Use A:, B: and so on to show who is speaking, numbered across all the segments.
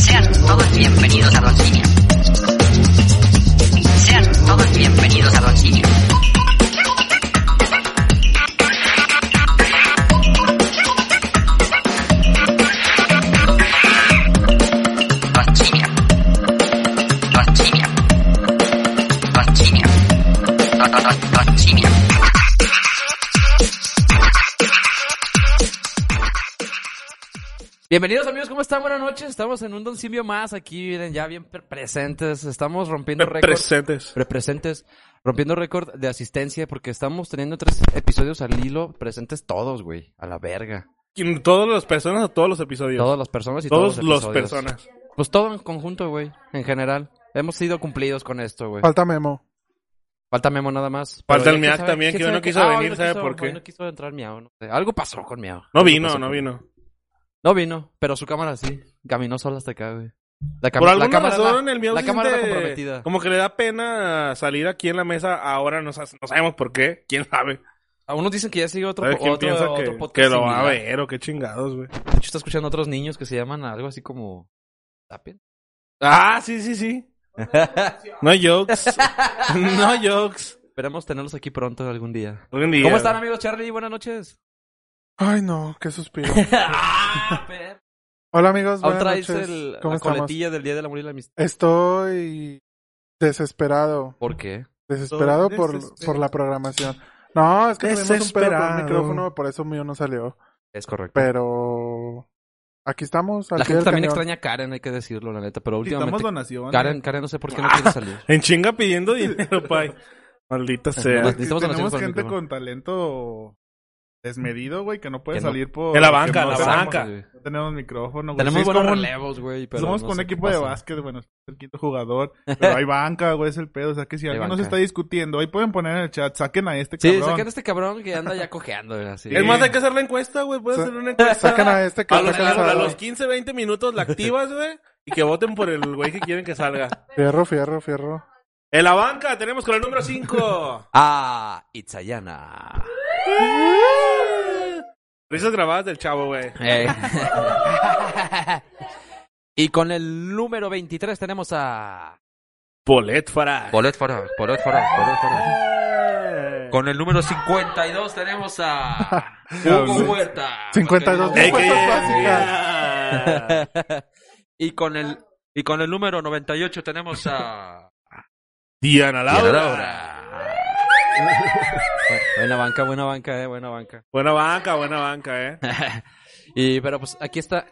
A: Sean todos bienvenidos a Doncinia. Sean todos bienvenidos a Doncinia. Doncinia. Doncinia. Doncinia. Do- do- do- Doncinia.
B: Bienvenidos amigos, ¿cómo están? Buenas noches. Estamos en un Don Simbio más aquí, miren, ya bien pre- presentes. Estamos rompiendo récords.
C: presentes.
B: Pre- presentes. Rompiendo récord de asistencia porque estamos teniendo tres episodios al hilo presentes todos, güey. A la verga.
C: ¿Quién- ¿Todas las personas o todos los episodios?
B: Todas las personas y
C: todos
B: todos,
C: los
B: episodios.
C: personas.
B: Pues todo en conjunto, güey. En general. Hemos sido cumplidos con esto, güey.
D: Falta Memo.
B: Falta Memo nada más. Pero
C: Falta el
B: ya, ¿quién
C: Miau
B: sabe-
C: también,
B: quién
C: que hoy no
B: qué-
C: quiso
B: ah, hoy
C: venir, ¿sabe
B: quiso-
C: por qué?
B: hoy no quiso entrar Miau. no sé. Algo pasó con Miau.
C: No
B: Algo
C: vino,
B: pasó
C: no
B: con-
C: vino.
B: No vino, pero su cámara sí. Caminó sola hasta acá, güey. La, cam-
C: Por
B: la
C: alguna
B: cámara era-
C: razón, el mío
B: la
C: se
B: cámara era
C: siente
B: comprometida.
C: Como que le da pena salir aquí en la mesa ahora, no, sa- no sabemos por qué. ¿Quién sabe?
B: Algunos dicen que ya sigue otro,
C: ¿Sabe
B: po-
C: quién
B: otro-
C: piensa
B: otro
C: que,
B: podcast
C: que lo va a
B: similar.
C: ver o qué chingados, güey?
B: De hecho, está escuchando a otros niños que se llaman algo así como... ¿Sapien?
C: Ah, sí, sí, sí. No jokes. no jokes.
B: Esperamos tenerlos aquí pronto algún día.
C: Algún día,
B: ¿Cómo están,
C: güey.
B: amigos? Charlie, buenas noches.
D: Ay, no, qué suspiro.
B: ah, per-
D: Hola, amigos.
B: Aún
D: Buenas
B: traes
D: noches.
B: el,
D: ¿Cómo
B: la
D: estamos?
B: coletilla del Día del Amor y la Amistad.
D: Estoy desesperado.
B: ¿Por qué?
D: Desesperado
C: Estoy
D: por,
C: desesperado.
D: por la programación. No, es que tuvimos un pedo con
C: Desesperado.
D: el micrófono, por eso mío no salió.
B: Es correcto.
D: Pero aquí estamos. al
B: la
D: pie
B: gente
D: del
B: también
D: cañón.
B: extraña a Karen, hay que decirlo, la neta. Pero
E: Necesitamos
B: últimamente...
E: donaciones.
B: Karen, Karen, no sé por qué no quiere salir.
C: En chinga pidiendo dinero, pay. Maldita sea.
B: Nomás-
E: Si
B: pues, Necesitamos donaciones
E: tenemos
B: para el
E: gente
B: micrófono.
E: con talento desmedido, güey, que no puede
B: Que no-
E: salir por...
C: En la banca, la
E: porque no
B: Pasamos,
E: tenemos-
C: banca.
B: güey.
E: No tenemos micrófono, güey.
B: Tenemos
E: Sí,
B: buenos
E: como-
B: relevos, güey. pero
E: Somos
B: no
E: con un
B: sé qué
E: equipo de
B: pasa.
E: básquet, bueno, es el quinto jugador. Pero hay banca, güey, es el pedo. O sea, que si
B: Hay
E: alguien nos
B: banca.
E: está discutiendo, ahí pueden poner en el chat, saquen a este
B: Sí,
E: cabrón.
B: saquen a este cabrón que anda ya cojeando, güey, así.
C: Es más, hay que hacer la encuesta, güey. Puedes
D: Sa-
C: hacer una encuesta.
D: Sacan a este que
C: A los,
D: está
C: a los- a los
D: cansado.
C: 15, 20 minutos la activas, güey. Y que voten por el güey que quieren que salga.
D: Fierro, fierro, fierro.
C: En la banca tenemos con el número 5.
B: Ah, Itzayana.
C: Risas grabadas del chavo, güey.
B: Eh. y con el número 23 tenemos a...
C: Bolet Farah.
B: Bolet Farah, Bolet Farah, Bolet Farah.
C: Eh.
B: Con el número 52 tenemos a...
E: Cabrón.
B: Hugo Huerta.
D: 52.
C: Eh, que-
D: Respuestas básicas.
B: y con el... Y con el número 98 tenemos a...
C: Diana Laura.
B: buena banca, buena banca, eh, buena banca.
C: Buena banca, buena banca, eh.
B: Y, pero pues aquí está.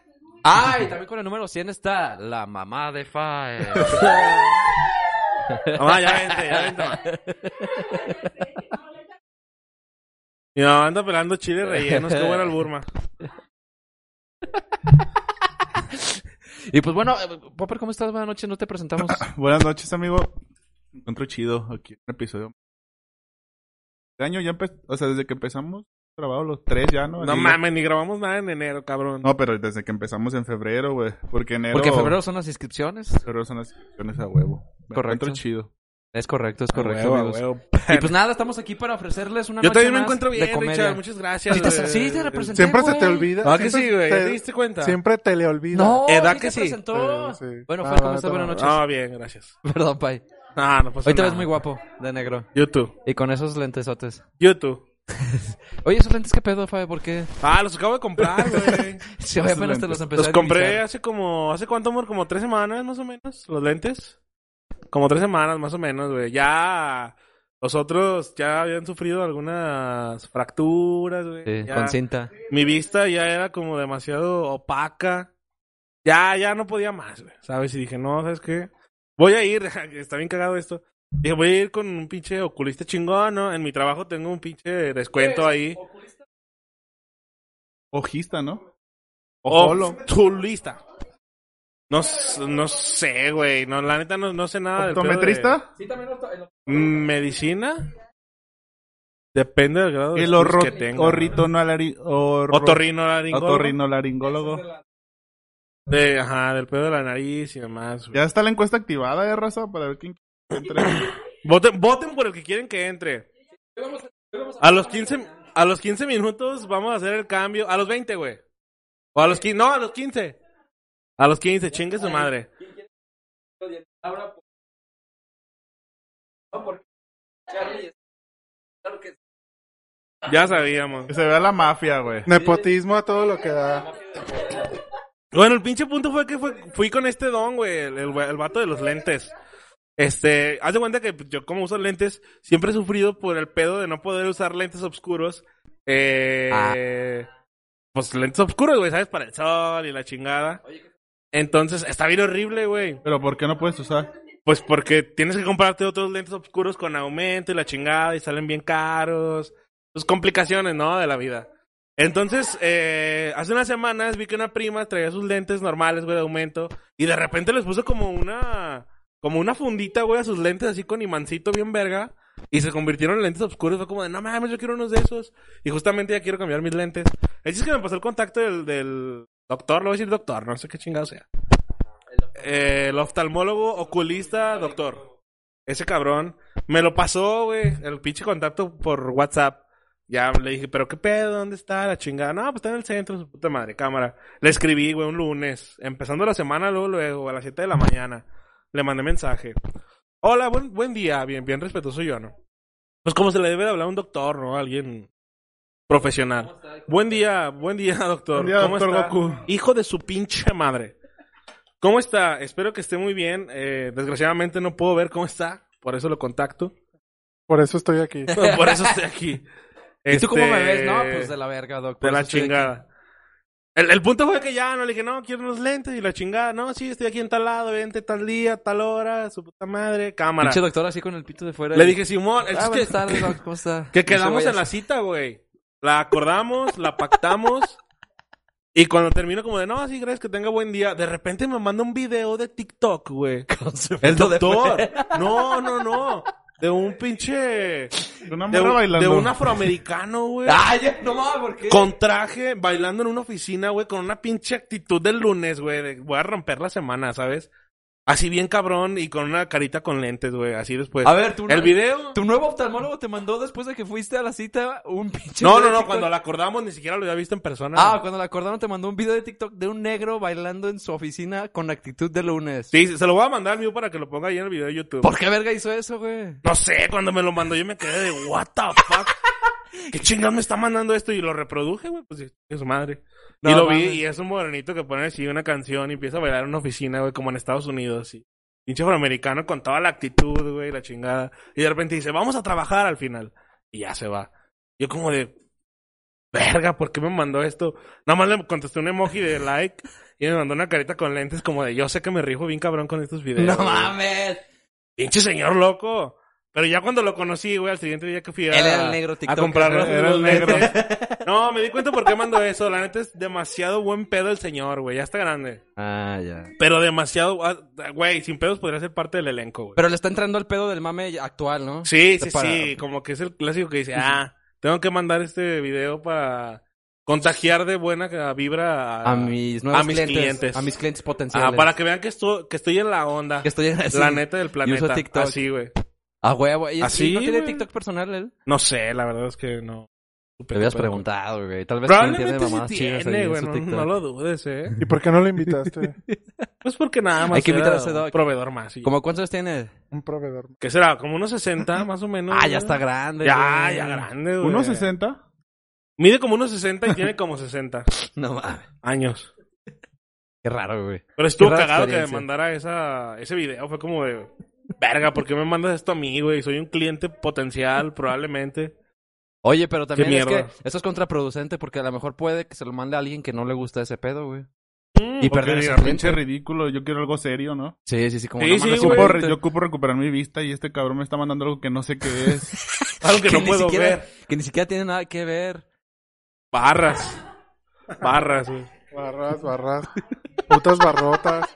B: ¡Ay! también con el número 100 está la mamá de Fae.
C: Mamá, ya vente, ya vente. mamá. Mi mamá anda pelando chiles rellenos. Qué buena el Burma.
B: y pues bueno, eh, Popper, ¿cómo estás? Buenas noches, no te presentamos.
E: Buenas noches, amigo. Me encuentro chido aquí en un episodio. Este año ya empezó, o sea, desde que empezamos, grabado los tres ya, ¿no?
C: No
E: Así-
C: mames, ni grabamos nada en enero, cabrón.
E: No, pero desde que empezamos en febrero, güey. Porque enero...
B: Porque en febrero son las inscripciones.
E: febrero son las sesiones a huevo. Me
B: Correcto.
E: encuentro chido.
B: Es correcto, es correcto,
C: Huevo,
B: amigos.
C: huevo.
B: Y pues nada, estamos aquí para ofrecerles una
C: Yo
B: noche
C: también me
B: más
C: encuentro
B: de
C: bien,
B: comedia.
C: Richard. Muchas gracias.
B: Sí, te-
C: güey.
B: sí, te representé,
D: Siempre se
B: güey.
D: te olvida.
C: Ah, que sí,
D: siempre
C: güey.
D: te-
C: ¿Te diste cuenta?
D: Siempre te le olvida.
B: No,
C: ¿Edad
B: ¿sí
C: que
B: te
C: sí?
B: presentó?
D: Eh, sí.
B: Bueno,
D: Ah,
B: Fer, ¿cómo
D: no,
B: estás?
D: no,
B: Buenas noches.
C: Ah, bien, gracias.
B: Perdón, Pai.
C: Ah, no pasa
B: Hoy te
C: nada.
B: ves muy guapo, de negro.
C: YouTube.
B: Y con esos lentesotes.
C: YouTube.
B: Oye, esos lentes, ¿qué pedo, Fae? ¿Por qué?
C: Ah, los acabo de comprar, güey.
B: Sí, oye,
E: Esos
B: apenas te los
E: lentes.
B: empecé
C: los
B: a
C: compré
B: utilizar.
C: hace como... ¿Hace cuánto, amor? Como tres semanas, más o menos. Los lentes. Como tres semanas, más o menos, güey. Ya... Los otros ya habían sufrido algunas fracturas, güey.
B: Sí,
C: Ya-
B: con cinta.
C: mi vista ya era como demasiado opaca. Ya, ya no podía más, güey, ¿sabes? Y dije, no, ¿sabes qué? Voy a ir, está bien cagado esto. Dije, voy a ir con un pinche oculista chingón, ¿no? En mi trabajo tengo un pinche descuento ahí.
E: Ojista, ¿no? Ojolo.
C: Oculista. No, s- no sé, güey. No, la neta no, no sé nada del Ah, pedo de-
E: ¿Optometrista?
C: Mm, ¿Medicina? Depende del grado de
E: El
C: estudios
E: horro...
C: que tenga.
E: orritonolari- orro-
C: Otorrinolaringólogo.
E: Otorrinolaringólogo.
C: De, ajá, del pedo de la nariz y demás. güey.
E: Ya está la encuesta activada, ¿eh, raza? Para ver quién entre.
C: Voten, voten por el que quieren que entre. A los 15, a los 15 minutos vamos a hacer el cambio. A los 20, güey. O a los 15, no, a los 15. A los 15, chingue su madre. Ya sabíamos.
E: Que se vea la mafia, güey.
D: Nepotismo a todo lo que da.
C: Bueno, el pinche punto fue que fue- fui con este don, güey, el, el, el vato de los lentes. Este, haz de cuenta que yo como uso lentes, siempre he sufrido por el pedo de no poder usar lentes oscuros. Eh, Pues lentes oscuros, güey, ¿sabes? Para el sol y la chingada. Entonces, está bien horrible, güey.
E: Pero ¿por qué no puedes usar?
C: Pues porque tienes que comprarte otros lentes oscuros con aumento y la chingada y salen bien caros. Pues complicaciones, ¿no? De la vida. Entonces, eh, hace unas semanas vi que una prima traía sus lentes normales, güey, de aumento. Y de repente les puso como una, como una fundita, güey, a sus lentes así con imancito bien verga. Y se convirtieron en lentes oscuros. Fue como de, no mames, yo quiero unos de esos. Y justamente ya quiero cambiar mis lentes. El chiste es que me pasó el contacto del, del doctor, lo voy a decir doctor, no sé qué chingado sea. Eh, el oftalmólogo, oculista, doctor. Ese cabrón me lo pasó, güey, el pinche contacto por WhatsApp. Ya le dije, pero qué pedo, ¿dónde está la chingada? No, pues está en el centro, su puta madre, cámara. Le escribí, güey, un lunes, empezando la semana, luego, luego, a las 7 de la mañana. Le mandé mensaje. Hola, buen, buen día, bien, bien respetuoso yo, ¿no? Pues como se le debe de hablar a un doctor, ¿no? A alguien profesional. Buen día, buen día, doctor.
E: Buen día,
C: ¿Cómo
E: doctor
C: está?
E: Goku.
C: Hijo de su pinche madre. ¿Cómo está? Espero que esté muy bien. Eh, desgraciadamente no puedo ver cómo está, por eso lo contacto.
D: Por eso estoy aquí.
C: Por eso estoy aquí.
B: ¿Y tú cómo me ves?
C: Este,
B: No, pues de la verga, doc.
C: de
B: por
C: la
B: eso estoy aquí.
C: chingada. El, el punto fue que ya no le dije, no, quiero unos lentes y la chingada. No, sí, estoy aquí en tal lado, vente tal día, tal hora, su puta madre, cámara.
B: Pinche doctor así con el pito de fuera.
C: Le
B: y-
C: dije, Simón, el
B: Ah,
C: chiste
B: buenas
C: es que,
B: tardes, doc, ¿cómo está?
C: que
B: No se
C: quedamos
B: vaya
C: en la
B: así.
C: cita, güey. La acordamos, la pactamos. Y cuando termino como de, no, sí, gracias, que tenga buen día. De repente me manda un video de TikTok, güey.
B: Con su
C: El
B: pito de
C: doctor.
B: fuera.
C: No, no, no. De un pinche...
E: Una
C: De
E: morra
C: un, de
E: bailando.
C: un afroamericano, güey.
B: Ay, no mames, ¿por qué?
C: Con traje, bailando en una oficina, güey, con una pinche actitud del lunes, güey. de, voy a romper la semana, ¿sabes? Así bien cabrón y con una carita con lentes, güey. Así después.
B: A ver, tú
C: El video.
B: Tu nuevo oftalmólogo te mandó después de que fuiste a la cita un pinche.
C: No,
B: video de
C: no, no.
B: TikTok.
C: Cuando la acordamos ni siquiera lo había visto en persona.
B: Ah,
C: güey.
B: cuando la acordaron te mandó un video de TikTok de un negro bailando en su oficina con actitud de lunes.
C: Sí, se lo voy a mandar al mío para que lo ponga ahí en el video de YouTube.
B: ¿Por qué verga hizo eso, güey?
C: No sé, cuando me lo mandó yo me quedé de, what the fuck. ¿Qué chingados me está mandando esto? Y lo reproduje, güey, pues es su madre.
B: No,
C: y lo
B: mames.
C: vi, y es un morenito que pone así una canción y empieza a bailar en una oficina, güey, como en Estados Unidos, y pinche afroamericano con toda la actitud, güey, la chingada. Y de repente dice, vamos a trabajar al final. Y ya se va. Yo como de, verga, ¿por qué me mandó esto? Nada más le contesté un emoji de like y me mandó una carita con lentes como de, yo sé que me rijo bien cabrón con estos videos.
B: No
C: güey".
B: mames.
C: Pinche señor loco. Pero ya cuando lo conocí, güey, al siguiente día que fui a,
B: Él era el negro
C: a
B: TikToker.
C: comprarlo.
E: Era el negro.
C: No, me di cuenta por qué mandó eso. La neta es demasiado buen pedo el señor, güey. Ya está grande.
B: Ah, ya.
C: Pero demasiado, ah, güey, sin pedos podría ser parte del elenco, güey.
B: Pero le está entrando al pedo del mame actual, ¿no?
C: Sí, sí,
B: Para-
C: sí. Como que es el clásico que dice, ah, tengo que mandar este video para contagiar de buena vibra a,
B: A mis nuevos
C: a mis
B: clientes,
C: clientes.
B: A mis clientes
C: Ah,
B: potenciales.
C: para que vean que, esto, que estoy en la onda.
B: Que estoy en
C: La neta del planeta.
B: TikTok.
C: Así, güey.
B: A huevo. ¿Y
C: Así,
B: ¿y ¿No tiene
C: güey.
B: TikTok personal él?
C: No sé, la verdad es que no.
B: Te habías preguntado, güey. Tal vez sí
C: Probablemente sí
B: Pues, tiene mamadas chidas ahí
C: tiene,
B: en
C: güey.
B: su
C: No,
B: TikTok.
C: no lo dudes, ¿eh?
D: ¿Y por qué no lo invitaste?
C: Pues porque nada más
B: Hay que
C: era
B: invitar a ese
C: un
B: doc.
C: proveedor más. y-
B: ¿Cómo cuántos años tiene?
D: Un proveedor.
C: ¿Qué será? ¿Como unos 60 más o menos?
B: ah,
C: güey?
B: ya está grande.
C: Ya,
B: güey.
C: ya grande, güey.
E: ¿Unos 60?
C: Mide como unos 60 y tiene como 60
B: No mames.
C: años.
B: Qué raro, güey.
C: Pero estuvo
B: Qué rara
C: cagado que me
B: experiencia.
C: mandara esa, ese video. Fue como de... verga, ¿por qué me mandas esto a mí, güey? Soy un cliente potencial, probablemente.
B: Oye, pero también es que
C: mierda.
B: eso es contraproducente porque a lo mejor puede que se lo mande a alguien que no le gusta ese pedo, güey. Y
C: Mm,
E: Y
B: perder
E: perder
B: ese
E: pinche
B: cliente.
E: ridículo, yo quiero algo serio, ¿no?
B: Sí, sí, sí, como
C: Sí,
B: no
C: sí,
B: mames,
C: güey.
E: Ocupo
B: güey,
E: re-
B: te-
E: yo ocupo recuperar mi vista y este cabrón me está mandando algo que no sé qué es.
C: Algo que, no
B: ni
C: puedo
B: siquiera-
C: ver.
B: Que ni siquiera tiene nada que ver.
C: Barras. Barras, güey.
D: Barras, barras. Putas barrotas.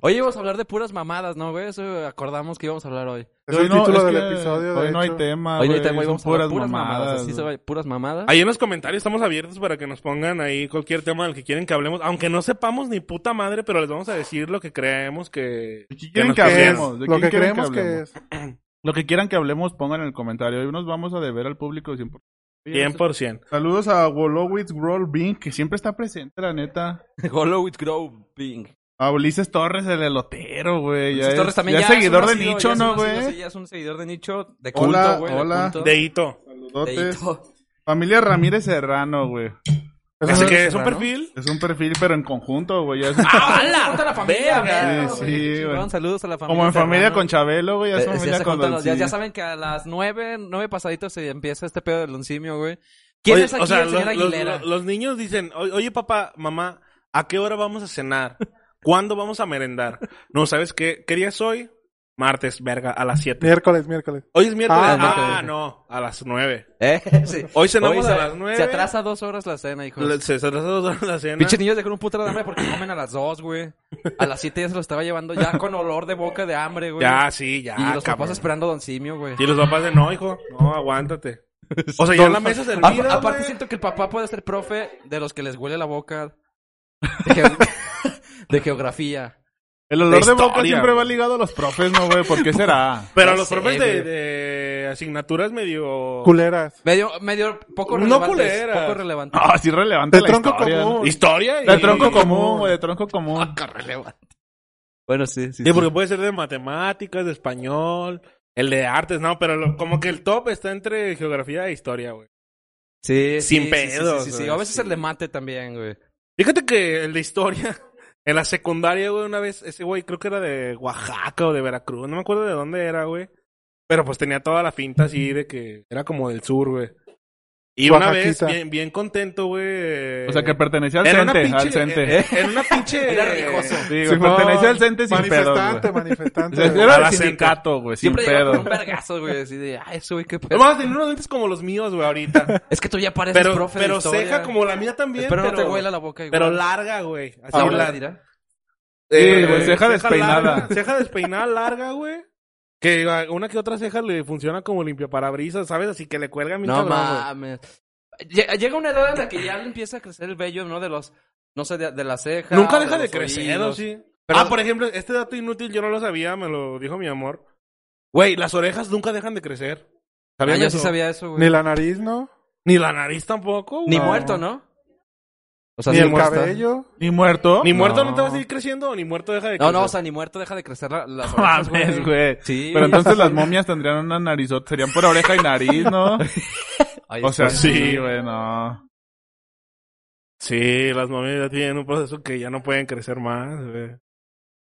B: Oye, íbamos a hablar de puras mamadas, ¿no, güey? Eso acordamos que íbamos a hablar hoy.
D: Es
E: Hoy
D: el
E: no-
D: título
E: es
D: del
E: que
D: episodio, de
E: Hoy no hay
D: hecho.
B: Hoy
E: tema,
B: no
E: Ah, güey,
B: hay tema, hoy
E: son
B: vamos a hablar
E: puras
B: puras mamadas. Así se
E: güey.
B: va, puras mamadas.
C: Ahí en los comentarios estamos abiertos para que nos pongan ahí cualquier tema del que quieren que hablemos. Aunque no sepamos ni puta madre, pero les vamos a decir lo que creemos que...
E: ¿De qué
C: Que
E: quieren
C: nos
E: que
C: quieran.
E: hablemos? ¿De
D: Lo
E: qué
D: que
E: quieren
D: creemos que
E: hablemos?
D: es.
E: Lo que quieran que hablemos, pongan en el comentario. Hoy nos vamos a deber al público 100%.
C: 100%.
E: Saludos a Wolowitz Roll Bing, que siempre está presente, la neta.
B: Hollow with Grow Pink.
E: A Ulises Torres, el elotero, güey. Ya
B: Ulises
E: es,
B: Torres también
E: ya es
B: ya
E: seguidor
B: un
E: de
B: nacido, ya
E: nicho,
B: es
E: ¿no,
B: un nacido, sí,
E: güey?
B: ya es un seguidor de nicho, de culto,
E: Hola,
B: güey.
E: hola.
B: culto.
C: De hito.
E: Saludotes.
B: Deito.
E: Familia Ramírez Serrano, güey.
D: Eso
C: Así
D: no-
C: que es un
B: Serrano.
C: perfil.
E: Es un perfil, pero en conjunto, güey. ya es-
B: Ah, ¡Hala! Junta la familia,
E: Verga,
B: güey.
E: sí,
B: Qué
E: güey.
B: chingón, Saludos a la familia.
E: Como en familia
B: Serrano.
E: con Chabelo, güey. Ya es
B: Eh,
E: familia
B: ya, se
E: con
B: juntan los días.
E: Don
B: ya
E: Cid.
B: saben que a las nueve, nueve pasaditos se empieza este pedo del oncimio, güey. ¿Quién
C: Oye,
B: es aquí
C: o sea,
B: el
C: los,
B: señor
C: los-
B: Aguilera?
C: los- los niños dicen, "O- oye papá, mamá, ¿a qué hora vamos a cenar? ¿Cuándo vamos a merendar? No, ¿sabes qué? ¿Qué día es hoy? Martes, verga, a las 7.
D: Miércoles, miércoles.
C: Hoy es miércoles.
D: Ah,
C: Ah,
B: miércoles.
C: no, a las 9.
B: Eh, sí.
C: Hoy cenamos
B: Hoy
C: a
B: se-
C: las nueve.
B: Se atrasa dos horas la cena, hijo.
C: Le- Se atrasa dos horas la cena.
B: Pinches niños dejaron un puto de hambre porque comen a las dos, güey. A las siete ya se lo estaba llevando ya con olor de boca de hambre, güey.
C: Ya, sí, ya.
B: Y los papás
C: cabrón.
B: esperando a Don Simio, güey.
C: Y los papás de no, hijo, no, aguántate. O sea, ya la mesa
B: A-
C: servida.
B: aparte
C: güey.
B: siento que el papá puede ser profe de los que les huele la boca de, ge- de geografía.
E: El olor de,
C: De
E: boca
C: historia,
E: siempre
C: güey.
E: va ligado a los profes, ¿no, güey? ¿Por qué será?
C: Pero
B: Ya
C: los
B: sé,
C: profes de,
B: güey.
C: de asignaturas
E: Oh.
C: medio.
D: Culeras.
B: Medio, medio poco
C: No
B: relevante.
C: culeras.
B: Poco relevante.
E: Ah, sí, relevante
D: De
E: la
D: tronco
E: historia,
D: común.
C: Historia y.
E: ¿no? De tronco común, güey. De tronco común.
B: Poco relevante. Bueno, sí, sí.
C: Sí, porque puede ser de matemáticas, de español, el de artes, no, pero lo- como que el top está entre geografía e historia, güey.
B: sí. sí,
C: Sin
B: sí,
C: pedos,
B: Sí, sí, sí,
C: güey,
B: A veces
C: sí.
B: el de mate también, güey.
C: Fíjate que el de historia, en la secundaria, güey, una vez, ese güey creo que era de Oaxaca o de Veracruz, no me acuerdo de dónde era, güey. Pero pues tenía toda la finta así de que era como del sur, güey. Y una vez,
D: Oaxaquita.
C: bien, bien contento, güey.
E: O sea, que pertenecía al
C: Era una
E: CENTE. Al
C: pinche-
E: CENTE.
C: eh, Era una pinche...
B: Era rijoso.
E: Sí, güey,
D: Simón.
E: pertenecía al CENTE sin pedo,
D: Manifestante, manifestante.
E: Era
C: la
E: el sindicato, güey, sin
B: Siempre llegaba con
E: pedo.
B: un vergazo, güey. Así de, ah, eso, güey, qué pedo.
C: Vamos a tener unos lentes como los míos, güey, ahorita.
B: Es que tú ya pareces
C: Pero,
B: profe de
C: pero
B: historia.
C: ceja como la mía también,
B: Espero
C: pero...
B: no te huela la boca igual.
C: Pero larga, güey. Así
B: Ahora
C: la-
B: la dirá. Eh,
E: Sí, güey, ceja despeinada.
C: larga, ceja despeinada larga, güey. Que a una que otra ceja le funciona como limpiaparabrisas, ¿sabes? Así que le cuelga mi
B: No
C: cabrón, güey.
B: mames. Lle- Llega una edad en la que ya le empieza a crecer el vello, ¿no? De los, no sé, de, de la ceja.
C: Nunca
B: o
C: deja de
B: los
C: crecer, ¿o
B: oídos.
C: sí?
B: Pero-
C: Ah, por ejemplo, este dato inútil yo no lo sabía, me lo dijo mi amor. Güey, las orejas nunca dejan de crecer.
B: Ah,
C: ¿Sabían
B: yo
C: eso?
B: sí sabía eso, güey.
D: Ni la nariz, ¿no?
C: Ni la nariz tampoco, güey.
B: Ni
D: No.
B: muerto, ¿no? O sea,
D: Ni
B: sí,
D: el
B: muerto.
D: cabello.
E: ¿Ni muerto?
C: Ni muerto no. te va a
E: No
C: seguir creciendo, o ni muerto deja de
B: No,
C: crecer.
B: no, o sea, ni muerto deja de crecer la, las orejas,
E: mames, güey.
B: Sí.
E: Pero entonces las momias tendrían una narizota, serían por oreja y nariz, ¿no?
B: Ay,
E: O sea,
B: espera.
E: sí, güey, no.
C: Sí, las momias ya tienen un proceso que ya no pueden crecer más, güey.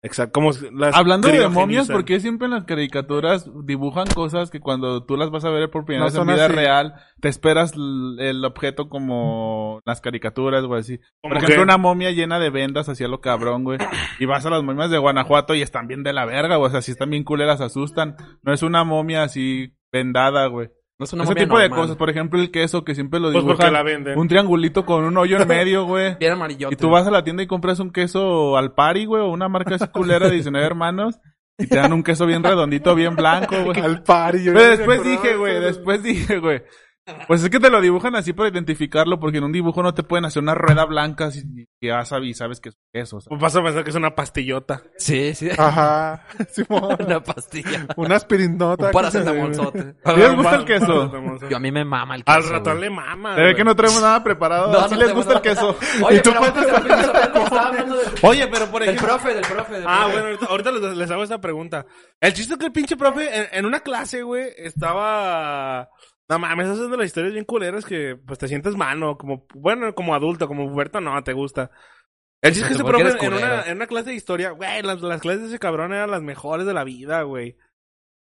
C: Exacto, como s- las
E: Hablando de momias,
C: criogenizan.
E: ¿por qué siempre en las caricaturas dibujan cosas que cuando tú las vas a ver por primera
D: No
E: vez en
D: son
E: vida
D: así.
E: real, te esperas l- el objeto como las caricaturas, güey, así? Por
C: Como
E: ejemplo,
C: que-
E: una momia llena de vendas hacia lo cabrón, güey. Y vas a las momias de Guanajuato y están bien de la verga, güey. O sea, si están bien culeras, asustan. No es una momia así vendada, güey.
B: No es una
E: Ese
B: momia
E: tipo de
B: normal.
E: cosas. pues. Por ejemplo, el queso que siempre lo
C: Pues
E: dibujan.
C: porque la venden.
E: Un triangulito con un hoyo en medio, güey.
B: Bien amarillote.
E: Y tú vas a la tienda y compras un queso al pari, güey, o una marca así culera de 19 hermanos. Y te dan un queso bien redondito, bien blanco, güey.
D: Al par. y yo
E: Pero
D: ya
E: después
D: me acordaba
E: dije,
D: de
E: güey,
D: eso.
E: después dije, güey. Pues es que te lo dibujan así para identificarlo, porque en un dibujo no te pueden hacer una rueda blanca si que vas a y sabes que es queso. o sea.
C: Pues vas a pensar que es una pastillota.
B: Sí, sí.
D: Ajá. Simón.
B: una pastilla.
D: Una aspirinota.
B: Un
D: que se-
B: paracetamolzote.
E: ¿A
C: Ah,
E: ustedes les gusta el queso?
B: Yo a mí me mama el queso.
C: Al ratón
B: güey.
C: le mama.
E: Se ve
C: güey.
E: que no traemos nada preparado.
B: No,
E: así
B: no
E: les
B: tengo
E: gusta el
B: nada.
E: queso.
B: Oye,
E: y tú
B: pero
E: pasas-
B: ahorita se la pinza, estaba hablando del-
C: Oye, pero por
B: del
C: ejemplo.
B: profe, del profe. del
C: Ah,
B: profe.
C: bueno, ahorita, ahorita les, les hago esa pregunta. El chiste es que el pinche profe en, en una clase, güey, estaba. No mames, esas son de las historias bien culeras que pues te sientes mal, ¿no? Como, bueno, como adulto, como puberto, no, te gusta. El chiste es que
B: Se
C: su
B: supone que
C: profe
B: eres
C: en una,
B: culero.
C: en una clase de historia, güey, las, las clases de ese cabrón eran las mejores de la vida, güey.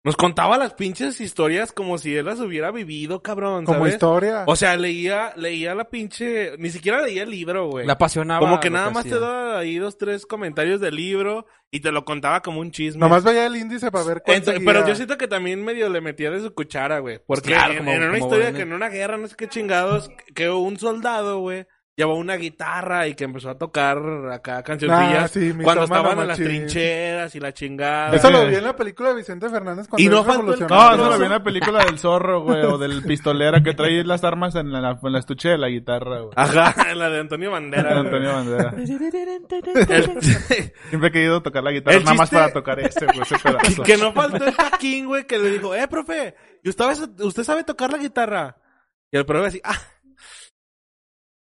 C: Nos contaba las pinches historias como si él las hubiera vivido, cabrón,
D: Como
C: ¿sabes?
D: historia.
C: O sea, leía, leía la pinche, ni siquiera leía el libro, güey.
B: Le apasionaba.
C: Como que
B: lo
C: nada más
B: hacía.
C: te daba ahí dos, tres comentarios del libro y te lo contaba como un chisme.
D: Nomás veía el índice para ver cuál
C: Ento-
D: seguía.
C: pero yo siento que también medio le metía de su cuchara, güey. Porque
B: Claro,
C: en,
B: como-
C: en una
B: como
C: historia
B: bueno.
C: que en una guerra, no sé qué chingados, que- que un soldado, güey, llevó una guitarra y que empezó a tocar acá cancioncillas
D: Ah, sí, mi
C: cuando
D: toma
C: estaban
D: la
C: en las
D: machín.
C: trincheras y la chingada.
D: Eso lo vi en la película de Vicente Fernández cuando
C: Y no
D: él
C: faltó el
D: revolucionó.
E: No, eso
C: no,
E: lo vi
C: no.
E: en la película del zorro, güey, o del pistolera que trae las armas en la, en la estuche de la guitarra,
C: Ah,
E: güey.
C: Ajá, la de Antonio Bandera.
E: De
C: güey.
E: Antonio Bandera.
C: El-
E: Siempre he querido tocar la guitarra,
C: El
E: nada más
C: chiste-
E: para tocar ese, güey, ese pedazo.
C: que no faltó el taquín, güey, que le dijo, eh, profe, ¿y usted, sabe- usted sabe tocar la guitarra? Y el profe así, ah.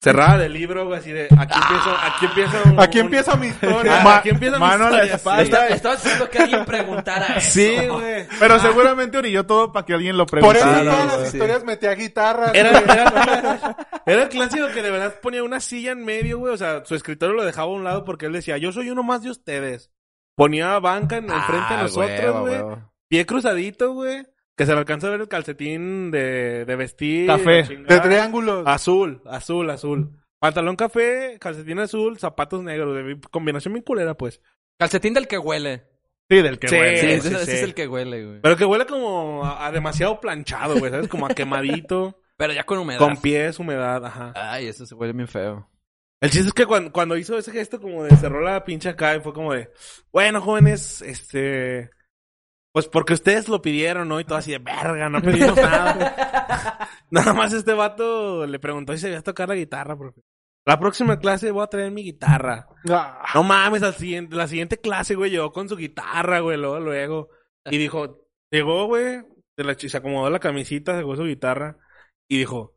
C: Cerrada del libro, güey, así de, aquí empieza, aquí empieza un-
D: Aquí
C: un-
D: empieza mi historia.
C: Ah, aquí empieza mi
E: mano a la
C: historia, sí.
E: espalda.
F: Está- Estaba haciendo que alguien preguntara
B: ¿eh?
F: eso.
C: Sí, güey.
E: Pero seguramente orilló todo para que alguien lo
D: Por eso
E: preguntara.
D: en todas
E: güey.
D: las historias metía guitarras.
C: Era,
D: güey.
C: era, era el clásico que de verdad ponía una silla en medio, güey. O sea, su escritorio lo dejaba a un lado porque él decía, yo soy uno más de ustedes. Ponía banca en, enfrente de
B: Ah,
C: nosotros,
B: huevo,
C: güey.
B: huevo.
C: Pie cruzadito, güey. Que se le alcanza a ver el calcetín de, de vestir.
E: Café.
C: la chingada.
D: De
C: Ah.
D: triángulos.
C: Azul, azul, azul. Pantalón café, calcetín azul, zapatos negros. De combinación bien culera, pues.
B: Calcetín del que huele.
E: Sí, del que
C: Sí.
E: huele.
B: Sí,
C: Eh,
B: ese,
C: sí,
B: ese
C: sí.
B: es el que huele, güey.
C: Pero que huele como a, a demasiado planchado, güey, ¿sabes? Como a quemadito,
B: Pero ya con humedad.
C: con pies, humedad, ajá.
B: Ay, eso se huele bien feo.
C: El chiste es que cuan- cuando, hizo ese gesto como de cerró la pincha acá y fue como de, bueno, jóvenes, este, pues porque ustedes lo pidieron, ¿no? Y todo así de, verga, no pedimos nada. nada más este vato le preguntó si sabía tocar la guitarra, profe. La próxima clase voy a traer mi guitarra.
D: Ah,
C: No mames, al siguiente, la siguiente clase, güey, llegó con su guitarra, güey, luego, luego. Y dijo, llegó, güey, se, la, chi- se acomodó la camisita, sacó su guitarra y dijo,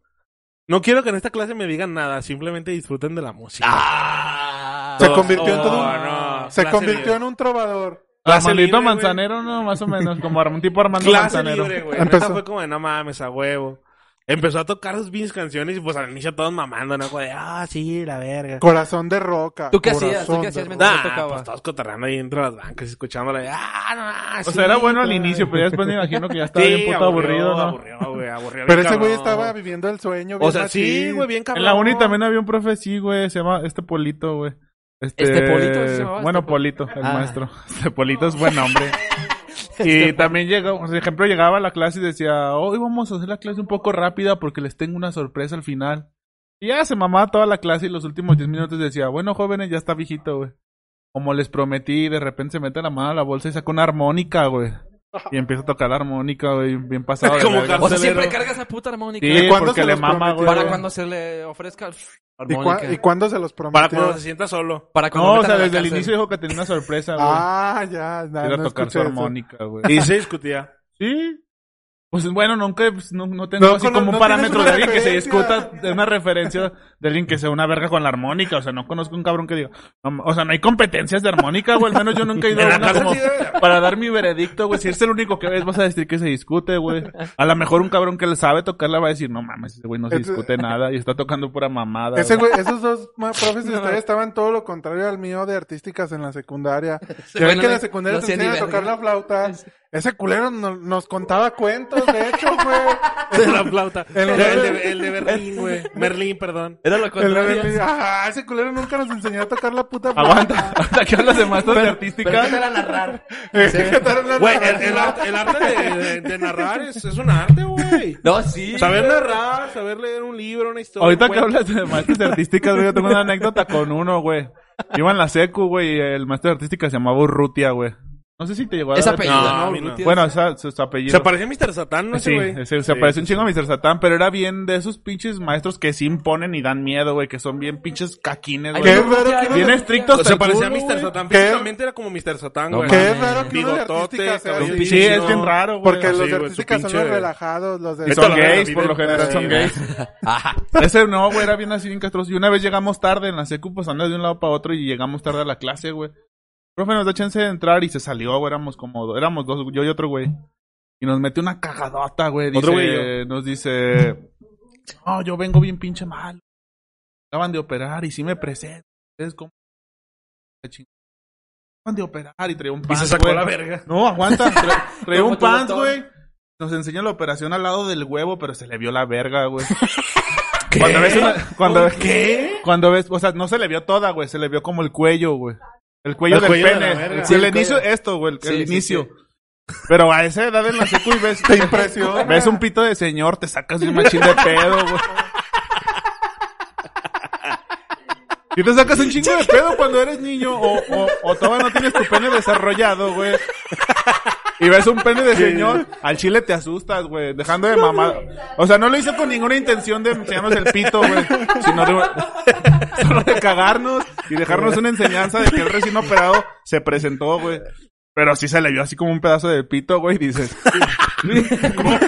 C: no quiero que en esta clase me digan nada, simplemente disfruten de la música. Oh,
D: Se convirtió en todo un-
C: no,
D: Se
C: clase
D: convirtió
C: libre.
D: en un trovador.
C: Clase
E: Armandito
C: libre, güey.
E: Manzanero, no, más o menos, como Ar- un tipo Armando
C: Clase
E: Manzanero.
C: libre, güey.
D: Empezó.
C: Neta fue como de, no mames, a huevo. Empezó a tocar sus pinches canciones y pues al inicio todos mamando, ¿no? Como de, ah, sí, la verga.
D: Corazón de roca.
B: ¿Tú qué hacías?
D: corazón
B: ¿Tú qué hacías
D: de
B: mientras-
C: Nah,
B: se tocaba.
C: pues todos cotorreando ahí entre las bancas, escuchándola. y, Ah, no,
E: O sea, era bueno al inicio, pero ya después me imagino que ya estaba bien puto aburrido, ¿no?
C: Aburrido, güey, aburrido.
D: Pero
C: bien
D: ese güey
C: cabrón.
D: estaba viviendo el sueño.
C: O
D: bien
C: sea, sí,
D: machín.
C: güey, bien cabrón.
E: En la uni también había un profe, sí, güey, se llama este Polito, güey. Este,
B: ¿Este Polito? ¿Así se llamaba?
E: Bueno,
B: ¿Este
E: Polito, el maestro. Este Polito es buen nombre. Y
D: Este,
E: también llegó, por ejemplo, llegaba a la clase y decía, hoy vamos a hacer la clase un poco rápida porque les tengo una sorpresa al final. Y ya se mamaba toda la clase y los últimos 10 minutos decía, bueno, jóvenes, ya está viejito, güey. Como les prometí, de repente se mete la mano a la bolsa y saca una armónica, güey. Y empieza a tocar la armónica, güey, bien pasado. de
C: Como
E: verga.
B: O sea,
C: Carcelero.
B: siempre cargas la puta armónica.
E: Sí,
D: ¿Y cuándo
E: porque
D: se
E: le
D: los
E: mama, güey.
D: prometió?
B: Para cuando se le ofrezca pff,
D: ¿Y,
B: armónica.
D: cua- y cuándo se los
C: Para
D: prometió?
C: cuando se sienta solo.
B: Para cuando
E: No, o
B: metan
E: sea,
B: a la
E: desde el
B: cárcel.
E: inicio dijo que tenía una sorpresa, güey.
D: Ah, ya, na-
E: Era
D: no
E: tocar
D: escuché
E: su
D: eso.
E: armónica, güey.
C: Y se discutía.
E: Sí. Pues bueno, nunca, pues, no, no tengo
D: No,
E: así
D: con-
E: como un
D: no
E: parámetro
D: tienes
E: de
D: una
E: alguien que se
D: referencia.
E: discuta, de una referencia de alguien que sea una verga con la armónica. O sea, no conozco un cabrón que diga, no, o sea, no hay competencias de armónica, güey. Al menos yo nunca he ido
C: En
E: a
C: la
E: una
C: casa
E: como
C: sí debe-
E: para dar mi veredicto, güey. Si eres el único que ves, vas a decir que se discute, güey. A lo mejor un cabrón que le sabe tocarla va a decir, no mames, ese güey no se
D: Ese-
E: discute nada y está tocando pura mamada.
D: Ese
E: güey.
D: güey, esos dos ma- profes de historia estaban todo lo contrario al mío de artísticas en la secundaria. Ya ven
B: Bueno,
D: que en la
B: no-
D: secundaria
B: no
D: te
B: hacía ni
D: enseñan a
B: verga.
D: tocar la flauta. Ese culero no- nos contaba cuentos, de hecho, güey.
C: De la flauta.
D: En
C: el,
D: los-
C: de, el de Berlín, güey. Merlín, perdón.
B: Era lo
D: El-
B: contrario.
D: el- ah, ese culero nunca nos enseñó a tocar la puta flauta.
E: Aguanta, hasta que hablas de maestros de artística.
F: Era narrar.
D: Eh,
C: Güey, el, el ar- el arte de, de- de narrar es, es un arte, güey.
B: No, sí.
C: Saber narrar, saber leer un libro, una historia.
E: Ahorita
C: un
E: que
C: cuento.
E: hablas de maestros de artísticas, güey, yo tengo una anécdota con uno, güey. Iba en la secu, güey, y el maestro de artística se llamaba Urrutia, güey. No sé si te llegó a
B: Esa
E: dar-
B: apellido,
C: No, a
B: ¿no?
C: mí no.
B: Urrutia.
E: Bueno, esa, su, su apellido.
C: Se parecía a Mr. Satán, ¿no? ese
E: Sí,
C: güey?
E: ese- se
C: Sí.
E: parece un chingo a Mr. Satán, pero era bien de esos pinches maestros que sí imponen y dan miedo, güey, que son bien pinches caquines,
B: Ay,
E: güey.
D: Qué
B: Urrutia,
D: raro que
B: Urrutia.
D: no-
E: Bien estrictos.
C: Se
E: al
C: parecía a
E: culo,
C: Mr.
E: güey.
C: Satán.
D: ¿Qué?
C: Físicamente era como Mr. Satán,
B: No
C: güey.
D: Qué
B: mames.
D: raro que uno de artística sea
C: cabello
D: así.
E: Sí, es bien raro, güey.
D: Porque
C: Ah, Sí,
D: los
C: güey,
D: de
C: su
D: artísticas son
C: pinche-
D: los relajados, los de...
E: Y
C: Esto
E: son
C: la
E: gays,
C: vida,
E: por lo
C: vida,
E: general
C: sí,
E: son
C: güey.
E: gays. Ese no, güey, era bien así, bien castroso. Y una vez llegamos tarde en la secu, pues andas de un lado para otro y llegamos tarde a la clase, güey. Profe nos da chance de entrar y se salió, güey, éramos como, do- éramos dos, yo y otro güey. Y nos metió una cagadota, güey.
C: Otro
E: dice-
C: güey y
E: Nos dice, no, yo vengo bien pinche mal. Acaban de operar y sí me presento. Ustedes, ¿cómo la chingada. Acaban de operar y traía un
C: Y
E: pan.
C: se sacó
E: güey.
C: la verga.
E: No, aguanta. Tra- Traía
F: Como
E: un
F: tu
E: pants,
F: botón.
E: güey. Nos enseña la operación al lado del huevo, pero se le vio la verga, güey. Cuando ves una- cuando ves,
C: ¿Qué?
E: cuando ves, o sea, no se le vio toda, güey, se le vio como el cuello, güey. El cuello
C: El
E: del
C: cuello de la
E: pene.
C: verga.
E: el
C: Sí,
E: el
B: el
E: inicio,
B: cuello.
E: esto, güey, el,
B: Sí,
E: el
B: sí,
E: inicio. Pero a esa edad en la secu y ves, te impresiona. Ves un pito de señor, te sacas un machín de pedo, güey. Y te sacas un chingo de pedo cuando eres niño o, o, o todavía no tienes tu pene desarrollado, güey. Y ves un pene de señor, al chile te asustas, güey, dejando de mamada. O sea, no lo hizo con ninguna intención de enseñarnos el pito, güey, sino de, solo de cagarnos y dejarnos una enseñanza de que el recién operado se presentó, güey. Pero sí se le vio así como un pedazo de pito, güey, y dices... como-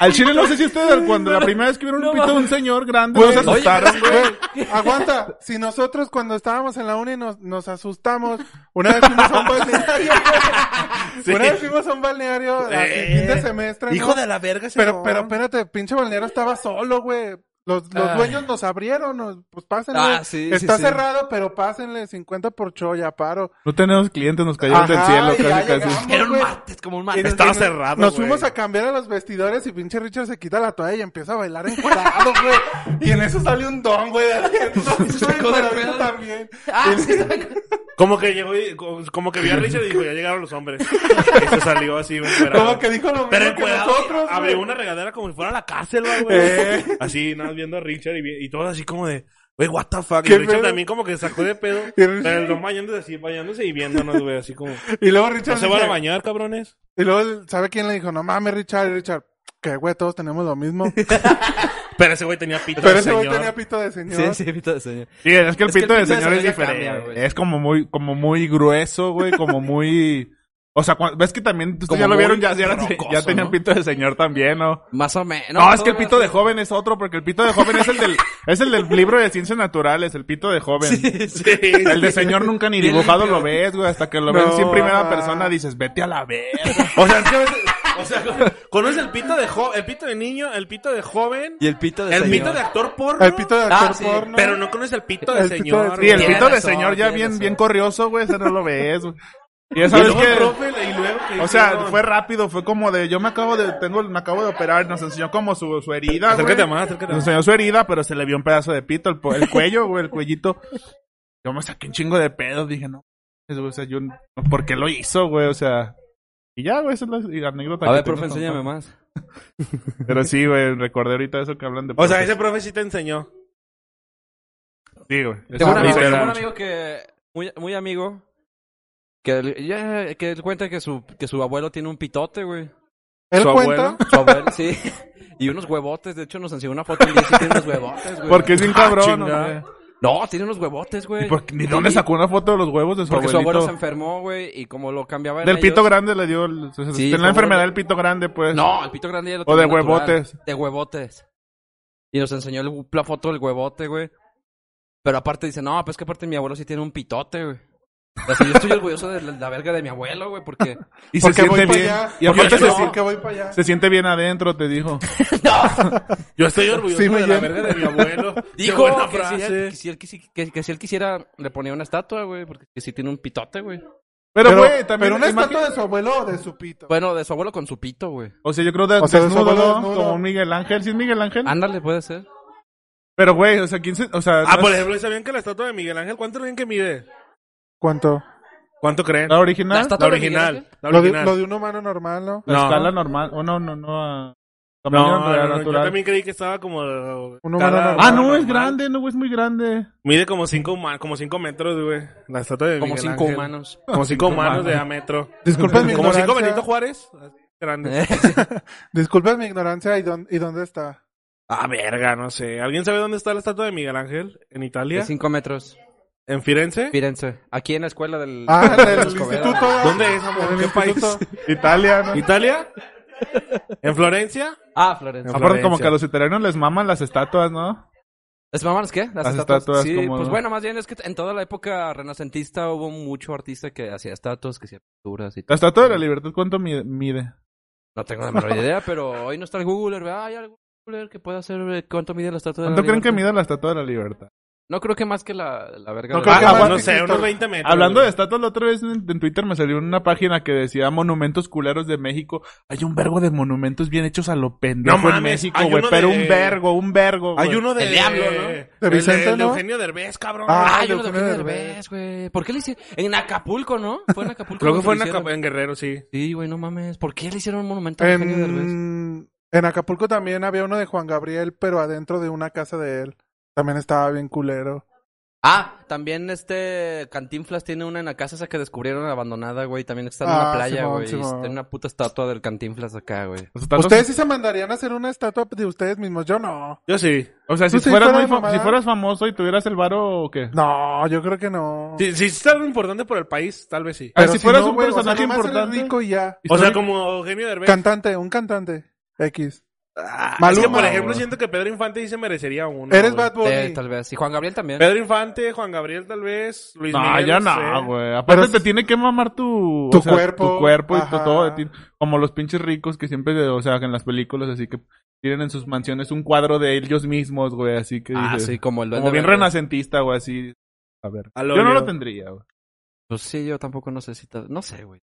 E: Al chile no sé si ustedes cuando la primera vez que vieron un pito de un señor grande no se
D: Oye,
E: asustaron, güey.
D: Güey, aguanta. Si nosotros cuando estábamos en la uni nos, nos asustamos, una vez fuimos a un balneario. güey.
C: Sí.
D: Una vez fuimos a un balneario a
C: Eh,
D: fin de semestre.
C: Hijo
D: ¿no?
C: de la verga, ese
D: Pero,
C: don.
D: pero espérate, pinche balneario estaba solo, güey. Los, los
C: Ah.
B: Ay.
D: dueños nos abrieron, nos- pues pásenle.
B: Ah, sí, sí,
D: Está
B: sí.
D: cerrado, pero pásenle 50 por choya, paro.
E: No tenemos clientes, nos cayeron del
D: Ajá,
E: cielo
D: y ya
E: casi casi.
D: llegamos,
B: Era un
D: güey.
B: mate, es como un
D: Y
B: mate.
D: nos-
C: Estaba
D: y nos-
C: cerrado,
D: Nos
C: güey.
D: fuimos a cambiar a los vestidores y pinche Richard se quita la toalla y empieza a bailar encuerado, güey. Y en eso sale un don, güey. de adentro, güey,
B: sacó de
D: pero
B: pedo.
D: yo también.
F: Ah, sí,
C: Como que llegó y, como que vio a Richard y dijo, ya llegaron los hombres. Y se salió así, bien encuerado.
D: Como que dijo lo
C: Pero
D: mismo que
C: encuerado,
D: nosotros,
C: abrió
D: güey. Eh.
C: una regadera como si fuera la cárcel, va, güey. Así, nada, más viendo a Richard y, vi- y todos así como de, güey, what the fuck. Y
D: ¿Qué
C: Richard
D: pedo?
C: también como que se sacó de pedo.
D: Y
C: pero
D: Richard-
C: el don bañándose así, bañándose y viéndonos, güey, así como, ¿no
D: Y luego Richard
C: se van a
D: dice-
C: bañar, cabrones?
D: Y luego, ¿sabe quién le dijo? No mames, Richard, y Richard. Que, güey, todos tenemos lo mismo.
C: Pero ese güey tenía pito
D: Pero
C: de
D: ese güey
C: señor.
D: tenía pito de señor.
B: Sí, sí, pito de señor.
E: Sí, es que el
B: Es que
E: pito del señor es
B: ya
E: diferente.
B: cambia, güey.
E: es como muy, como muy grueso, güey, como muy... O sea, cua- ves que también ustedes
B: Como
E: ya lo
B: muy
E: vieron, ya, ya, era-
B: rocoso,
E: ya tenían
B: ¿no?
E: pito de señor también, ¿no?
B: Más o menos.
E: No, es que el pito de joven es otro, porque el pito de joven es el del, es el del libro de ciencias naturales, el pito de joven. El de señor nunca ni
B: Bien
E: dibujado
B: limpio.
E: lo ves, güey, hasta que lo ven así en
D: No,
E: primera
D: ah.
E: persona dices, vete a la verga.
C: O sea, es que a veces- o sea, conoces el pito de jo- el pito de niño, el pito de joven,
B: Y el pito de
C: el
B: señor.
C: pito de actor porno.
D: El pito de
B: Ah,
D: actor
B: sí,
D: porno.
C: Pero no conoces el pito de
D: El pito
C: señor.
D: de-
E: Sí, el
C: güey.
B: Tienes
E: pito de
B: razón,
E: señor ya
B: tienes
E: bien,
B: razón.
E: bien corrioso, güey, ese no lo ves, güey. Y ya
C: Y
E: sabes
C: luego el
E: que...
C: profe, y luego que
E: O sea,
C: hicieron-
E: fue rápido, fue como de, yo me acabo de, tengo, me acabo de operar, nos enseñó como su, su herida, güey.
C: Acércate más, acércate
E: Nos
C: más.
E: enseñó su herida, pero se le vio un pedazo de pito, el, po- el cuello, güey, el cuellito. Yo me saqué un chingo de pedo, dije, no, es, güey, o sea, yo, no- ¿por qué lo hizo, güey? O sea, y ya, güey, esa es la y la anécdota.
B: A
E: que
B: ver,
E: tengo
B: profe,
E: con-
B: enséñame más.
E: Pero sí, güey, recordé ahorita eso que hablan de
C: O sea,
E: profes.
C: ese profe sí te enseñó.
E: Ah, Sí, güey. eso
B: Tengo, un
E: me
B: amigo-
E: hicieron
B: tengo un
E: mucho.
B: amigo que... Muy, muy amigo. Que él, ya, que él cuenta que su, que su abuelo tiene un pitote, güey.
D: Él
E: su
D: cuenta.
E: abuelo.
B: Su abuelo, sí. Y unos huevotes. De hecho, nos enseñó una foto y dice que tiene unos huevotes, güey. Ah,
E: Porque es bien cabrón,
C: chinga.
E: güey.
B: No, tiene unos huevotes, güey.
E: ¿Y por qué- ¿De dónde
B: Y-
E: sacó una foto de los huevos de su
B: Porque su
E: abuelito?
B: abuelo se enfermó, güey. Y como lo cambiaba... en
E: Del
B: ellos-
E: pito grande le dio, el- se- se-
B: Sí,
E: tenía la
B: su
E: enfermedad
B: abuelo-
E: del pito grande, pues.
B: No, el pito grande ya lo
E: O de
B: tenía natural.
E: huevotes.
B: De huevotes. Y nos enseñó el- la foto del huevote, güey. Pero aparte dice, no, pues que aparte mi abuelo sí tiene un pitote, güey. O sea, yo estoy orgulloso de la, la verga de mi abuelo, güey, porque...
E: Y se
D: Porque voy
E: siente
D: para
E: bien.
D: allá.
E: Y aparte
D: Porque
E: se,
D: no,
E: sien-
D: porque voy para allá.
E: se siente bien adentro, te dijo.
C: Yo estoy orgulloso
D: Sí, me
C: de la
D: llena.
C: verga de mi abuelo.
B: Dijo
C: Qué buena
B: que si, él,
C: frase.
B: que, si él quisi- que- que si él quisiera, le ponía una estatua, güey, porque que sí tiene un pitote, güey.
E: Pero, güey, también
D: pero una
E: imagina-
D: estatua de su abuelo o de su pito.
B: Bueno, de su abuelo con su pito, güey.
E: O sea, yo creo de,
D: O sea, de su
E: desnudo,
D: abuelo
E: ¿no?
D: desnudo.
E: como un Miguel Ángel. ¿Sí es Miguel Ángel?
B: Ándale, puede ser.
E: Pero, güey, o sea, 15... O sea,
C: Ah, Ah,
E: no
C: por
E: es-
C: ejemplo, ¿sabían que la estatua de Miguel Ángel cuánto creen que mide?
D: ¿Cuánto?
C: ¿Cuánto creen?
E: ¿La
B: La
E: original? La,
B: estatua-
C: La
B: ¿Todo de Miguel
C: original.
B: Ángel?
C: La
D: Lo de,
C: original.
D: lo de un humano normal, ¿no?
C: No.
E: escala normal. O no, no, no. a-
C: No,
E: tamaño
C: no, no,
E: real,
C: yo
E: natural.
C: también creí que estaba como... Un
D: humano normal.
E: Ah, no, es grande. No, güey, es muy grande.
C: Mide como 5 como cinco metros, güey. La estatua de
B: Como
C: Miguel
B: cinco
C: Ángel.
B: humanos.
C: Como cinco humanos
E: humanos.
C: de diámetro.
D: Disculpen mi
C: Como cinco
D: ignorancia.
C: Benito Juárez.
B: Eh.
C: Grande.
D: Disculpen mi ignorancia y, dón- y dónde está.
C: Ah, verga, no sé. ¿Alguien sabe dónde está la estatua de Miguel Ángel? ¿En
B: De
C: Italia?
B: cinco metros.
C: ¿En Firenze?
B: Fírense. Aquí en la escuela del...
D: Ah, del
B: Escobedo.
D: instituto.
C: ¿Dónde es, amor?
D: Del
C: ¿Qué país?
D: instituto.
E: Italia, ¿no?
C: ¿Italia? ¿En Florencia?
B: Ah, Florencia.
E: Aparte, como
C: Florencia.
E: que a los italianos les maman las estatuas, ¿no?
B: ¿Las mamadas qué?
E: Las estatuas
B: Sí,
E: como-
B: pues bueno, más bien es que en toda la época renacentista hubo mucho artista que hacía estatuas, que hacía pinturas y
E: La
B: todo.
E: estatua de la libertad, ¿cuánto mide? mide?
B: No tengo la menor idea, pero hoy no está el Google, ¿verdad? Hay algo culero que pueda hacer eh, cuánto mide la estatua de la
E: ¿Cuánto creen que
B: libertad?
E: mida la estatua de la libertad?
B: No creo que más que la, la verga.
D: No
B: de
D: creo
B: la-
D: que
C: Ah,
D: más-
C: no sé, unos 20 metros.
E: Hablando de
C: güey.
E: estatuas, la otra vez en, en Twitter me salió una página que decía monumentos culeros de México. Hay un vergo de monumentos bien hechos a lo pendejo
C: No mames,
E: en México,
C: hay
E: güey.
C: uno
E: Pero
C: de-
E: un vergo, un vergo.
C: Hay
E: güey.
C: uno de...
B: El diablo, ¿no?
C: el
B: De
C: de-
D: Vicente,
C: el de
D: ¿no?
C: Eugenio Derbez, cabrón.
D: Ah,
B: Ay, yo no
D: Eugenio
B: lo de
D: Derbez.
B: Derbez, güey. ¿Por qué le hicieron? En Acapulco, ¿no? Fue en Acapulco.
C: Creo que
B: donde
C: fue
B: lo
C: en,
B: hicieron.
C: Acap- en Guerrero, sí.
B: Sí, güey, no mames. ¿Por qué le hicieron un monumento a Eugenio Derbez?
D: En, en Acapulco también había uno de Juan Gabriel, pero adentro de una casa de él. También estaba bien culero.
B: Ah, también este Cantinflas tiene una en la casa esa que descubrieron abandonada, güey. También está en una
D: Ah,
B: playa,
D: Simón,
B: güey. y
D: Simón.
B: Tiene una puta estatua del Cantinflas acá, güey.
E: O sea, tantos-
D: ¿Ustedes sí se mandarían a hacer una estatua de ustedes mismos? Yo no.
C: Yo sí.
E: O sea, si
D: ¿Tú sí
E: fueras,
D: fueras
E: muy fam-
D: mamada?
E: si fueras famoso y tuvieras el varo o qué?
D: No, yo creo que no.
C: Si, si es algo importante por el país, tal vez sí.
E: Ah, si fueras un
D: güey, o sea,
E: personaje
D: nomás eres
E: importante.
D: rico y ya.
C: O sea,
E: Histórico.
C: como Eugenio Derbez.
D: Cantante, un cantante. X.
C: Ah,
D: Maluma,
C: es que, por ejemplo,
D: güey.
C: siento que Pedro Infante sí se merecería uno.
D: Eres
C: güey.
D: Bad Bunny.
B: Eh, tal vez. Y Juan Gabriel también.
C: Pedro Infante, Juan Gabriel, tal vez. Luis
E: No,
C: Miguel,
E: ya
C: sé.
E: no, güey. Aparte
D: Pero
E: te
D: es-
E: tiene que mamar tu...
D: Tu
E: o sea,
D: cuerpo,
E: Tu cuerpo y tu-
D: ajá.
E: todo de ti. Como los pinches ricos que siempre, o sea, que en las películas así que tienen en sus mansiones un cuadro de ellos mismos, güey. Así que
B: ah,
E: dices,
B: sí, como el
E: Como
B: Duende
E: bien
B: Verde.
E: renacentista, güey, así. A ver.
C: A lo
E: Yo no
C: Leo.
E: lo tendría, güey.
B: Pues sí, yo tampoco no sé si... ta- No sé, güey.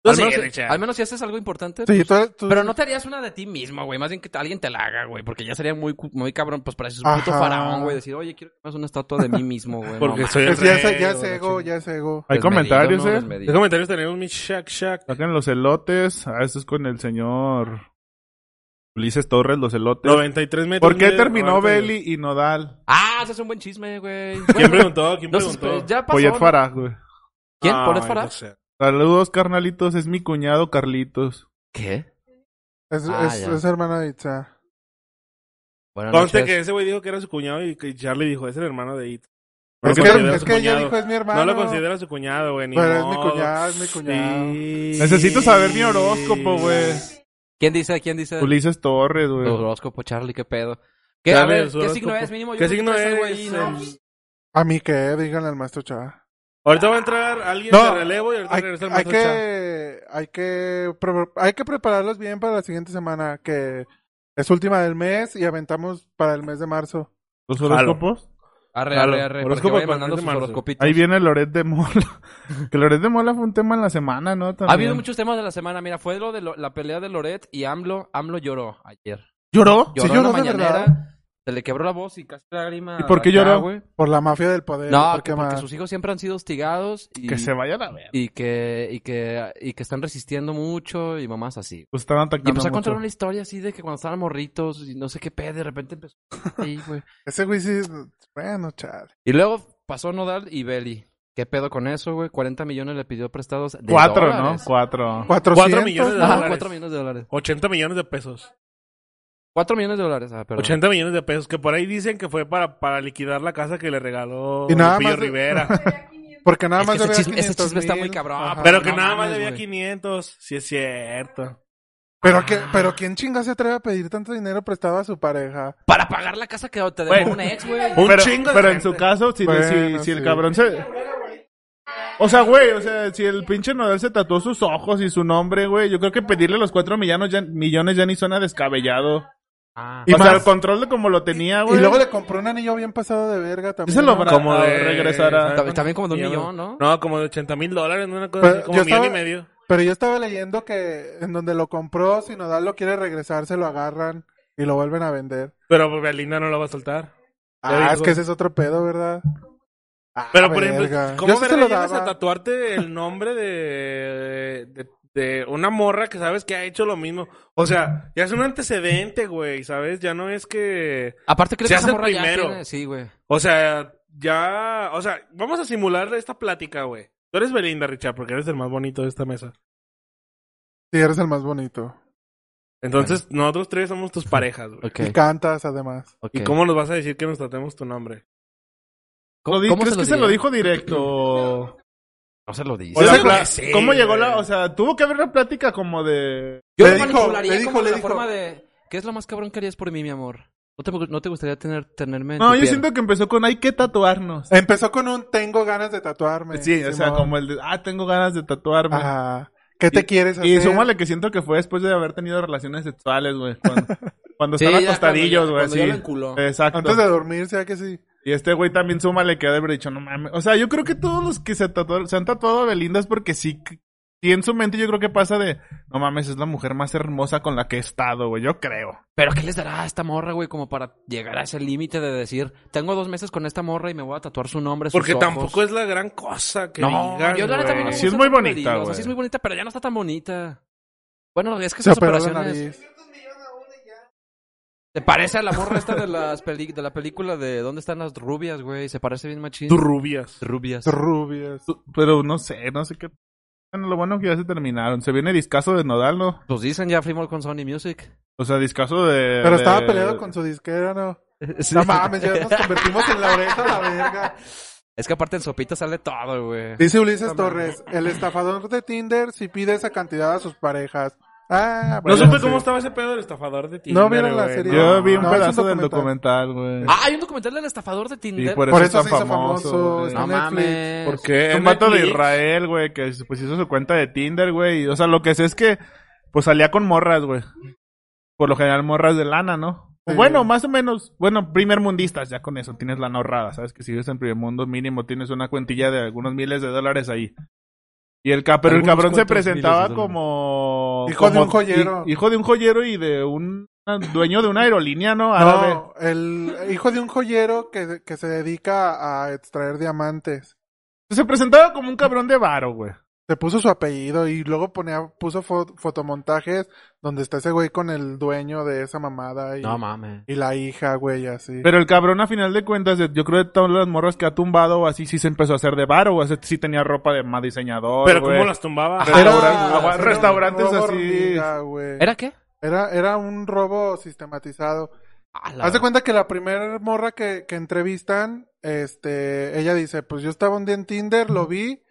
C: Tú
B: al,
C: sí,
B: menos,
C: Richard.
B: al menos si haces algo importante. pues,
D: Sí, tú- tú-
B: Pero no te harías una de ti mismo, güey. Más bien que alguien te la haga, güey. Porque ya sería muy, cu- muy cabrón, pues para ese puto
D: Ajá.
B: faraón, güey. Decir, oye, quiero que me hagas una estatua de mí mismo, güey.
C: Porque
B: No,
C: soy el
D: es- ya,
C: rey,
D: es, ya es
C: güey, la
D: ego,
C: chingada.
D: ya es ego.
E: Hay
B: desmedido,
E: comentarios,
B: no,
E: eh.
C: ¿Qué
B: desmedido.
C: comentarios tenemos mi shack shack?
E: Sacan los elotes. Ah, esto es con el señor Ulises Torres, los elotes.
C: 93 metros.
E: ¿Por qué
C: mide
E: terminó
C: Roberto.
E: Belly y Nodal?
B: Ah, ese es un buen chisme, güey.
C: ¿Quién
B: Bueno,
C: preguntó? ¿Quién
B: no sé,
C: preguntó?
B: pues, ya pasó.
E: Poyet
B: ¿no?
E: Farah, güey.
B: ¿Quién?
C: Ay,
B: ¿Polet Farah?
C: no sé.
E: Saludos, carnalitos. Es mi cuñado Carlitos.
B: ¿Qué?
D: Es,
B: Ah,
D: es,
B: ya.
D: es hermana de Itza.
B: Buenas
C: Conste
B: noches.
C: que ese güey dijo que era su cuñado y que Charlie dijo, es el hermano de It. No
D: Es
C: lo
D: que,
C: considera
D: es
C: su
D: que ella
C: cuñado.
D: dijo, es mi hermano.
C: No lo considera su cuñado, güey. ni
D: Pero es mi
C: modo.
D: cuñado, es mi cuñado.
C: Sí.
E: Necesito saber mi horóscopo, güey.
B: ¿Quién dice? ¿Quién dice?
E: Ulises Torres,
B: Tu
E: güey.
B: horóscopo, Charlie, qué pedo. ¿Qué, a
C: Charlie,
B: ver,
C: su
B: ¿qué signo
C: horóscopo.
B: es mínimo? Yo
C: ¿Qué
B: creo que
C: signo
B: traes algo
C: es?
B: ahí, ¿no?
D: A mí qué, díganle al maestro Chava.
C: Ahorita va a entrar alguien
D: No,
C: de relevo y ahorita
D: Hay,
C: regresa el
D: hay
C: maestro Chá.
D: que, hay, que, pre- hay que prepararlos bien para la siguiente semana, que es última del mes y aventamos para el mes de marzo.
E: Los horóscopos.
B: Arre,
C: Claro.
B: arre, arre. Porque
C: Horóscopo
B: voy
C: para
B: mandando
C: el mes de
B: sus
C: marzo.
B: horoscopitos.
E: Ahí viene Loret de Mola. que Loret de Mola fue un tema en la semana, ¿no? También.
B: Ha habido muchos temas de la semana. Mira, fue lo de lo- la pelea de Loret y AMLO. AMLO lloró ayer.
E: ¿Lloró?
B: Lloró en
D: lloró
B: la
D: de verdad.
B: mañanera. Se le quebró la voz y casi lágrima.
E: ¿Y por qué
B: acá,
E: lloró?
B: güey.
D: Por la mafia del poder.
B: No,
D: ¿por
B: que
D: qué
B: porque
D: más?
B: sus hijos siempre han sido hostigados y
E: Que se vaya a la verga.
B: y que y que y que están resistiendo mucho y mamás así.
E: Pues estaban
B: Y
E: atacando
B: empezó a contar
E: mucho.
B: una historia así de que cuando estaban morritos y no sé qué pedo, de repente empezó ahí, güey.
D: Ese güey sí, es- bueno, chale.
B: Y luego pasó Nodal y Belly. ¿Qué pedo con eso, güey? 40 millones le pidió prestados de
E: Cuatro,
B: dólares.
E: ¿no? Cuatro.
D: 400.
C: millones de
D: ¿no?
B: Ajá,
C: dólares.
B: cuatro millones de dólares.
C: 80 millones de pesos.
B: 4 millones de dólares. Ah, perdón.
C: 80 millones de pesos. Que por ahí dicen que fue para, para liquidar la casa que le regaló
D: Y nada
C: Lupillo
D: más de-
C: Rivera.
D: Porque nada
B: Es
D: más
B: que ese
D: debía
B: chisme- ese
D: 500
B: chisme está muy
D: mil.
B: cabrón,
D: Ajá.
C: Pero que
B: No
C: nada más
B: mames,
C: debía
B: güey.
C: 500. Sí, es cierto.
D: Pero, que, pero ¿quién chinga se atreve a pedir tanto dinero prestado a su pareja?
B: Para pagar la casa que te dejó
E: Bueno.
B: una ex, güey.
C: Un
E: pero,
C: chingo de
E: pero en
C: gente.
E: su caso, si,
D: Bueno,
E: si, si el
D: sí.
E: cabrón se... O sea, güey, o sea, si el pinche Nodal se tatuó sus ojos y su nombre, güey, yo creo que pedirle los cuatro millones ya, millones ya ni suena descabellado.
B: Ah.
E: o sea,
D: más.
E: el control de como lo tenía, güey.
D: Y luego le compró un anillo bien pasado de verga también.
E: Ese lo
D: ¿no?
E: habrá-
C: Como
E: Ah,
C: de.
E: regresará.
C: ¿sabes
B: Tam-
C: cuánto?
B: también como de un
C: Millones.
B: millón, ¿no?
C: No, como de 80 mil dólares, una cosa
D: Pero
C: así, como
D: Pues, yo
C: millón y
D: estaba-
C: medio.
D: Pero yo estaba leyendo que en donde lo compró, si Nodal lo quiere regresar, se lo agarran y lo vuelven a vender.
C: Pero pues, Belinda no lo va a soltar. Ya
D: Ah,
C: dijo.
D: es que ese es otro pedo, ¿verdad? Ah,
C: Pero, por ejemplo,
D: verga.
C: ¿cómo
D: Yo sí
C: verga
D: se lo
C: llegas
D: daba.
C: a tatuarte el nombre de, de, de una morra que sabes que ha hecho lo mismo? O sea, ya es un antecedente, güey, ¿sabes? Ya no es que...
B: Aparte creo
C: Se
B: que esa
C: hace el
B: morra ya
C: primero.
B: tiene- Sí, güey.
C: O sea, ya... O sea, vamos a simular esta plática, güey. Tú eres Belinda, Richard, porque eres el más bonito de esta mesa.
D: Sí, eres el más bonito.
C: Entonces, nosotros tres somos tus parejas, güey.
B: Ok.
D: Y cantas, además.
B: ok.
C: ¿Y cómo nos vas a decir que nos tratemos tu nombre?
E: Lo di-
B: cómo
E: ¿Crees
B: se lo
E: que se lo
B: diría?
E: dijo directo?
B: No se lo dice.
E: O la
C: Yo digo
E: pla-
C: que sí,
E: ¿Cómo llegó
C: güey.
E: la...? O sea, tuvo que haber una plática como de...
B: Yo
D: Le
B: lo
D: dijo,
B: manipularía
D: le dijo,
B: como
D: le
B: la
D: dijo.
B: forma de... ¿Qué es lo más cabrón que harías por mí, mi amor? ¿No te, no te gustaría tener, tenerme en
E: No,
B: tu
E: yo
B: piel?
E: siento que empezó con hay que tatuarnos.
D: Empezó con un tengo ganas de tatuarme.
E: Sí, o sea,
D: Eh, Simón.
E: como el de, ah, tengo ganas de tatuarme.
D: Ajá. ¿Qué te
E: Y-
D: quieres hacer?
E: Y súmale que siento que fue después de haber tenido relaciones sexuales, güey. cuando- Cuando
B: Sí,
E: están
B: ya
E: acostadillos, güey, Eh.
B: cuando ya- cuando ya lo
E: así.
B: enculó.
E: Exacto.
D: Antes de dormir, sea que sí.
E: Y este güey también suma le queda de haber dicho, no mames. O sea, yo creo que todos los que se, tatuaron- se han tatuado a Belinda es porque sí, c- sí en su mente yo creo que pasa de, no mames, es la mujer más hermosa con la que he estado, güey, yo creo.
B: Pero ¿qué les dará a esta morra, güey? Como para llegar a ese límite de decir, tengo dos meses con esta morra y me voy a tatuar su nombre, sus
C: Porque
B: ojos".
C: tampoco es la gran cosa que
B: No,
C: digan,
B: yo la neta
C: güey.
B: me
E: Sí es
B: gusta
E: muy
B: tanto
E: bonita,
B: Belinda, o sea,
E: güey.
B: sí es muy bonita, pero ya no está tan bonita. Bueno, es que
D: Se
B: sus
D: operó la
B: operaciones...
D: nariz.
B: Se parece a la morra esta de, las peli- de la película de ¿Dónde están las rubias, güey? Se parece bien machín.
C: Tú rubias.
B: Rubias.
D: Rubias.
E: Pero no sé, no sé qué. Bueno, lo bueno que ya se terminaron. Se viene discazo de Nodal, ¿no?
B: Pues dicen ya Fremont con Sony Music.
E: O sea, discazo de...
D: Pero estaba
E: de-
D: peleado con su disquera, ¿no?
E: Eh,
B: Sí.
D: No mames, ya nos convertimos en la oreja, la verga.
B: Es que aparte en Sopita sale todo, güey.
D: Dice Ulises Torres, el estafador de Tinder si pide esa cantidad a sus parejas. Ah, bueno.
C: No
B: pues,
C: supe cómo
D: sí.
C: estaba ese pedo del estafador de ti.
D: No vieron la serie.
E: Yo vi un
D: No, es un
E: pedazo del
D: documental.
E: documental, güey.
B: Ah, hay un documental del estafador de
E: y
B: Tinder.
E: por eso,
D: Por
E: es
D: eso
E: tan
D: se hizo
E: famoso.
D: famoso.
E: güey.
D: Está
B: No
D: en Netflix.
B: mames.
C: Porque
E: Es
C: en
E: un vato de
C: Netflix-
E: Israel, güey, que pues hizo su cuenta de Tinder, güey. y, O sea, lo que sé es que, pues salía con morras, güey. Por lo general, morras de lana, ¿no? O
D: Sí.
E: Bueno, más o menos. Bueno, primer mundistas, ya con eso tienes lana ahorrada, ¿sabes? Que si vives en primer mundo, mínimo tienes una cuentilla de algunos miles de dólares ahí. Y el ca- pero el
B: Algunos
E: cabrón se
B: cuantos miles de
E: presentaba
B: dólares.
E: como.
D: Hijo de
E: como-
D: un joyero.
E: hi- hijo de un joyero y de un dueño de una aerolínea, ¿no? Árabe.
D: No, el hijo de un joyero que, que se dedica a extraer diamantes.
E: Se presentaba como un cabrón de varo, güey.
D: Se puso su apellido y luego ponía, puso fo- fotomontajes donde está ese güey con el dueño de esa mamada y,
B: No mames.
D: y la hija, güey, así.
E: Pero el cabrón, a final de cuentas, de- yo creo de todas las morras que ha tumbado, así sí se empezó a hacer de bar, o así sí tenía ropa de más diseñador.
C: Pero
E: güey.
C: cómo las tumbaba.
E: Ajá. Pero-
D: Ah, Era-
E: agua-
D: era
E: restaurantes
D: un robo
E: así.
D: hormiga, güey.
B: ¿Era qué?
D: Era, era un robo sistematizado.
B: Ah, la-
D: Haz de cuenta que la primera morra que, que entrevistan, este, ella dice, pues yo estaba un día en Tinder, lo vi,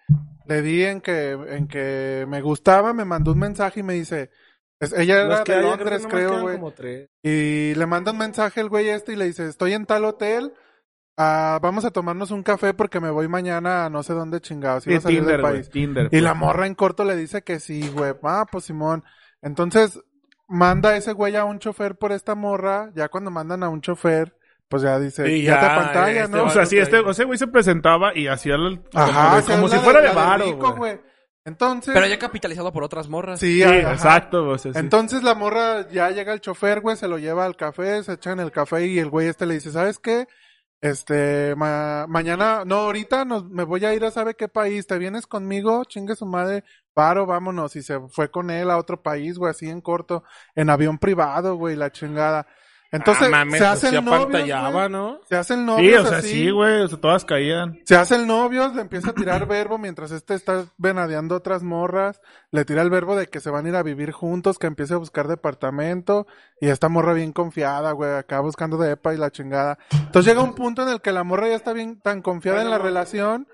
D: le di en que, en que me gustaba, me mandó un mensaje y me dice, es- ella
C: Los
D: era
C: que
D: de
C: hay, yo
D: Londres,
C: nomás
D: creo,
C: quedan
D: güey.
C: como tres.
D: Y le manda un mensaje el güey este y le dice, estoy en tal hotel, ah, vamos a tomarnos un café porque me voy mañana a no sé dónde chingados,
E: Sí,
D: iba a salir
E: Tinder,
D: del
E: güey,
D: país.
E: Tinder.
D: Y la morra en corto le dice que sí, güey. Ah, pues Simón. Entonces, manda ese güey a un chofer por esta morra. Ya cuando mandan a un chofer, pues ya dice,
C: Y
D: ya,
C: ya,
D: te pantalla,
C: este
D: ¿no?
E: O sea, sí, este, o sea, güey se presentaba y hacía el-
D: Ajá,
E: como,
D: sí,
E: como
D: es
E: si
D: la
E: fuera de
D: la
E: varo,
D: rico,
E: güey.
D: güey. Entonces,
B: Pero ya capitalizado por otras morras.
D: sí,
E: Sí,
D: ajá.
E: exacto, güey, o sea, Pues sí.
D: Entonces la morra ya llega el chofer, güey, se lo lleva al café, se echan el café y el güey este le dice, ¿sabes qué? Este, ma- mañana, no, ahorita nos, me voy a ir a sabe qué país, ¿te vienes conmigo? Chingue su madre, paro, vámonos. Y se fue con él a otro país, güey, así en corto, en avión privado, güey, la chingada. Entonces,
C: Ah, mames,
D: se
C: pues, sí
D: hacen novios,
C: apantallaba,
D: güey.
C: ¿no?
D: Se hacen
E: Sí,
D: novios
E: o sea,
D: así.
E: sí, güey, o sea, todas caían.
D: Se hacen novios, le empieza a tirar verbo mientras este está venadeando otras morras, le tira el verbo de que se van a ir a vivir juntos, que empiece a buscar departamento, y esta morra bien confiada, güey, acá buscando de EPA y la chingada. Entonces llega un punto en el que la morra ya está bien tan confiada en la relación,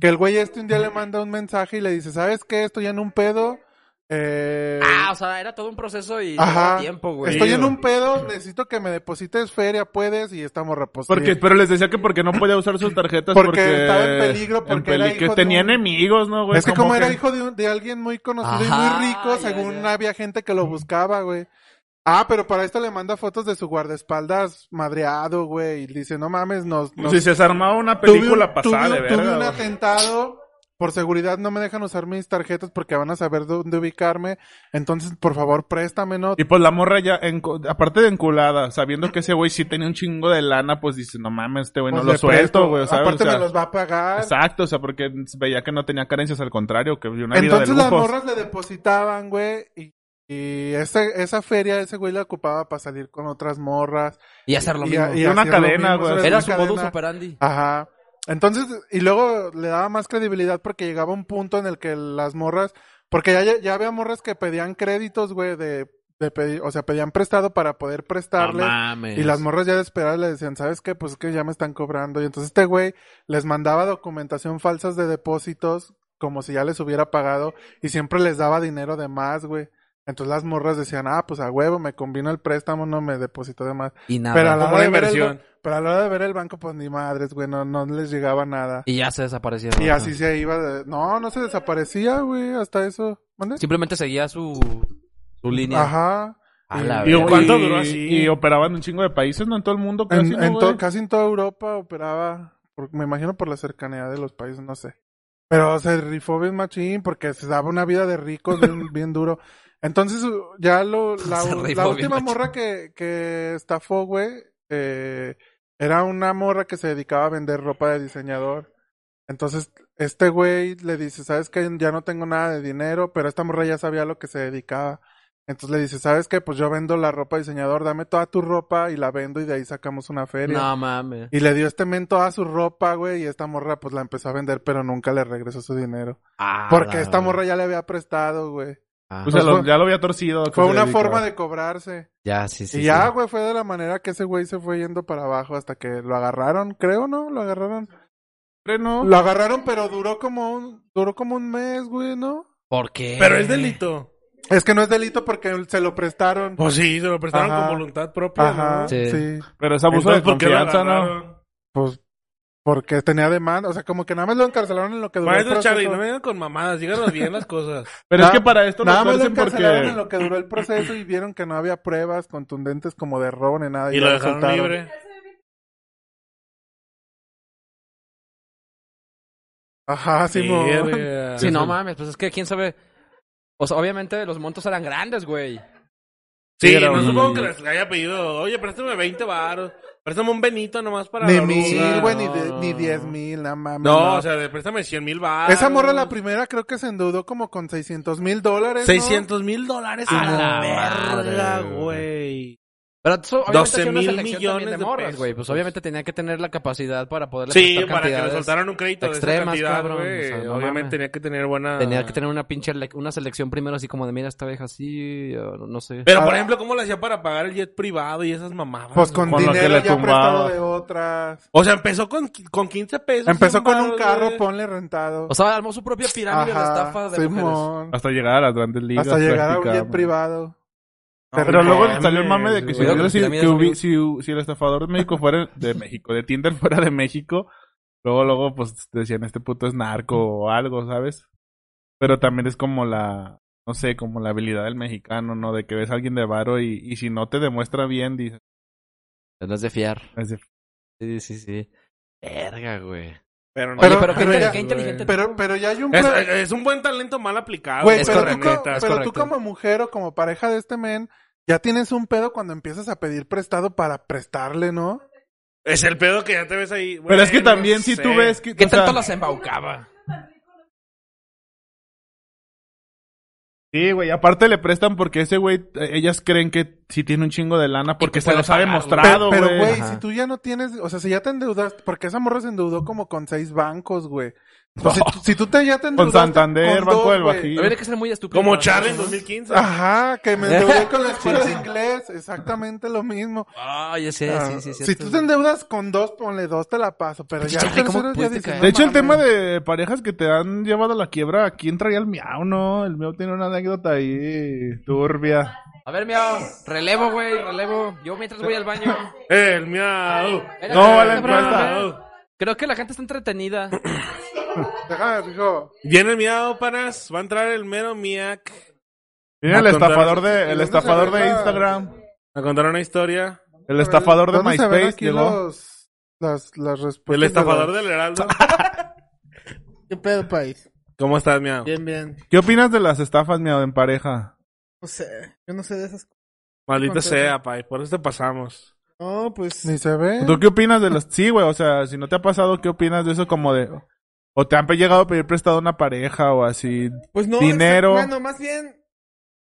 D: que el güey este un día le manda un mensaje y le dice, ¿sabes qué? Estoy en un pedo, eh...
B: Ah, o sea, era todo un proceso y
D: Ajá.
B: llevaba tiempo, güey.
D: Estoy en
E: güey.
D: un pedo, necesito que me deposites feria, puedes, y esta morra pues,
E: Porque,
D: sí.
E: pero les decía que porque no podía usar sus tarjetas
D: Porque
E: porque,
D: estaba en peligro,
E: en
D: porque era
E: peli- que
D: hijo de
E: tenía
D: un-
E: enemigos, ¿no, güey?
D: es que como, era hijo de, un- de alguien muy conocido
B: Ajá,
D: y muy rico,
B: ya,
D: según
B: ya.
D: había gente que lo buscaba, güey. Ah, pero para esto le manda fotos de su guardaespaldas madreado, güey. Y dice, no mames, nos... nos
E: Si se armaba una
D: tuve un-
E: película pasada
D: tuve, un-
E: de verga.
D: Tuve un
E: güey.
D: atentado. Por seguridad no me dejan usar mis tarjetas porque van a saber dónde ubicarme. Entonces, por favor, préstame, ¿no?
E: Y pues la morra ya, encu- aparte de enculada, sabiendo que ese güey sí tenía un chingo de lana, pues dice, no mames, este güey
D: Pues
E: no lo
D: le presto.
E: suelto, güey, ¿sabes?
D: Aparte
E: o sea,
D: me los va a pagar.
E: Exacto, o sea, porque veía que no tenía carencias, al contrario, que vivía una
D: Entonces
E: vida de
D: las
E: lujos.
D: morras le depositaban, güey. Y, y ese- esa feria ese güey la ocupaba para salir con otras morras.
B: Y hacer lo
D: Y-
B: mismo.
D: y
E: Era una
D: hacía lo
E: cadena,
D: mismo,
E: güey.
D: ¿sabes?
B: Era
D: Una
B: su modus
D: cadena. Ah,
B: operandi.
D: Ajá. Entonces, y luego le daba más credibilidad porque llegaba un punto en el que las morras, porque ya, ya había morras que pedían créditos, güey, de, de pedir, o sea, pedían prestado para poder prestarles.
B: mames.
D: y las morras ya desesperadas le decían, ¿sabes qué? Pues es que ya me están cobrando. Y entonces este güey les mandaba documentación falsas de depósitos, como si ya les hubiera pagado, y siempre les daba dinero de más, güey. Entonces las morras decían, ah, pues a huevo, me combino el préstamo, no me depositó de más.
B: Y nada.
D: Pero a, la
C: Como
D: hora de
C: una
D: ver el ba-
C: inversión.
D: pero a la hora de ver el banco, pues ni madres, güey, no, no les llegaba nada.
B: Y ya se desaparecieron.
D: Y
B: Ajá.
D: así se iba de... No, no se desaparecía, güey, hasta eso. ¿Mande?
B: Simplemente seguía su, su línea.
D: Ajá.
B: A la
E: Y,
B: verga.
C: ¿Cuánto
E: y-
C: duró así?
E: Y operaban un chingo de países, no en todo el mundo. Casi,
D: En,
E: ¿no,
D: en
E: güey?
D: to- casi en toda Europa operaba, por- me imagino por la cercanía de los países, no sé. Pero se rifó bien machín porque se daba una vida de rico bien, bien duro. Entonces uh, ya lo, la,
B: Se
D: u- la
B: rifó bien
D: última
B: machín.
D: morra que, que estafó, güey, eh, era una morra que se dedicaba a vender ropa de diseñador. Entonces este güey le dice, sabes que ya no tengo nada de dinero, pero esta morra ya sabía a lo que se dedicaba. Entonces le dice, ¿sabes qué? Pues yo vendo la ropa de diseñador, dame toda tu ropa y la vendo y de ahí sacamos una feria.
B: No mames.
D: Y le dio este men toda su ropa, güey, y esta morra pues la empezó a vender, pero nunca le regresó su dinero.
B: Ah,
D: porque
B: la
D: esta
B: verga.
D: morra ya le había prestado, güey.
B: Ah,
E: O sea,
D: Pues
E: lo-
D: fue-
E: ya lo había torcido. que
D: Fue
E: se
D: una
E: dedicaba.
D: forma de cobrarse.
B: ya, sí, sí.
D: y
B: sí.
D: ya, güey, fue de la manera que ese güey se fue yendo para abajo hasta que lo agarraron, creo, ¿no? Lo agarraron.
E: Hombre, ¿no?
D: Lo agarraron, pero duró como un, duró como un mes, güey, ¿no?
B: ¿Por qué?
C: Pero es delito.
D: Es que no es delito porque se lo prestaron.
C: Pues sí, se lo prestaron
D: Ajá.
C: con voluntad propia.
D: Ajá,
C: ¿no?
B: Sí.
D: sí.
E: Pero es abuso
C: Entonces,
E: de
C: ¿por qué lo
E: confianza, ¿no?
C: agarraron?
D: Pues porque tenía demanda, o sea, como que nada más lo encarcelaron en lo que
B: Pues,
D: duró el
C: Maestro
D: proceso.
C: Charlie, no vengan con mamadas, díganos bien las cosas.
E: Pero es
D: Nada-
E: que para esto lo
D: nada más lo
E: torcen
D: encarcelaron en
E: porque...
D: lo que duró el proceso y vieron que no había pruebas contundentes como de robo ni nada.
C: Y lo
D: ya
C: dejaron
D: soltaron.
C: libre.
D: Ajá, Simón.
C: Verga.
B: Sí, no mames, pues es que quién sabe. O sea, obviamente los montos eran grandes, güey.
C: Sí,
E: Pero-
C: no supongo que les haya pedido, oye, préstame 20 varos, préstame un Benito nomás para
D: Ni
C: la
D: mil,
C: oruga".
D: güey, ni, de- ni diez mil, nada mames.
C: No,
D: no.
C: o sea, de préstame 100 mil varos.
D: Esa morra la primera creo que se endeudó como con 600 mil dólares. ¿no?
C: 600 mil dólares a
B: A
C: la
B: la
C: verga,
B: madre,
C: güey.
B: Pero eso, obviamente,
C: 12
B: hacía una
C: mil
B: selección también
C: millones de
B: de morras,
C: pesos.
B: güey. Pues obviamente tenía que tener la capacidad para poderle
C: Sí,
B: prestar
C: para que le
B: cantidades.
C: soltaran un crédito de esa
B: extremas,
C: cantidad,
B: cabrón,
C: güey.
B: o sea, no
C: Obviamente
B: mames.
C: tenía que tener buena...
B: Tenía que tener una pinche le- una selección primero así como de mira esta vieja así, o no sé.
C: Pero, por
D: Ah.
C: ejemplo, ¿cómo le hacía para pagar el jet privado y esas mamadas?
D: Pues con,
C: güey?
E: Con lo que
D: dinero
E: le
D: ya prestado
E: tumbaba.
D: de otras.
C: O sea, empezó con, qui- con 15 pesos.
D: Empezó
C: 100
D: con un
C: varos,
D: carro,
C: güey.
D: ponle rentado.
B: O sea, armó su propia pirámide de estafa de mujeres.
D: Simón.
E: Hasta llegar a las grandes ligas.
D: Hasta llegar a un jet
E: prácticamente.
D: privado.
E: Pero,
D: Pero
E: luego
C: mames,
E: salió el mame de que si,
B: güey.
E: hubiera sido-
B: Pirámides,
E: que hubi-
B: amigos.
E: si- si el estafador de México fuera de México, de Tinder fuera de México, luego, luego, pues decían, este puto es
D: Mm.
E: narco o algo, ¿sabes? Pero también es como la, no sé, como la habilidad del mexicano, ¿no? De que ves a alguien de varo y, y si no te demuestra bien, dices,
B: No es de fiar.
E: es de-
B: Sí, sí, sí. Verga, güey.
C: Pero, no-
B: Oye,
D: Pero-
B: pero qué,
D: pero
B: inte-
D: ya,
B: qué inteligente.
D: Pero, pero ya hay un...
C: Es,
D: pro-
C: es un buen talento mal aplicado.
D: Güey,
C: güey,
D: pero,
C: la
D: tú, co-
C: neta, es
D: pero tú
C: correcto.
D: como mujer o como pareja de este men, ya tienes un pedo cuando empiezas a pedir prestado para prestarle, ¿no?
C: Es el pedo que ya te ves ahí. güey,
E: Pero es que
C: no
E: también si
C: sé.
E: tú ves que...
B: ¿Qué
E: o sea,
B: tanto las embaucaba?
E: Sí, güey, aparte le prestan porque ese güey, eh, ellas creen que sí tiene un chingo de lana porque se
B: puede
E: los ha
B: pagar, güey.
E: demostrado,
D: Pe- pero, güey,
E: güey.
D: si tú ya no tienes, o sea, si ya te endeudaste, porque esa morra se endeudó como con seis bancos, güey. Pues, si, tú- si tú te ya te endeudaste
E: Santander,
D: con
E: Banco
D: dos,
E: del
D: güey.
E: Bajío.
B: Habría que ser muy estúpido.
C: Como
B: ¿no?
C: Charlie en 2015.
E: Ah.
D: Ajá, que me endeudé con la escuela de inglés, exactamente lo mismo.
B: Ay, ya sé,
D: Ah,
B: sí, sí, sí.
D: si tú te endeudas con dos, ponle dos, te la paso, pero ya el
B: Chale, Pues ¿cómo
D: tercero ya
B: pudiste
D: dices,
B: caer?
D: "No
E: De hecho, el
D: mames".
E: tema de parejas que te han llevado a la quiebra, aquí entraría el miau, ¿no? El miau tiene una anécdota ahí turbia.
B: A ver, miau, relevo, güey, relevo. Yo mientras voy al baño.
C: El miau.
B: Espérate,
E: No, a la
B: cabrón,
E: encuesta.
B: a ver. Creo que la gente está entretenida.
D: Déjame, fijo.
C: Viene el miau, panas. Va a entrar el mero miac.
E: Mira,
C: A
E: el
C: contar-
E: estafador de, el
D: ¿Dónde se
E: estafador de
D: arregla?
E: Instagram.
C: A contar una historia.
E: El estafador de
D: ¿Dónde se ven
E: MySpace
D: aquí
E: llegó.
D: los- las, las respuestas.
C: El
D: de
C: estafador
D: las-
C: del Heraldo.
G: ¿Qué pedo, país?
C: ¿Cómo estás, miau?
G: Bien, bien.
E: ¿Qué opinas de las estafas, miau, en pareja?
G: No sé, yo no sé de esas cosas.
C: Maldita
G: Contento.
C: sea, pay. Por eso te pasamos.
G: No, pues.
D: Ni se ve.
E: ¿Tú qué opinas de las... Sí, güey, o sea, si no te ha pasado, ¿qué opinas de eso como de... O te han llegado a pedir prestado a una pareja o así.
G: Pues no.
E: Dinero.
G: exacto, Bueno, más bien.
C: De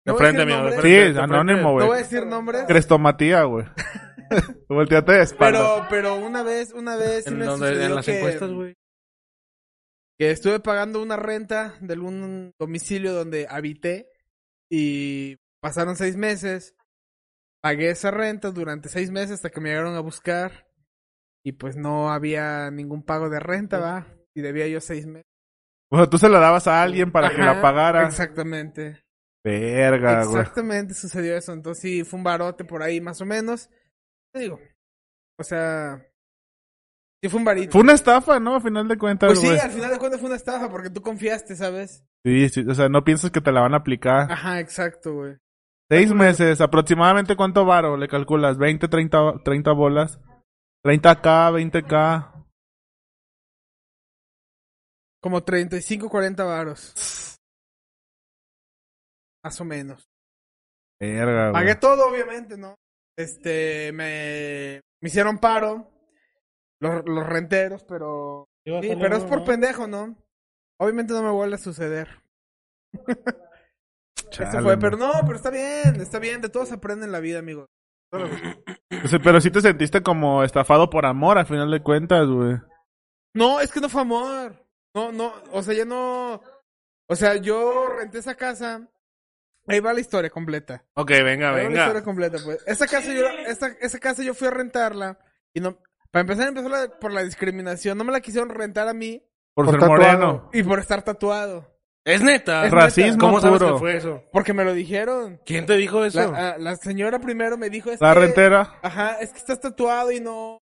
G: No voy a
C: frente, miau.
G: decir
C: de
G: nombres,
E: Sí,
C: frente, de
E: anónimo,
C: frente.
G: No voy a
E: güey.
G: decir nombres.
E: Crestomatía, güey. Volteate de espaldas.
G: Pero, pero una vez, una vez sí
C: En,
G: me
C: donde-
G: sucedió
C: en las
G: que,
C: encuestas, güey.
G: que estuve pagando una renta de un domicilio donde habité y pasaron seis meses. Pagué esa renta durante seis meses hasta que me llegaron a buscar y pues no había ningún pago de renta, va. Y debía yo seis meses.
E: O sea, tú se la dabas a alguien para que
G: Ajá,
E: la pagara.
G: Exactamente.
E: Verga, güey.
G: Exactamente sucedió eso. Entonces sí, fue un barote por ahí más o menos. Te digo, o sea, sí fue un barito.
E: Fue una estafa, ¿no? A final de cuentas,
G: Pues sí,
E: güey.
G: al final de cuentas fue una estafa porque tú confiaste, ¿sabes?
E: Sí, sí, o sea, no piensas que te la van a aplicar.
G: Ajá, exacto, güey.
E: Seis meses, aproximadamente cuánto varo le calculas? 20, 30, 30 bolas. 30k, 20k.
G: Como 35, 40 varos. Más o menos.
E: Verga, güey.
G: Pagué todo, obviamente, ¿no? Este, me, me hicieron paro los, los renteros, pero... sí, pero es por pendejo, ¿no? Obviamente no me vuelve a suceder. Eso
E: Chale,
G: este fue,
E: man.
G: pero no, pero está bien, está bien, de todos se aprende en la vida, amigo.
E: O sea, Pero sí te sentiste como estafado por amor, al final de cuentas, güey.
G: No, es que no fue amor. No, no, o sea, ya no... O sea, yo renté esa casa. Ahí va la historia completa.
C: Ok, Ah, venga,
G: Ahí va la historia
C: venga.
G: completa, pues. Esa casa, yo, esta- esa casa yo fui a rentarla y no... Para empezar, empezó la- por la discriminación. No me la quisieron rentar a mí
E: Por,
D: Por
E: ser
D: tatuado.
E: moreno.
G: y por estar tatuado.
C: Es neta.
G: Es
E: Racismo
C: ¿Cómo sabes
E: puro.
C: que fue eso?
G: Porque me lo dijeron.
C: ¿Quién te dijo eso?
G: La, ah, a- la señora primero me dijo... es
E: La
G: que-
E: rentera.
G: Ajá, es que estás tatuado y no...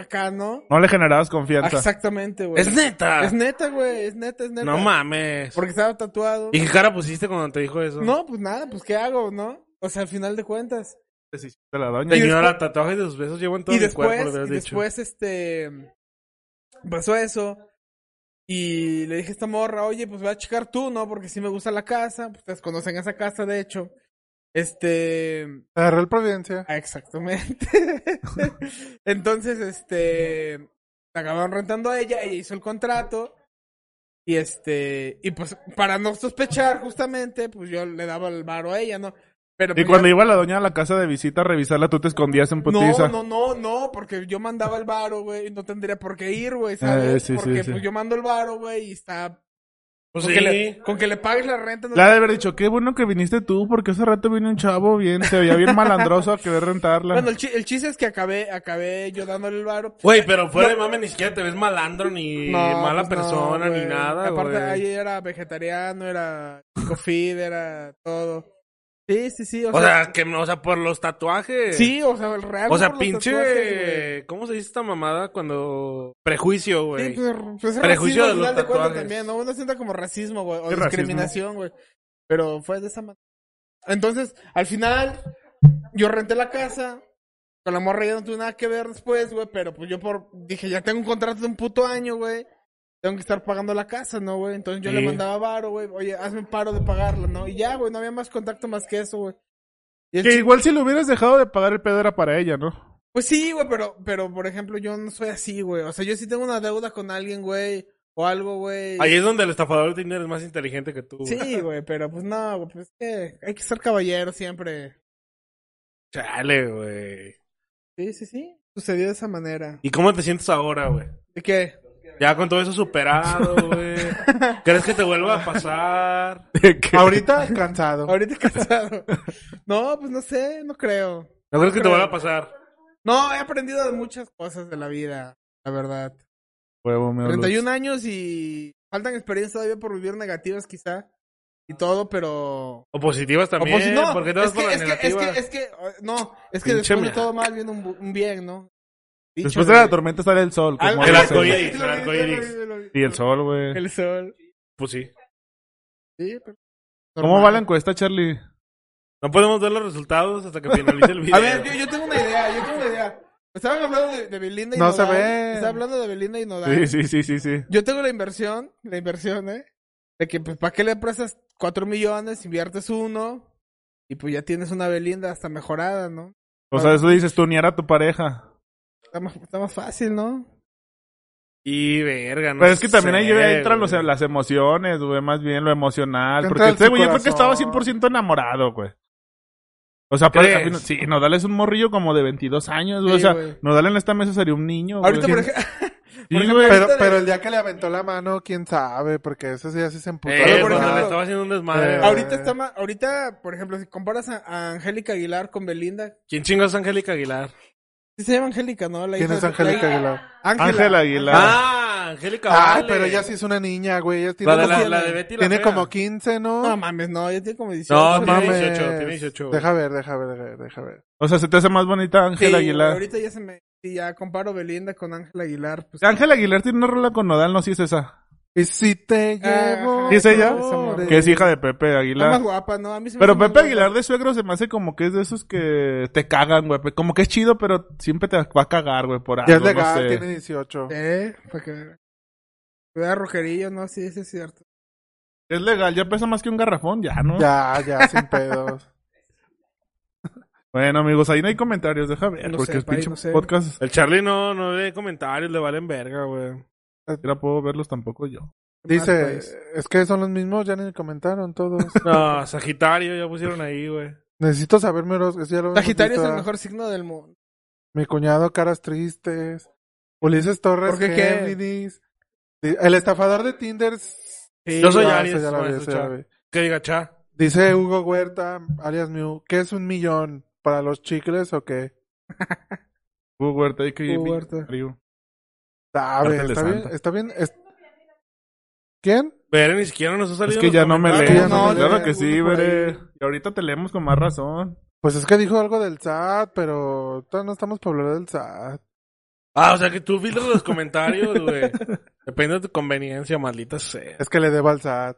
G: Acá, ¿no?
E: No le generabas confianza.
G: Exactamente, güey.
C: es neta.
G: Es neta, güey. Es neta, es neta.
C: Ah. No mames.
G: Porque estaba tatuado.
C: ¿Y qué cara pusiste cuando te dijo eso?
G: No, pues nada, pues ¿qué hago, no? O sea, al final de cuentas.
E: Decisión de la doña.
C: Señora, tatuajes de sus besos llevo en todo
G: y
C: mi
G: después,
C: cuerpo, lo habías
G: y
C: dicho.
G: después, este, pasó eso. Y le dije a esta morra, oye, pues voy a checar tú, ¿no? Porque sí me gusta la casa. pues, Ustedes conocen esa casa, de hecho. Este,
D: Agarré el Providencia.
G: ah, exactamente. Entonces, este, la acabaron rentando a ella, ella hizo el contrato. Y este, y pues para no sospechar, justamente, pues yo le daba el varo a ella, ¿no? Pero
E: Y
G: pues,
E: cuando
G: ya-
E: iba la doña a la casa de visita a revisarla, tú te escondías en putiza.
G: no, no, no, no, porque yo mandaba el varo, güey, y no tendría por qué ir, güey,
E: Eh,
G: ¿sabes?
E: sí, sí,
G: porque
E: sí.
G: pues yo mando el varo, güey, y está...
C: Pues
G: con,
C: sí.
G: que le, con que le pagues la renta... No
E: Le ha de haber dicho, qué bueno que viniste tú, porque hace rato vino un chavo bien, se veía bien malandroso a querer rentarla.
G: Bueno, el, chi- el chiste es que acabé, acabé yo dándole el varo.
C: Güey, pero fuera de mame ni siquiera te ves malandro, ni mala
G: pues no,
C: persona, ni
G: güey.
C: nada,
G: Aparte,
C: güey.
G: ahí era vegetariano, era cofid, era todo. Sí, sí, sí, o,
C: O
G: sea...
C: sea, que, no- o sea, por los tatuajes.
G: Sí, o sea, el real.
C: O sea,
G: por los
C: pinche...
G: tatuajes, güey.
C: ¿Cómo se dice esta mamada cuando... Prejuicio, güey.
G: Sí, pues, pues es
C: Prejuicio
G: racismo
C: de los
G: al final de cuentas
C: tatuajes.
G: también, ¿no? Uno sienta como racismo, güey, o
E: Sí, racismo.
G: discriminación, güey. Pero fue de esa manera. Entonces, al final, yo renté la casa. Con la morra ya no tuve nada que ver después, güey. Pero pues yo por dije, ya tengo un contrato de un puto año, güey. Tengo que estar pagando la casa, ¿no, güey? Entonces yo
C: Sí.
G: le mandaba varo, güey. Oye, hazme un paro de pagarla, ¿no? Y ya, güey, no había más contacto más que eso, güey. Y el
E: Que
G: chi-
E: igual si lo hubieras dejado de pagar el pedo era para ella, ¿no?
G: pues sí, güey, pero, pero por ejemplo, yo no soy así, güey. O sea, yo sí tengo una deuda con alguien, güey, o algo, güey.
C: Ahí es donde el estafador de dinero es más inteligente que tú. güey.
G: Sí, güey, pero pues no, güey, pues es que hay que ser caballero siempre.
C: Chale, güey.
G: Sí, sí, sí. Sucedió de esa manera.
C: ¿Y cómo te sientes ahora, güey?
G: ¿De qué?
C: Ya con todo eso superado, güey. ¿Crees que te vuelva a pasar?
D: Ahorita cansado.
G: Ahorita casado. No, pues no sé, no creo.
C: ¿No crees que te vuelva a pasar?
G: No, he aprendido de muchas cosas de la vida, la verdad.
E: Huevo, mío, Luz.
G: 31 años y faltan experiencias todavía por vivir negativas quizá y todo, pero...
C: O positivas
G: O
C: también.
G: pues, no,
C: ¿Por qué te vas
G: es, que,
C: por la
G: es, que, es
C: negativa?
G: que, es que, eh, no, es que
C: Pinche
G: después de
C: mea.
G: todo mal viene un, bu- un bien, ¿no? Dicho
E: Después de la tormenta sale el sol. Como
G: Algo-
C: El
E: dicen.
C: arcoíris, el arcoíris.
E: Y el sol, güey.
G: El sol.
C: Pues sí.
G: Sí, pero-
E: ¿Cómo
G: normal.
E: va la encuesta, Charlie?
C: No podemos ver los resultados hasta que finalice el video.
G: A ver, yo, yo tengo una idea, yo tengo una idea. Estaban hablando de, de Belinda y
D: No se
G: Nodal.
D: ve.
G: Estaban hablando de Belinda y Nodal.
E: Sí, sí, sí, sí, sí.
G: Yo tengo la inversión, la inversión, ¿eh? De que, pues, ¿para qué le prestas cuatro millones, inviertes uno y pues ya tienes una Belinda hasta mejorada, ¿no?
E: O sea, eso dices tú, ni era tu pareja.
G: Está más, está más fácil, ¿no?
C: Y verga, no
E: Pero es que también
C: sé,
E: ahí entran
C: güey.
E: los- las emociones, güey, más bien lo emocional.
D: Entra
E: Porque
D: en
E: este
D: su
E: güey yo creo que estaba
D: corazón.
E: 100% enamorado, güey. O sea, para,
C: ¿Crees?
E: al final- sí, Nodal es un morrillo como de 22 años, güey.
G: Sí,
E: o sea,
G: güey.
E: Nodal en esta mesa sería un niño,
D: Pues
G: Ahorita,
E: güey.
G: por ejemplo,
E: Sí,
G: por ejemplo,
E: güey.
D: Pero,
G: Ahorita de-
D: pero el día que le aventó la mano, quién sabe, porque eso sí así se emputó.
C: Eh,
G: Pero, por
C: cuando le
G: ejemplo,
C: estaba haciendo un desmadre.
D: eh,
C: güey.
G: ahorita está más, ahorita, por ejemplo, si comparas a, a Angélica Aguilar con Belinda,
C: ¿Quién chingas Angélica Aguilar?
G: sí se llama Angélica, ¿no? La
D: ¿Quién
G: hija
D: es
G: de-
D: Angélica
G: la-
D: Aguilar?
G: Ángela.
E: Ángela Aguilar.
C: Ah, Angélica
D: Ah,
C: Vale.
D: pero ella sí es una niña, güey. Ella tiene,
C: La de
D: como,
C: la, la de Betty la
D: tiene
C: Fea.
D: como 15, ¿no?
G: No mames, no, ya tiene como 18.
C: No,
G: ¿no?
C: tiene
D: mames.
C: 18, tiene 18.
D: Deja ver, deja ver, deja ver, deja ver.
E: O sea, se te hace más bonita Ángela
G: Sí,
E: Aguilar.
G: Ahorita ya se me. sí, ya comparo Belinda con Ángela Aguilar. Pues,
E: Ángela Aguilar tiene una rola con Nodal, no sé si es esa.
D: Y si te
G: Ah,
D: llevo.
G: ajá.
E: ¿Sí es ella?
G: Esa morra.
E: Que es hija de Pepe
G: La más
E: Aguilar.
G: guapa, ¿no? A mí se me
E: Pero
G: hace más
E: Pepe
G: guapa.
E: Aguilar de suegro se me hace como que es de esos que te cagan, güey. Como que es chido, pero siempre te va a cagar, güey, por algo.
D: Ya es legal,
E: no sé.
D: tiene 18.
G: Eh, para que vean. Cuidado, rojerillo, ¿no? Sí, ese es cierto.
E: Es legal, ya pesa más que un garrafón, ya, ¿no?
D: Ya, ya, sin pedos.
E: Bueno, amigos, ahí no hay comentarios, deja ver,
G: No
E: porque
G: sé,
E: el
G: pay,
E: pinche
G: no sé.
E: podcast
C: El Charlie no, no lee comentarios, le valen verga, güey.
E: no puedo verlos tampoco yo.
G: ¿Qué más,
D: Dice,
G: pues?
D: es que son los mismos, ya ni comentaron todos.
C: No, Sagitario, ya pusieron ahí, güey.
D: Necesito saberme los. eso ya lo habíamos
G: Sagitario
D: visto,
G: es el
D: ¿ah?
G: mejor signo del mundo.
D: Mi cuñado, caras tristes. Ulises Torres,
G: ¿Por qué qué?
D: Géminis. Di- El estafador de Tinder.
C: Yo soy
D: ya,
C: Aries,
D: eso ya lo vi,
C: maestro
D: eso ya lo
C: Chava.
D: vi.
C: Que diga, cha.
D: Dice Hugo Huerta, alias Mew, ¿qué es un millón? ¿Para los chicles o qué?
E: Hugo Huerta, hay que ir.
G: Hugo Huerta.
E: Río.
D: Sabe,
E: Cártel
D: Ah,
E: de
D: está bien,
E: Santa.
D: está bien. es- ¿Quién?
C: Pero ni siquiera nos ha salido.
E: Es que
C: los
E: ya no me
C: comentarios.
D: que ya
E: lees.
D: no me
E: claro
D: leen,
E: que sí,
D: uno por
E: veré. Y ahorita te leemos con más razón.
D: Pues es que dijo algo del SAT, pero todavía no estamos para hablar del SAT.
C: Ah, o sea que tú filtras los comentarios, güey. Depende de tu conveniencia, maldita sea.
D: Es que le debo al SAT.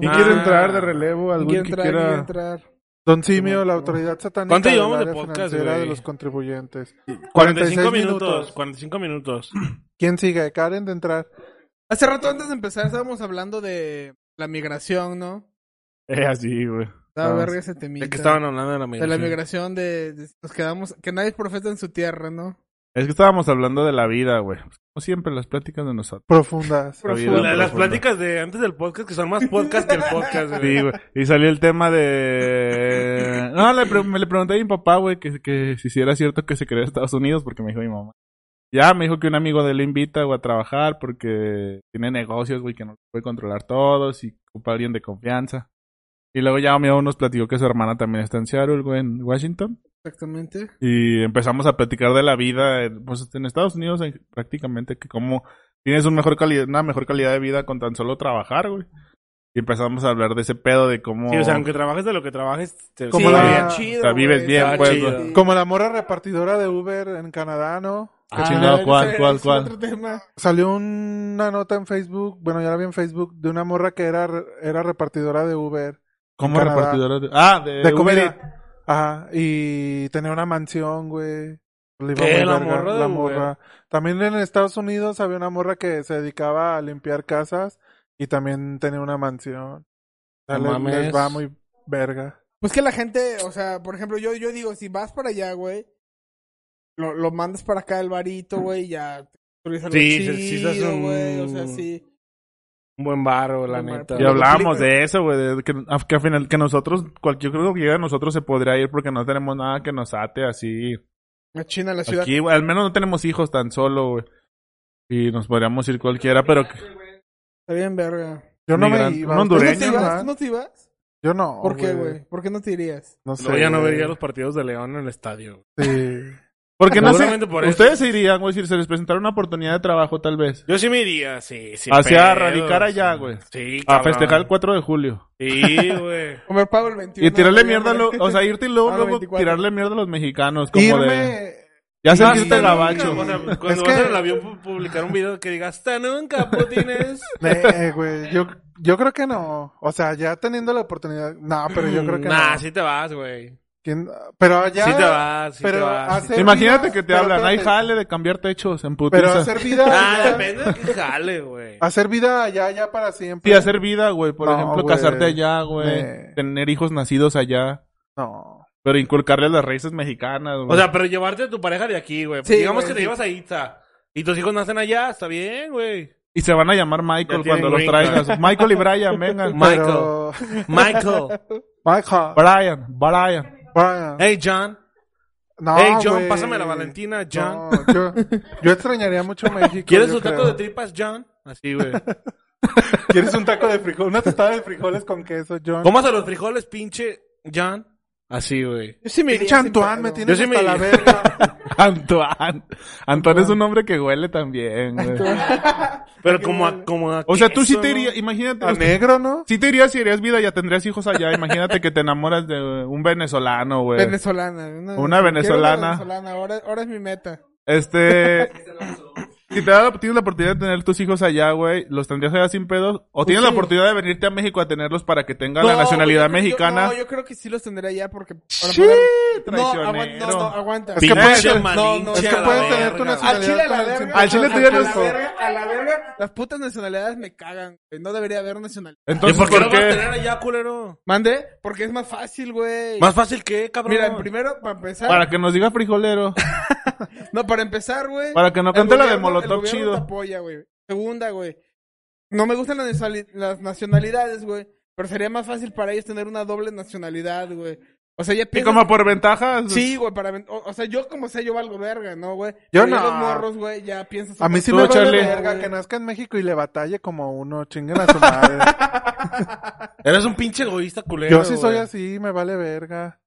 E: Y
C: Ah.
E: quiere entrar de relevo algún
G: ¿Quién
E: que
G: entrar?
E: quiera.
G: ¿Quién entrar?
D: Don Simio, la
G: Simón.
D: autoridad satánica
C: ¿Cuánto
D: del
C: llevamos de
D: área
C: podcast,
D: financiera de
C: güey?
D: los contribuyentes.
C: 45 minutos, 45 minutos.
D: ¿Quién sigue? Karen de entrar.
G: Hace rato antes de empezar estábamos hablando de la migración, ¿no?
E: Eh, así, güey.
G: Estaba
E: Ah,
G: verga ese temita.
C: ¿De qué estaban hablando de la
G: De
C: migración?
G: la migración, de, de- nos quedamos, que nadie es profeta en su tierra, ¿no?
E: Es que estábamos hablando de la vida, güey. Como siempre, las pláticas de nosotros.
D: Profundas.
E: La Ah, vida
C: La- las
E: profunda.
C: pláticas de antes del podcast, que son más podcast que el podcast, güey.
E: Sí, güey. Y salió el tema de... eh, No, le pre- me le pregunté a mi papá, güey, que, que si sí era cierto que se creó Estados Unidos, porque me dijo mi mamá. Ya, me dijo que un amigo de él lo invita, güey, a trabajar porque tiene negocios, güey, que no puede controlar todos y ocupa alguien de confianza. Y luego ya mi mamá nos platicó que su hermana también está en Seattle, güey, en Washington.
G: Exactamente.
E: Y empezamos a platicar de la vida, en- pues en Estados Unidos en- prácticamente, que como tienes un mejor calidad, una mejor calidad de vida con tan solo trabajar, güey. Y empezamos a hablar de ese pedo de cómo...
C: Sí, o sea, aunque trabajes de lo que trabajes, te
D: Como
C: está
D: la-
C: bien.
E: o sea, vives bien,
G: está
C: pues,
G: chido.
C: güey.
D: Como la morra repartidora de Uber en Canadá, ¿no?
E: ¿Qué chingado? ¿Cuál,
G: ese-
E: cuál,
G: ese Ah, es
E: cuál?
G: otro tema.
D: Salió una nota en Facebook, bueno, ya la vi en Facebook, de una morra que era, era repartidora de Uber.
E: ¿Cómo
D: Canadá.
E: repartidora de... Ah, de,
D: De
E: Uber
D: comida.
E: Eats.
D: Ajá, y tenía una mansión, güey. Le iba
C: ¿Qué?
D: muy
C: Eh, ¿La
D: verga,
C: morra de
D: la
C: Uber?
D: morra. También en Estados Unidos había una morra que se dedicaba a limpiar casas y también tenía una mansión. O sea,
C: No
D: les-
C: mames.
D: les va muy verga.
G: Pues que la gente, o sea, por ejemplo, yo, yo digo, si vas para allá, güey, lo, lo mandas para acá al barito, güey, ya te construyes algo
C: Sí,
G: chido,
C: sí, sí, estás un-
G: güey, o sea, sí.
C: Un buen barro, la
G: Un buen
C: neta.
G: barro.
E: Y
G: Lo
E: hablábamos
G: complica.
E: de eso, güey, de que, a- que al final, que nosotros, cualquier creo que llega a nosotros se podría ir porque no tenemos nada que nos ate así.
G: A China, la ciudad.
E: Aquí, güey, al menos no tenemos hijos tan solo, güey. Y nos podríamos ir cualquiera, pero... que-
G: Está bien, verga.
D: Yo no me
E: Migrante,
D: iba.
E: un
D: ¿ustedes
G: ¿Tú
E: hondureño,
D: se
G: no te
E: Dureño,
D: iban?
G: ibas? ¿Tú no te ibas?
D: Yo no.
G: ¿Por qué, güey? ¿Por qué no te irías?
D: No sé.
C: Luego ya no
D: güey.
C: vería los partidos de León en el estadio.
D: Sí.
E: Porque no sé,
C: Seguramente por eso.
E: ustedes se irían, güey, si se les presentara una oportunidad de trabajo, tal vez.
C: Yo sí me iría, sí, sí.
E: Hacia radicar allá, güey.
C: Sí,
E: A
C: cabrón.
E: festejar el 4 de julio.
C: Sí, güey.
G: Comer pavo el 21.
E: Y tirarle
G: güey,
E: mierda a los... O sea, irte y luego,
G: Ah,
E: luego
G: 24.
E: tirarle mierda a los mexicanos. Como
D: Irme.
E: de... Ya
D: Hasta
E: sentiste
D: nunca,
E: gabacho.
C: Ah, O sea, cuando
D: Es
C: vas
D: que-
C: en el avión pu- publicar un video que diga hasta nunca, putines.
D: Eh, güey, yo, yo creo que no. O sea, ya teniendo la oportunidad. No, pero yo creo que
C: nah,
D: no.
C: sí te vas, güey.
D: ¿Quién- Pero allá.
C: Sí te vas, sí
D: pero
C: te vas. sí
D: hace-
C: te-
E: Imagínate que te
D: Pero
E: hablan, ay,
D: espérate.
E: jale de cambiar techos en putiza.
D: Pero hacer vida.
C: Ah,
D: allá-
C: depende de qué jale, güey.
D: hacer vida allá, ya para siempre.
E: Sí, hacer vida, güey. Por
D: No,
E: ejemplo,
D: güey.
E: casarte allá, güey.
D: Nee.
E: Tener hijos nacidos allá.
D: No.
E: Pero inculcarle las raíces mexicanas, güey.
C: O sea, pero llevarte a tu pareja de aquí, güey.
G: Sí,
C: Digamos
G: güey,
C: que te
G: sí.
C: llevas a Itza. Y tus hijos nacen allá, está bien, güey.
E: y se van a llamar Michael
C: Ya tienen
E: cuando los
C: green card.
E: traigas. Michael y Brian, vengan.
C: Ma- Michael.
D: Pero-
C: Michael.
D: Michael.
E: Brian, Brian.
D: Brian.
C: Hey, John.
D: No,
C: Eh, hey, John,
D: Ah, güey.
C: pásame la Valentina, John.
D: No, yo, yo extrañaría mucho México.
C: ¿Quieres
D: yo
C: un taco
D: creo.
C: de tripas, John? Así, güey.
D: ¿Quieres un taco de frijol? Una tostada de frijoles con queso, John.
C: ¿Cómo a los frijoles, pinche John? Así, güey.
G: Yo sí me iría.
D: Pinche
G: sin
D: Antoine,
G: pedo.
D: me tienes
C: Yo sí me
D: hasta la
C: iría.
D: verga.
E: Antoine. Antoine es un hombre que huele también, güey.
C: Pero como a, como a
E: O sea, tú sí
C: queso,
E: te
C: ¿no?
E: irías, imagínate.
D: A negro, ¿no?
E: Si te irías, si irías vida, ya tendrías hijos allá. Imagínate que te enamoras de un venezolano, güey.
G: Venezolana.
E: Una
G: quiero
E: venezolana.
G: venezolana. Ahora, ahora es mi meta.
E: Este. Si te da la- tienes la oportunidad de tener tus hijos allá, güey, ¿los tendrías allá sin pedos? ¿O tienes la
G: sí.
E: oportunidad de venirte a México a tenerlos para que tengan la
G: No,
E: nacionalidad
G: yo creo- yo-
E: mexicana?
G: no, yo creo que sí los tendría ya porque. para
E: Sí,
G: poder- no,
E: traicionero.
G: aguanta, no, no, aguanta.
D: Es que puedes-
C: Pinche
D: no,
C: manín,
G: no,
D: Es que
C: a la
D: puedes tener
C: verga,
D: tu
C: güey.
G: Al chile a
D: nacionalidad
G: la
D: con el
G: verga.
D: simple-
E: Al chile
G: a-
E: tú ya
G: a
E: no
G: la
E: es-
G: verga, A la verga. Las putas nacionalidades me cagan, güey. No debería haber nacionalidad.
C: ¿Y
E: Entonces,
C: Pues por qué no
E: ¿por
C: vas a
E: qué?
C: tener allá, culero?
G: Mande, porque es más fácil, güey.
C: ¿Más fácil que, cabrón?
G: Mira, primero, para empezar.
E: Para que nos diga frijolero.
G: No, para empezar, güey.
E: Para que no
G: el
E: cante la de
G: gobierno- el
E: Molotov
G: gobierno
E: chido.
G: te apoya, güey. Segunda, güey. No me gustan las, nacionali- las nacionalidades, güey. Pero sería más fácil para ellos tener una doble nacionalidad, güey. O sea, ya
E: Y
G: piensan-
E: como por ventajas.
G: Sí, güey, para... ven- O, o sea, yo como sea, yo valgo verga, ¿no, güey?
D: Yo
G: Pero ya
D: no.
G: los morros, güey, ya piensan...
D: A mí sí
E: Tú,
D: me vale
E: Charlie.
D: verga que nazca en México y le batalle como uno, chinguen a su madre.
C: Eres un pinche egoísta, culero.
D: Yo sí soy
C: güey.
D: así, me vale verga.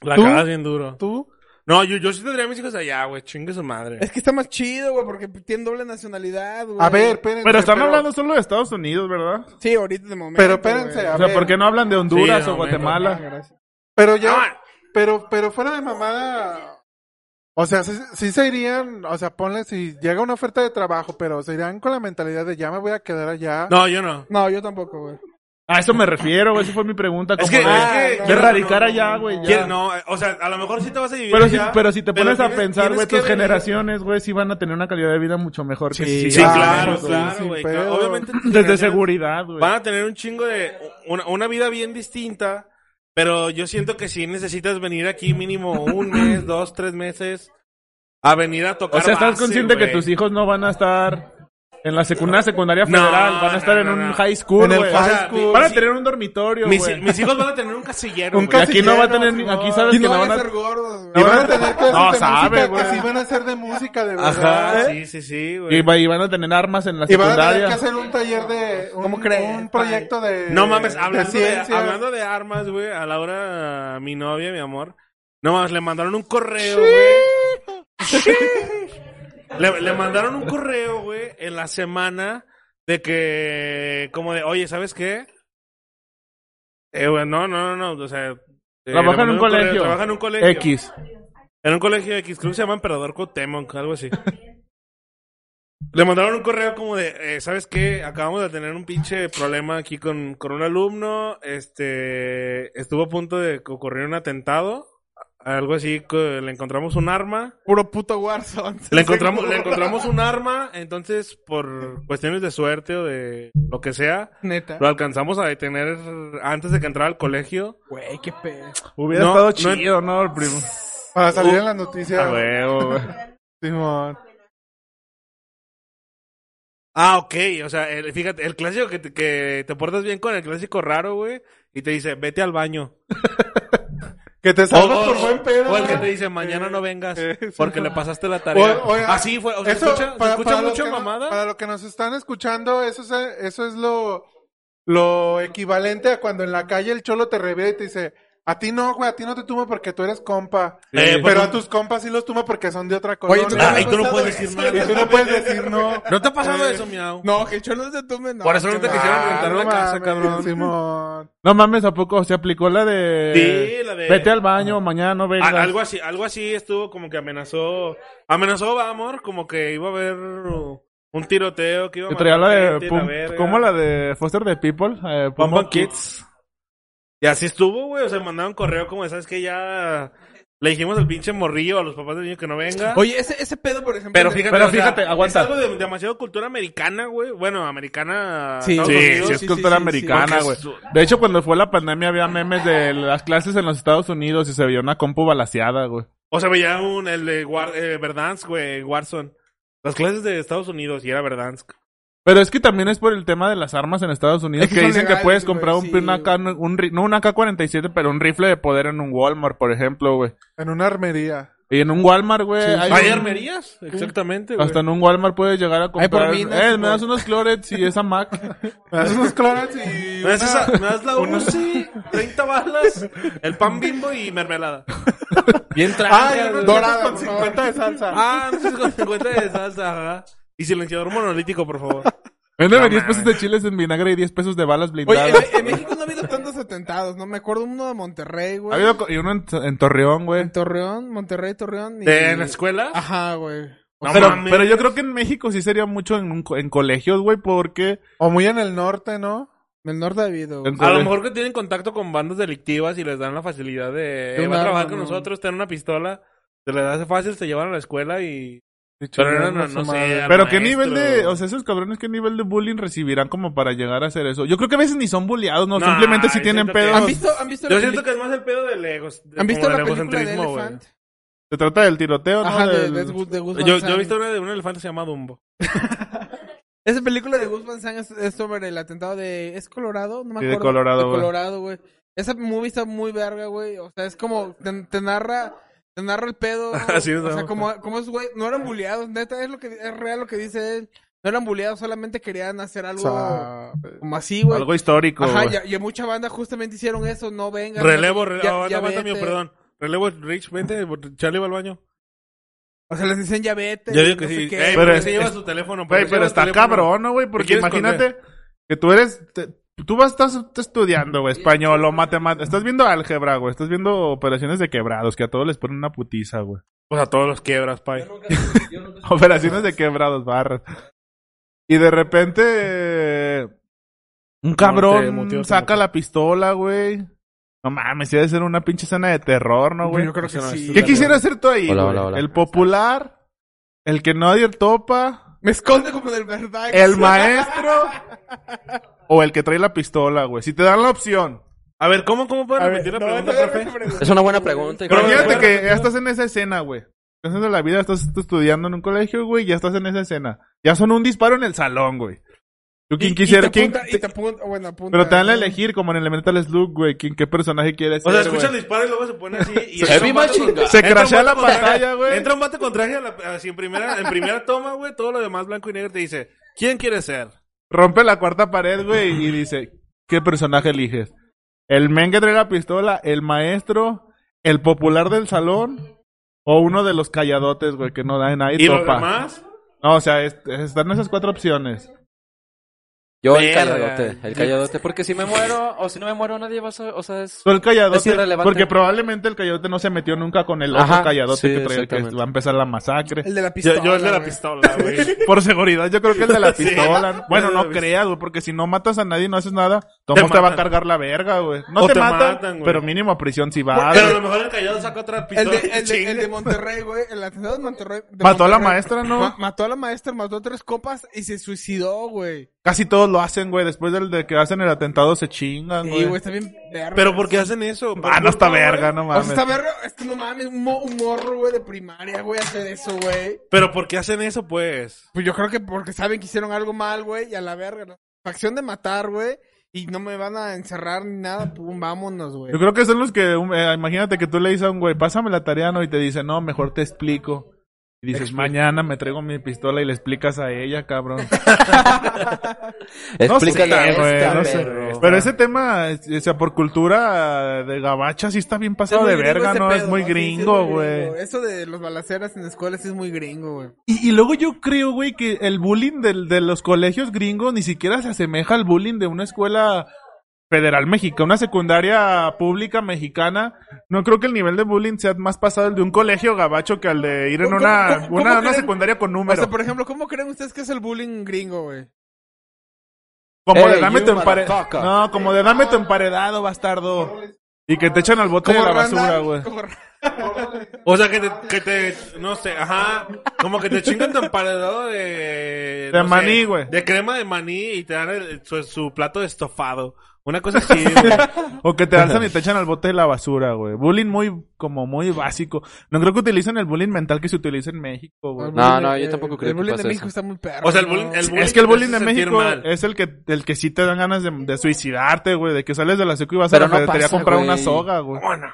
C: La
D: ¿Tú?
C: cagas bien duro.
D: ¿Tú?
C: No, yo, yo sí tendría a mis hijos allá, güey. Chingue su madre.
G: Es que está más chido, güey, porque tienen doble nacionalidad, güey.
D: A ver, espérense.
E: Pero están hablando solo de Estados Unidos, ¿verdad?
G: Sí, ahorita de momento,
D: Pero espérense,
G: güey.
D: a
E: O sea,
D: ver.
E: ¿por qué no hablan de Honduras
C: Sí,
E: o
C: no,
E: Guatemala?
G: Ah, gracias.
D: Pero ya,
C: Ah.
D: pero, pero fuera de mamada. O sea, sí, sí se irían, o sea, ponle si llega una oferta de trabajo, pero se irían con la mentalidad de ya me voy a quedar allá.
C: No, yo no.
G: No, yo tampoco, güey.
E: A eso me refiero, güey. Esa fue mi pregunta.
C: Es
E: como
C: que,
E: de,
C: es que
G: no,
E: de
G: no,
E: radicar
C: no,
E: allá,
G: no,
E: güey.
G: no.
E: ya.
C: Quiere- No, eh, o sea, a lo mejor sí te vas a vivir
E: Pero si,
C: allá,
E: pero si te
C: pero
E: pones a
C: tienes-
E: pensar,
C: tienes
E: güey,
C: que
E: tus
C: venir.
E: generaciones, güey, sí van a tener una calidad de vida mucho mejor que
C: Sí,
E: si-
D: Ah,
C: claro,
D: sí,
C: claro,
D: sin
C: güey.
D: pedo.
C: claro. Obviamente. tus
E: Desde
C: generaciones
E: seguridad, güey.
C: Van a tener un chingo de. Una, una vida bien distinta. Pero yo siento que sí necesitas venir aquí mínimo un mes, dos, tres meses. A venir a tocar.
E: O sea, estás
C: base,
E: consciente que
C: güey.
E: tus hijos no van a estar en la secundaria, secundaria
C: No,
E: federal, van a estar
C: no,
E: en
C: no,
E: un
C: no.
E: high school,
D: En el
E: güey.
D: high
C: school.
E: van a
C: Sí.
E: tener un dormitorio,
C: Mis,
E: güey.
C: mis hijos van a tener un casillero.
D: Un
C: güey.
E: Y aquí no va a
D: casillero,
E: tener, ni-
D: Simón.
E: aquí sabes
G: Y
E: que
G: no
E: no
G: van a ser
E: hacer
G: gordos, güey.
D: Y van a tener clases
E: No,
D: de
E: sabe,
D: música
E: güey.
D: que sí van a ser de música de verdad.
C: Ajá, sí, sí, sí,
E: Y,
C: güey.
E: va- y van a tener armas en la
D: Y van a tener
E: secundaria.
D: que hacer un taller de un,
G: ¿Cómo crees,
D: un proyecto de
C: No mames, hablando de,
D: ciencia.
C: hablando de armas, güey, a la hora mi novia, mi amor. No mames, le mandaron un correo, güey. le, le mandaron un correo, güey, en la semana de que, como de, oye, ¿sabes qué? Eh, güey, no, no, no, no, o sea. eh, le
E: Trabaja en un
C: mandaron
E: colegio.
C: correo, trabaja en un colegio.
E: X.
C: En un colegio X, creo que se llama Emperador Cotemonc, algo así. Le mandaron un correo como de, eh, ¿sabes qué? Acabamos de tener un pinche problema aquí con, con un alumno, este, estuvo a punto de que ocurriera un atentado, algo así, que le encontramos un arma,
G: Puro puto Warzone.
C: le encontramos, le encontramos un arma, entonces por cuestiones de suerte o de lo que sea,
G: Neta.
C: lo alcanzamos a detener antes de que entrara al colegio.
G: Güey, qué pedo.
E: Hubiera
C: No,
E: estado
C: no-
E: chido, ¿no? El primo.
D: Para salir en las noticias.
C: Uh. A huevo, güey.
D: Simón.
C: Ah, ok, o sea, el- fíjate, el clásico que te, que te portas bien con el clásico raro, güey, y te dice, vete al baño.
D: Que te
C: O,
D: salgas
C: o-
D: por buen pedo.
C: o el que te
D: ¿verdad?
C: dice, mañana no vengas
D: eh, sí,
C: porque
D: no.
C: le pasaste la tarea.
D: O- oye,
C: Así fue, o sea,
D: Eso,
C: escucha, se
D: para-
C: escucha
D: para los
C: mucho
D: que no-
C: mamada.
D: para los que nos están escuchando, eso es, eso es lo, lo equivalente a cuando en la calle el cholo te revela y te dice, a ti no, güey, a ti no te tumo porque tú eres compa.
C: Eh,
D: pero
C: bueno.
D: a tus compas sí los tuma porque son de otra
G: Oye,
D: colonia.
G: ¿tú
C: Ah,
G: te
C: y tú no
G: pasado
C: puedes decir
G: eso?
C: nada.
D: y tú no puedes decir no.
C: ¿No te ha
D: Eh,
C: pasado eso, miau?
G: No, que yo no se tome, no.
C: Por eso no te
G: que-
C: quisieron
G: Ah,
C: rentar la
D: no
C: casa,
D: mames,
C: cabrón.
D: Simón.
E: No mames, ¿a poco se aplicó la de...
C: Sí, la de-
E: Vete al baño, mañana no vengas.
C: A- algo así, algo así estuvo como que amenazó, amenazó va, amor, como que iba a haber uh, un tiroteo que iba a
E: Que traía la de...
C: gente y
E: pum-
C: verga.
E: ¿Cómo la de Foster the People? Eh,
C: Pum
E: Pum-
C: Pum Kids. Y así estuvo, güey. O sea, mandaron correo como, de, ¿sabes que Ya le dijimos al pinche morrillo, a los papás del niño que no venga.
G: Oye, ese, ese pedo, por ejemplo.
C: pero
G: de-
C: fíjate,
E: Pero
C: o sea,
E: fíjate, aguanta.
C: Es algo de demasiado cultura americana, güey. Bueno, americana.
G: Ah, Sí,
C: Estados
E: Sí,
C: Unidos.
E: sí,
G: Sí,
E: es
G: sí,
E: cultura
G: sí, sí.
E: americana,
C: Porque
E: güey.
C: es-
E: De hecho, cuando fue la pandemia había memes de las clases en los Estados Unidos y se veía una compu balaseada, güey.
C: O sea, veía un, el de War- eh, Verdansk, güey, Warzone. Las clases de Estados Unidos y era Verdansk.
E: Pero es que también es por el tema de las armas en Estados Unidos,
G: Es que
E: que,
G: son
E: dicen que
G: legales,
E: puedes
G: güey,
E: comprar un,
G: sí,
E: una AK, un ri- no una K-47, pero un rifle de poder en un Walmart, por ejemplo, güey.
D: En una armería.
E: Y en un Walmart, güey, hay
C: ¿Hay
E: un-
C: armerías? Exactamente, güey.
E: hasta en un Walmart puedes llegar a
G: Hay por
E: comprar.
G: minas,
E: eh,
G: güey.
E: me das unos clorets y esa Mac.
D: Me das unos clorets y
C: ¿Me das,
D: una-
C: esa- me das la Uzi, 30 balas, el pan bimbo y mermelada. Bien
D: Ah, y
C: tranca,
D: unos
C: güey.
D: dorados con 50 de salsa.
C: Ah, no sé con 50 de salsa, ajá. Y silenciador monolítico, por favor.
E: Venden
C: No
E: 10 pesos
C: mames.
E: de chiles en vinagre y 10 pesos de balas
G: Oye, eh,
E: blindadas.
G: en, en México no ha habido tantos atentados, ¿no? Me acuerdo uno de Monterrey,
E: Ha
G: güey.
E: habido co- y uno en, en Torreón, güey.
G: En Torreón, Monterrey, Torreón. y-
C: ¿De, ¿En la escuela?
G: Ajá, güey.
C: No
E: pero,
C: mames.
E: pero yo creo que en México sí sería mucho en, un co- en colegios, güey, porque...
D: O muy en el norte, ¿no?
G: Del norte ha habido. güey.
E: en
C: A lo
E: cole-
C: mejor que tienen contacto con bandas delictivas y les dan la facilidad de...
G: De
C: eh,
G: un
C: va a
G: arma,
C: trabajar con
G: ¿no?
C: nosotros, ten una pistola. Se les hace fácil, se llevan a la escuela y...
D: Y
C: Pero no,
D: chingaron
C: no,
D: a su
C: no sé,
D: madre.
C: al
E: Pero qué
C: maestro.
E: nivel de... O sea, esos cabrones, qué nivel de bullying recibirán como para llegar a hacer eso. Yo creo que a veces ni son bulleados, no,
C: No,
E: simplemente si
C: yo
E: tienen
C: siento que-
E: pedos.
G: ¿Han visto, han visto
C: Yo
G: la
C: siento
G: peli-
C: que es más el pedo del ego.
G: ¿Han visto la película de
C: egocentrismo, güey.
G: Elephant?
E: Se trata del tiroteo, ¿no?
G: Ajá, de,
E: Del-
G: de, Gus- de Gus Van
C: Yo, yo
G: Sant.
C: he visto una de un elefante que se llama Dumbo.
G: Esa película de Gus Van Sant es, es sobre el atentado de... ¿Es Colorado? No me
E: Sí,
G: acuerdo.
E: de Colorado,
G: De
E: güey.
G: Colorado, güey. Esa movie está muy verga, güey. O sea, es como... Te, te narra... Te narra el pedo.
C: Así es,
G: O sea,
C: ¿no?
G: como, como esos güey... No eran buleados. Neta, es, lo que, es real lo que dice él. No eran buleados. Solamente querían hacer algo...
D: Sabe.
G: como así, güey.
E: Algo histórico,
G: Ajá,
E: güey.
G: y, a- y a mucha banda justamente hicieron eso. No vengan.
C: Relevo,
G: no-
C: relevo.
G: ya-
C: aguanta,
G: ya
C: aguanta,
G: vete.
C: mío, perdón. Relevo, Rich, vente, Charlie va al baño.
G: O sea, les dicen ya vete.
C: Yo
G: y
C: digo que
G: no sé
C: sí.
G: qué.
C: Ey,
E: Pero
C: ¿por qué
E: es-
C: se lleva
E: es-
C: su teléfono? ¿Por
E: Güey,
C: qué
E: pero
C: lleva
E: está
C: su teléfono?
E: cabrón, ¿no, güey? Porque
C: quieres
E: imagínate que tú eres... te- tú vas, estás estudiando, güey, español o matemáticas. Estás viendo álgebra, güey. Estás viendo operaciones de quebrados, que a todos les ponen una putiza, güey.
C: Pues a todos los quiebras, pay.
E: Operaciones de quebrados, barras. Y de repente... eh, Un cabrón
C: te muteó, te
E: saca
C: muteó.
E: la pistola, güey. No mames, sí debe ser una pinche escena de terror, ¿no, güey?
G: Yo creo que
C: Eso no es-
G: sí.
E: ¿Qué quisiera hacer tú ahí,
B: Hola,
E: güey?
B: hola, hola.
E: El popular, el que nadie topa,
G: Me esconde como del verdad.
E: el maestro o el que trae la pistola, güey. Si te dan la opción.
C: A ver, ¿cómo, cómo puedo repetir la pregunta, profe?
B: Es una buena pregunta. hijo
E: Pero
B: de-
E: fíjate que ya estás en esa escena, güey. Estás en la vida, estás estudiando en un colegio, güey, ya estás en esa escena. Ya son un disparo en el salón, güey. ¿Tú quién quisiera?
G: Y te
E: quién-
G: apunta, y te apunta, bueno, apunta.
E: Pero te dan a
G: ¿no?
E: elegir, como en Elemental Slug, güey, quién, qué personaje quieres
C: O sea,
E: ser,
C: escucha el
E: güey.
C: disparo y luego se pone así. Y
B: Se
C: entra
B: vi
C: un vato
B: más
C: con-
B: chinga.
E: Se
C: entra un
E: crashea la
C: vato con traje-
E: pantalla, güey.
C: Entra un vato con traje a la- así en primera, en primera toma, güey. Todo lo demás blanco y negro te dice, ¿quién quiere ser?
E: Rompe la cuarta pared, güey, y dice, ¿qué personaje eliges? ¿El men que trae la pistola? ¿El maestro? ¿El popular del salón? ¿O uno de los calladotes, güey, que no dan ahí
C: Y los
E: topa?
C: demás,
E: No, o sea, es- están esas cuatro opciones.
B: Yo el
C: Verga.
B: calladote, el calladote, porque si me muero o si no me muero nadie va a saber, o sea, es...
G: Pues,
E: Tú el calladote,
B: Es irrelevante.
E: porque probablemente el calladote no se metió nunca con el
B: Ajá,
E: otro calladote
B: sí,
E: que trae, que
B: exactamente.
E: va a empezar la masacre.
G: El de la
C: yo,
G: pistola.
C: yo el de la
G: güey.
C: pistola, güey.
E: Por seguridad, yo creo que el de la pistola. ¿no? Bueno,
C: Sí.
E: no creas, güey, porque si no matas a nadie y no haces nada, Tomo te, va a
C: matan.
E: cargar la verga, güey. No
C: O
E: te,
C: te
E: matan,
C: matan, güey.
E: pero mínimo a prisión si va.
C: Pero a
E: güey.
C: lo mejor el callado saca otra
G: El
C: pistola.
G: de, el, de, el de
C: Chinga.
G: Monterrey, güey. El atentado de Monterrey. de
E: Mató a la
G: Monterrey.
E: maestra, ¿no?
G: Ma- mató a la maestra, mató a tres copas y se suicidó, güey.
E: Casi todos lo hacen, güey. Después del de que hacen el atentado se chingan,
G: Sí,
E: Ah, güey.
G: güey, está bien verga.
C: Pero ¿por qué hacen eso?
E: ah, no está verga, no
G: O
E: mames.
G: sea, está verga. Es que no mames, un, mo- un morro, güey, de primaria, güey, hacer eso, güey.
C: Pero ¿por qué hacen eso, pues?
G: Pues yo creo que porque saben que hicieron algo mal, güey, y a la verga. ¿no? Facción de matar, güey. Y no me van a encerrar ni nada, pum, vámonos, güey.
E: Yo creo que son los que, um, eh, imagínate que tú le dices a un güey, pásame la tarea, ¿no? Y te dice, no, mejor te explico. Y dices, mañana me traigo mi pistola y le explicas a ella, cabrón. No sé,
B: Explícale
E: güey,
B: esta,
E: no sé.
B: perro.
E: Pero ese tema, es- o sea, por cultura de gabacha, sí está bien pasado de verga, ¿no? es muy gringo, güey.
G: Eso de los balaceras en escuelas es muy gringo, güey.
E: Y, y luego yo creo, güey, que el bullying del, de los colegios gringos ni siquiera se asemeja al bullying de una escuela federal mexicana, una secundaria pública mexicana. No creo que el nivel de bullying sea más pasado el de un colegio gabacho que al de ir en
G: ¿Cómo-
E: una,
G: cómo- cómo
E: una, una
G: creen?
E: secundaria con
G: O
E: números.
G: sea, por ejemplo, ¿cómo creen ustedes que es el bullying gringo, güey?
E: como de
B: Hey,
E: dame
B: you
E: tu empare-
B: motherfucker.
E: No, como de dame tu emparedado, bastardo. Y que te echan al bote de la
G: Randall,
E: basura, güey.
G: como Ra-
C: O sea, que te, que te, no sé, ajá, como que te chingan tu emparedado de...
E: De
C: no sé,
E: maní, güey.
C: De crema de maní y te dan el- su, su plato de estofado. Una cosa así, güey.
E: O que te alzan y te echan al bote de la basura, güey. Bullying muy, como muy básico. No creo que utilicen el bullying mental que se utiliza en México, güey.
B: No, no,
G: El-
B: yo tampoco creo
G: El
B: que
G: bullying
B: pase
G: de México
B: eso.
G: está muy perro.
C: O sea, el
G: ¿no?
C: bullying- el bullying-
E: Es que
C: te
E: el
C: hace
E: bullying en
C: sentir
E: México
C: mal.
E: es el que, el que sí te dan ganas de, de suicidarte, güey. De que sales de la secu y vas
B: Pero
E: a
B: no
E: la ferretería a
B: pasa,
E: comprar una
B: güey. Ah,
E: soga, güey.
C: Bueno,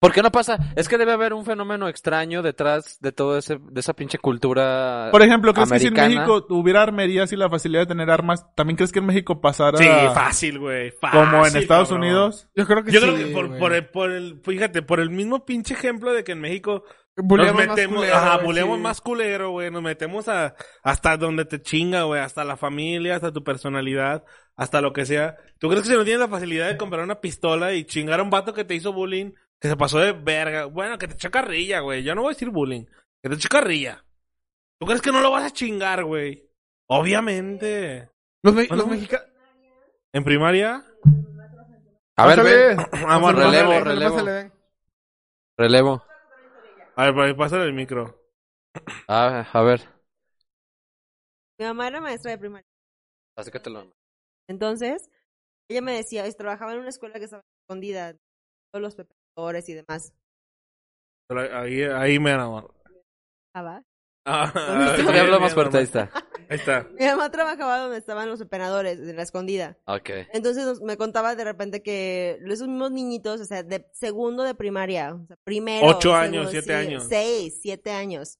B: ¿Por qué no pasa? Es que debe haber un fenómeno extraño detrás de todo ese, de esa pinche cultura
E: Por ejemplo, ¿crees que si en
B: americana.
E: México hubiera armerías y la facilidad de tener armas, también crees que en México pasara
C: sí, fácil, güey, fácil.
E: como en Estados
C: cabrón.
E: Unidos?
G: Yo creo que
C: Yo
G: sí,
C: creo que por,
G: güey.
C: por el, por el, fíjate, por el mismo pinche ejemplo de que en México
G: Buleamos
C: nos
G: más
C: metemos,
G: culero,
C: ajá,
G: güey,
C: buleamos
G: sí.
C: más culero, güey, nos metemos a, hasta donde te chinga, güey, hasta la familia, hasta tu personalidad, hasta lo que sea. ¿Tú crees que si no tienes la facilidad de comprar una pistola y chingar a un vato que te hizo bullying, que se pasó de verga, bueno, que te echa carrilla, güey, yo no voy a decir bullying, que te echa carrilla. ¿Tú crees que no lo vas a chingar, güey? Obviamente.
G: Los, me-
C: Bueno,
G: los
C: güey.
G: mexicanos.
C: ¿En primaria? Ah,
B: A ver,
G: Pásale.
B: ven.
C: Vamos,
B: Pásale,
C: relevo,
B: pásale,
C: relevo.
G: Pásale, ven.
B: Relevo.
C: A ver, pa- pásale el micro.
B: A, Ah, a ver.
H: Mi mamá era maestra de primaria.
B: Acércatelo.
H: Entonces, ella me decía, es- trabajaba en una escuela que estaba escondida, todos los pepenadores y demás.
C: Pero Ahí, ahí me enamoro.
H: Estaba.
C: Ah,
H: ¿Dónde está?
C: ahí
B: Te hablo
C: me
B: más fuerte, ahí
C: enamoro.
B: está.
C: Ahí está.
H: Mi mamá trabajaba donde estaban los pepenadores, en la escondida.
B: Ok.
H: Entonces nos- me contaba de repente que esos mismos niñitos, o sea, de segundo de primaria, o sea, primero.
C: Ocho
H: segundo,
C: años, siete
H: sí,
C: años.
H: Seis, siete años.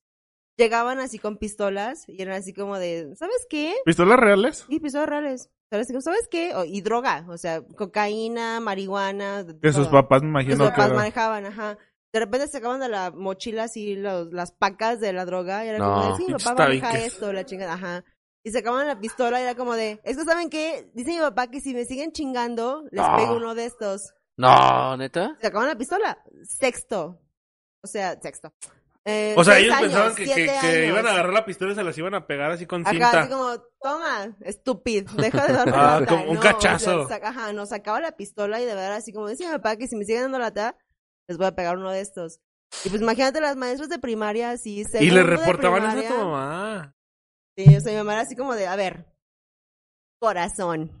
H: Llegaban así con pistolas y eran así como de, ¿sabes qué?
E: ¿Pistolas reales?
H: Sí, pistolas reales. ¿Sabes qué? ¿Sabes qué? O- y droga, o sea, cocaína, marihuana. de
E: Que sus
H: todo.
E: papás me
H: Sus
E: imagino
H: papás
E: que...
H: manejaban, ajá. De repente sacaban de la mochila así los, las pacas de la droga y era
B: No,
H: como de, sí, mi
C: pinches
H: papá maneja
C: tabiques.
H: esto, la chingada, ajá. Y sacaban la pistola y era como de, es que ¿saben qué? Dice mi papá que si me siguen chingando, les
C: Ah.
B: No.
H: pego uno de estos.
B: No, ¿neta?
H: Sacaban la pistola, sexto. O sea, sexto. Eh,
C: O sea,
H: seis
C: ellos
H: años,
C: pensaban que, que-
H: siete
C: que
H: años.
C: iban a agarrar la pistola y se las iban a pegar así con
H: Ajá, así
C: cinta.
H: como, toma, estúpido, deja de dar
C: Ah,
H: pelota.
C: como un
H: No,
C: cachazo.
H: o sea, saca- ajá, nos sacaba la pistola y de verdad así como, dice mi papá que si me siguen dando lata, les voy a pegar uno de estos. Y pues imagínate las maestras de primaria así,
C: Y
H: segundo
C: le
H: de
C: reportaban eso a
H: primaria.
C: tu mamá.
H: Sí, o sea, mi mamá era así como de, a ver, corazón.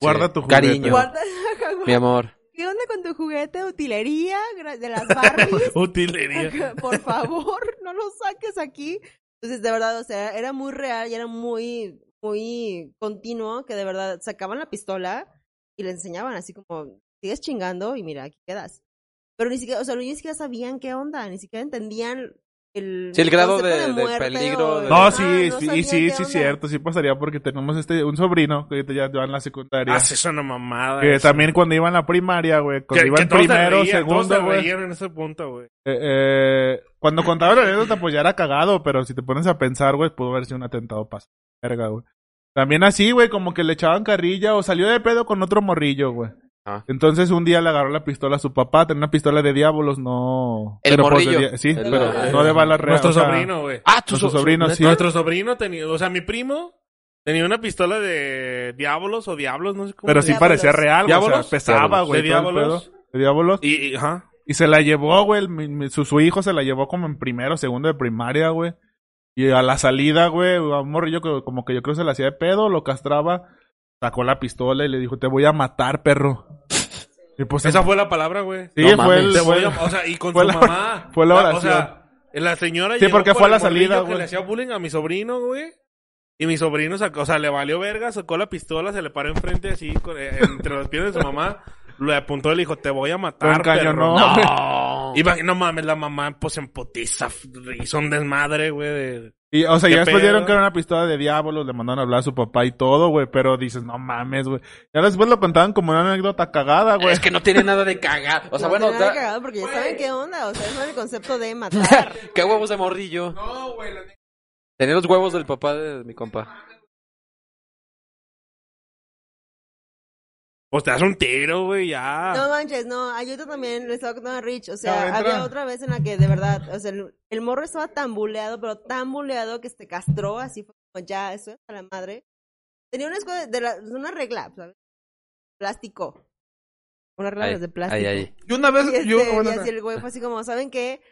E: Guarda tu juguete.
B: Cariño.
H: Guarda,
B: Mi amor.
H: ¿qué onda con tu juguete, utilería gra- de las Barbies?
C: Utilería.
H: Ajá, Por favor, no lo saques aquí. Entonces, de verdad, o sea, era muy real y era muy, muy continuo que de verdad sacaban la pistola y le enseñaban así como, sigues chingando y mira, aquí quedas. Pero ni siquiera, o sea, ni siquiera sabían qué onda, ni siquiera entendían el,
B: Sí, el grado
H: concepto
B: de- de
H: muerte
B: peligro
H: o-
B: de-
E: No,
H: Ajá,
E: sí,
H: Ah, no
E: sí, y
H: sabían
E: sí,
H: qué
E: sí,
H: onda.
E: cierto, sí pasaría porque tenemos este, un sobrino que ahorita ya va en la secundaria.
C: Haz eso una mamada.
E: que
C: eso.
E: también cuando iba en la primaria, güey, cuando
C: Que-
E: iba
C: que
E: en
C: todos se reían,
E: primero,
C: todos se
E: segundo, güey.
C: reían en ese punto, güey.
E: eh, eh, cuando contaba la anécdota, pues ya era cagado, pero si te pones a pensar, güey, pudo haber sido un atentado paso. Verga, güey. También así, güey, como que le echaban carrilla o salió de pedo con otro morrillo, güey.
B: Ah.
E: Entonces un día le agarró la pistola a su papá, tenía una pistola de diablos, no...
B: El
E: pero, pues, de
B: morrillo.
E: dia- sí,
B: El-
E: pero
B: el-
E: no de balas reales.
C: Nuestro
E: o sea,
C: sobrino, güey.
B: Ah, tu
E: Nuestro
B: so-
E: sobrino, sí.
C: Nuestro sobrino tenía, o sea, mi primo tenía una pistola de diablos o diablos, no sé cómo.
E: Pero
C: se
E: sí
C: llama.
E: parecía real, güey, o sea,
C: ¿Diablos?
E: pesaba, güey.
C: ¿De
E: todo el
C: diablos?
E: pedo. De diablos.
C: Y, y- ajá.
E: Y se la llevó, güey. el- mi- mi- Su, su hijo se la llevó como en primero, segundo de primaria, güey. Y a la salida, güey, a un morrillo que como que yo creo se la hacía de pedo, lo castraba, sacó la pistola y le dijo, te voy a matar, perro. Y pues
C: Esa fue la palabra, güey.
E: Sí,
B: No
E: fue
B: mames.
E: el-
C: Te
E: fue
C: voy
E: el-
C: a- o sea, y con
E: fue
C: su
E: la-
C: mamá.
E: fue la
C: O sea, la señora
E: Sí,
C: llegó
E: porque
C: por
E: fue
C: el
E: la salida,
C: morrillo que
E: güey.
C: le hacía bullying a mi sobrino, güey. Y mi sobrino sacó, o sea, le valió verga, sacó la pistola, se le paró enfrente así, con- eh, entre las piernas de su mamá, le apuntó y le dijo, te voy a
E: Lo
C: matar,
E: encañonó,
C: perro.
E: güey.
C: Y va- no mames, la mamá pues en putiza, f- hizo un desmadre, güey. de-
E: Y, o sea,
C: ¿Qué
E: ya después
C: pedo?
E: dieron que era una pistola de diablos, le mandaron a hablar a su papá y todo, güey. Pero dices, no mames, güey. Ya después lo contaban como una anécdota cagada, güey.
B: Es que no tiene nada de cagar. O sea,
H: No
B: bueno,
H: tenían
B: ta-
H: cagado porque ya saben qué onda, o sea, es el concepto de matar.
B: qué huevos de morrillo.
G: No, güey, la neta.
B: Tenía los huevos del papá de mi compa.
C: Pues te das un tiro, güey, ya.
H: No manches, no, hay otra también, le estaba contando a Rich, o
E: No,
H: sea,
E: entra.
H: había otra vez en la que de verdad, o sea, el, el morro estaba tan buleado, pero tan buleado que se castró, así fue como ya, eso es a la madre. Tenía una, escuela de la- una regla, ¿sabes? Plástico. Una regla
B: Ahí,
H: de
B: ahí,
H: plástico.
B: ahí.
G: Yo una vez.
H: Y, este,
G: yo, bueno,
H: y así el güey fue así como, ¿saben qué?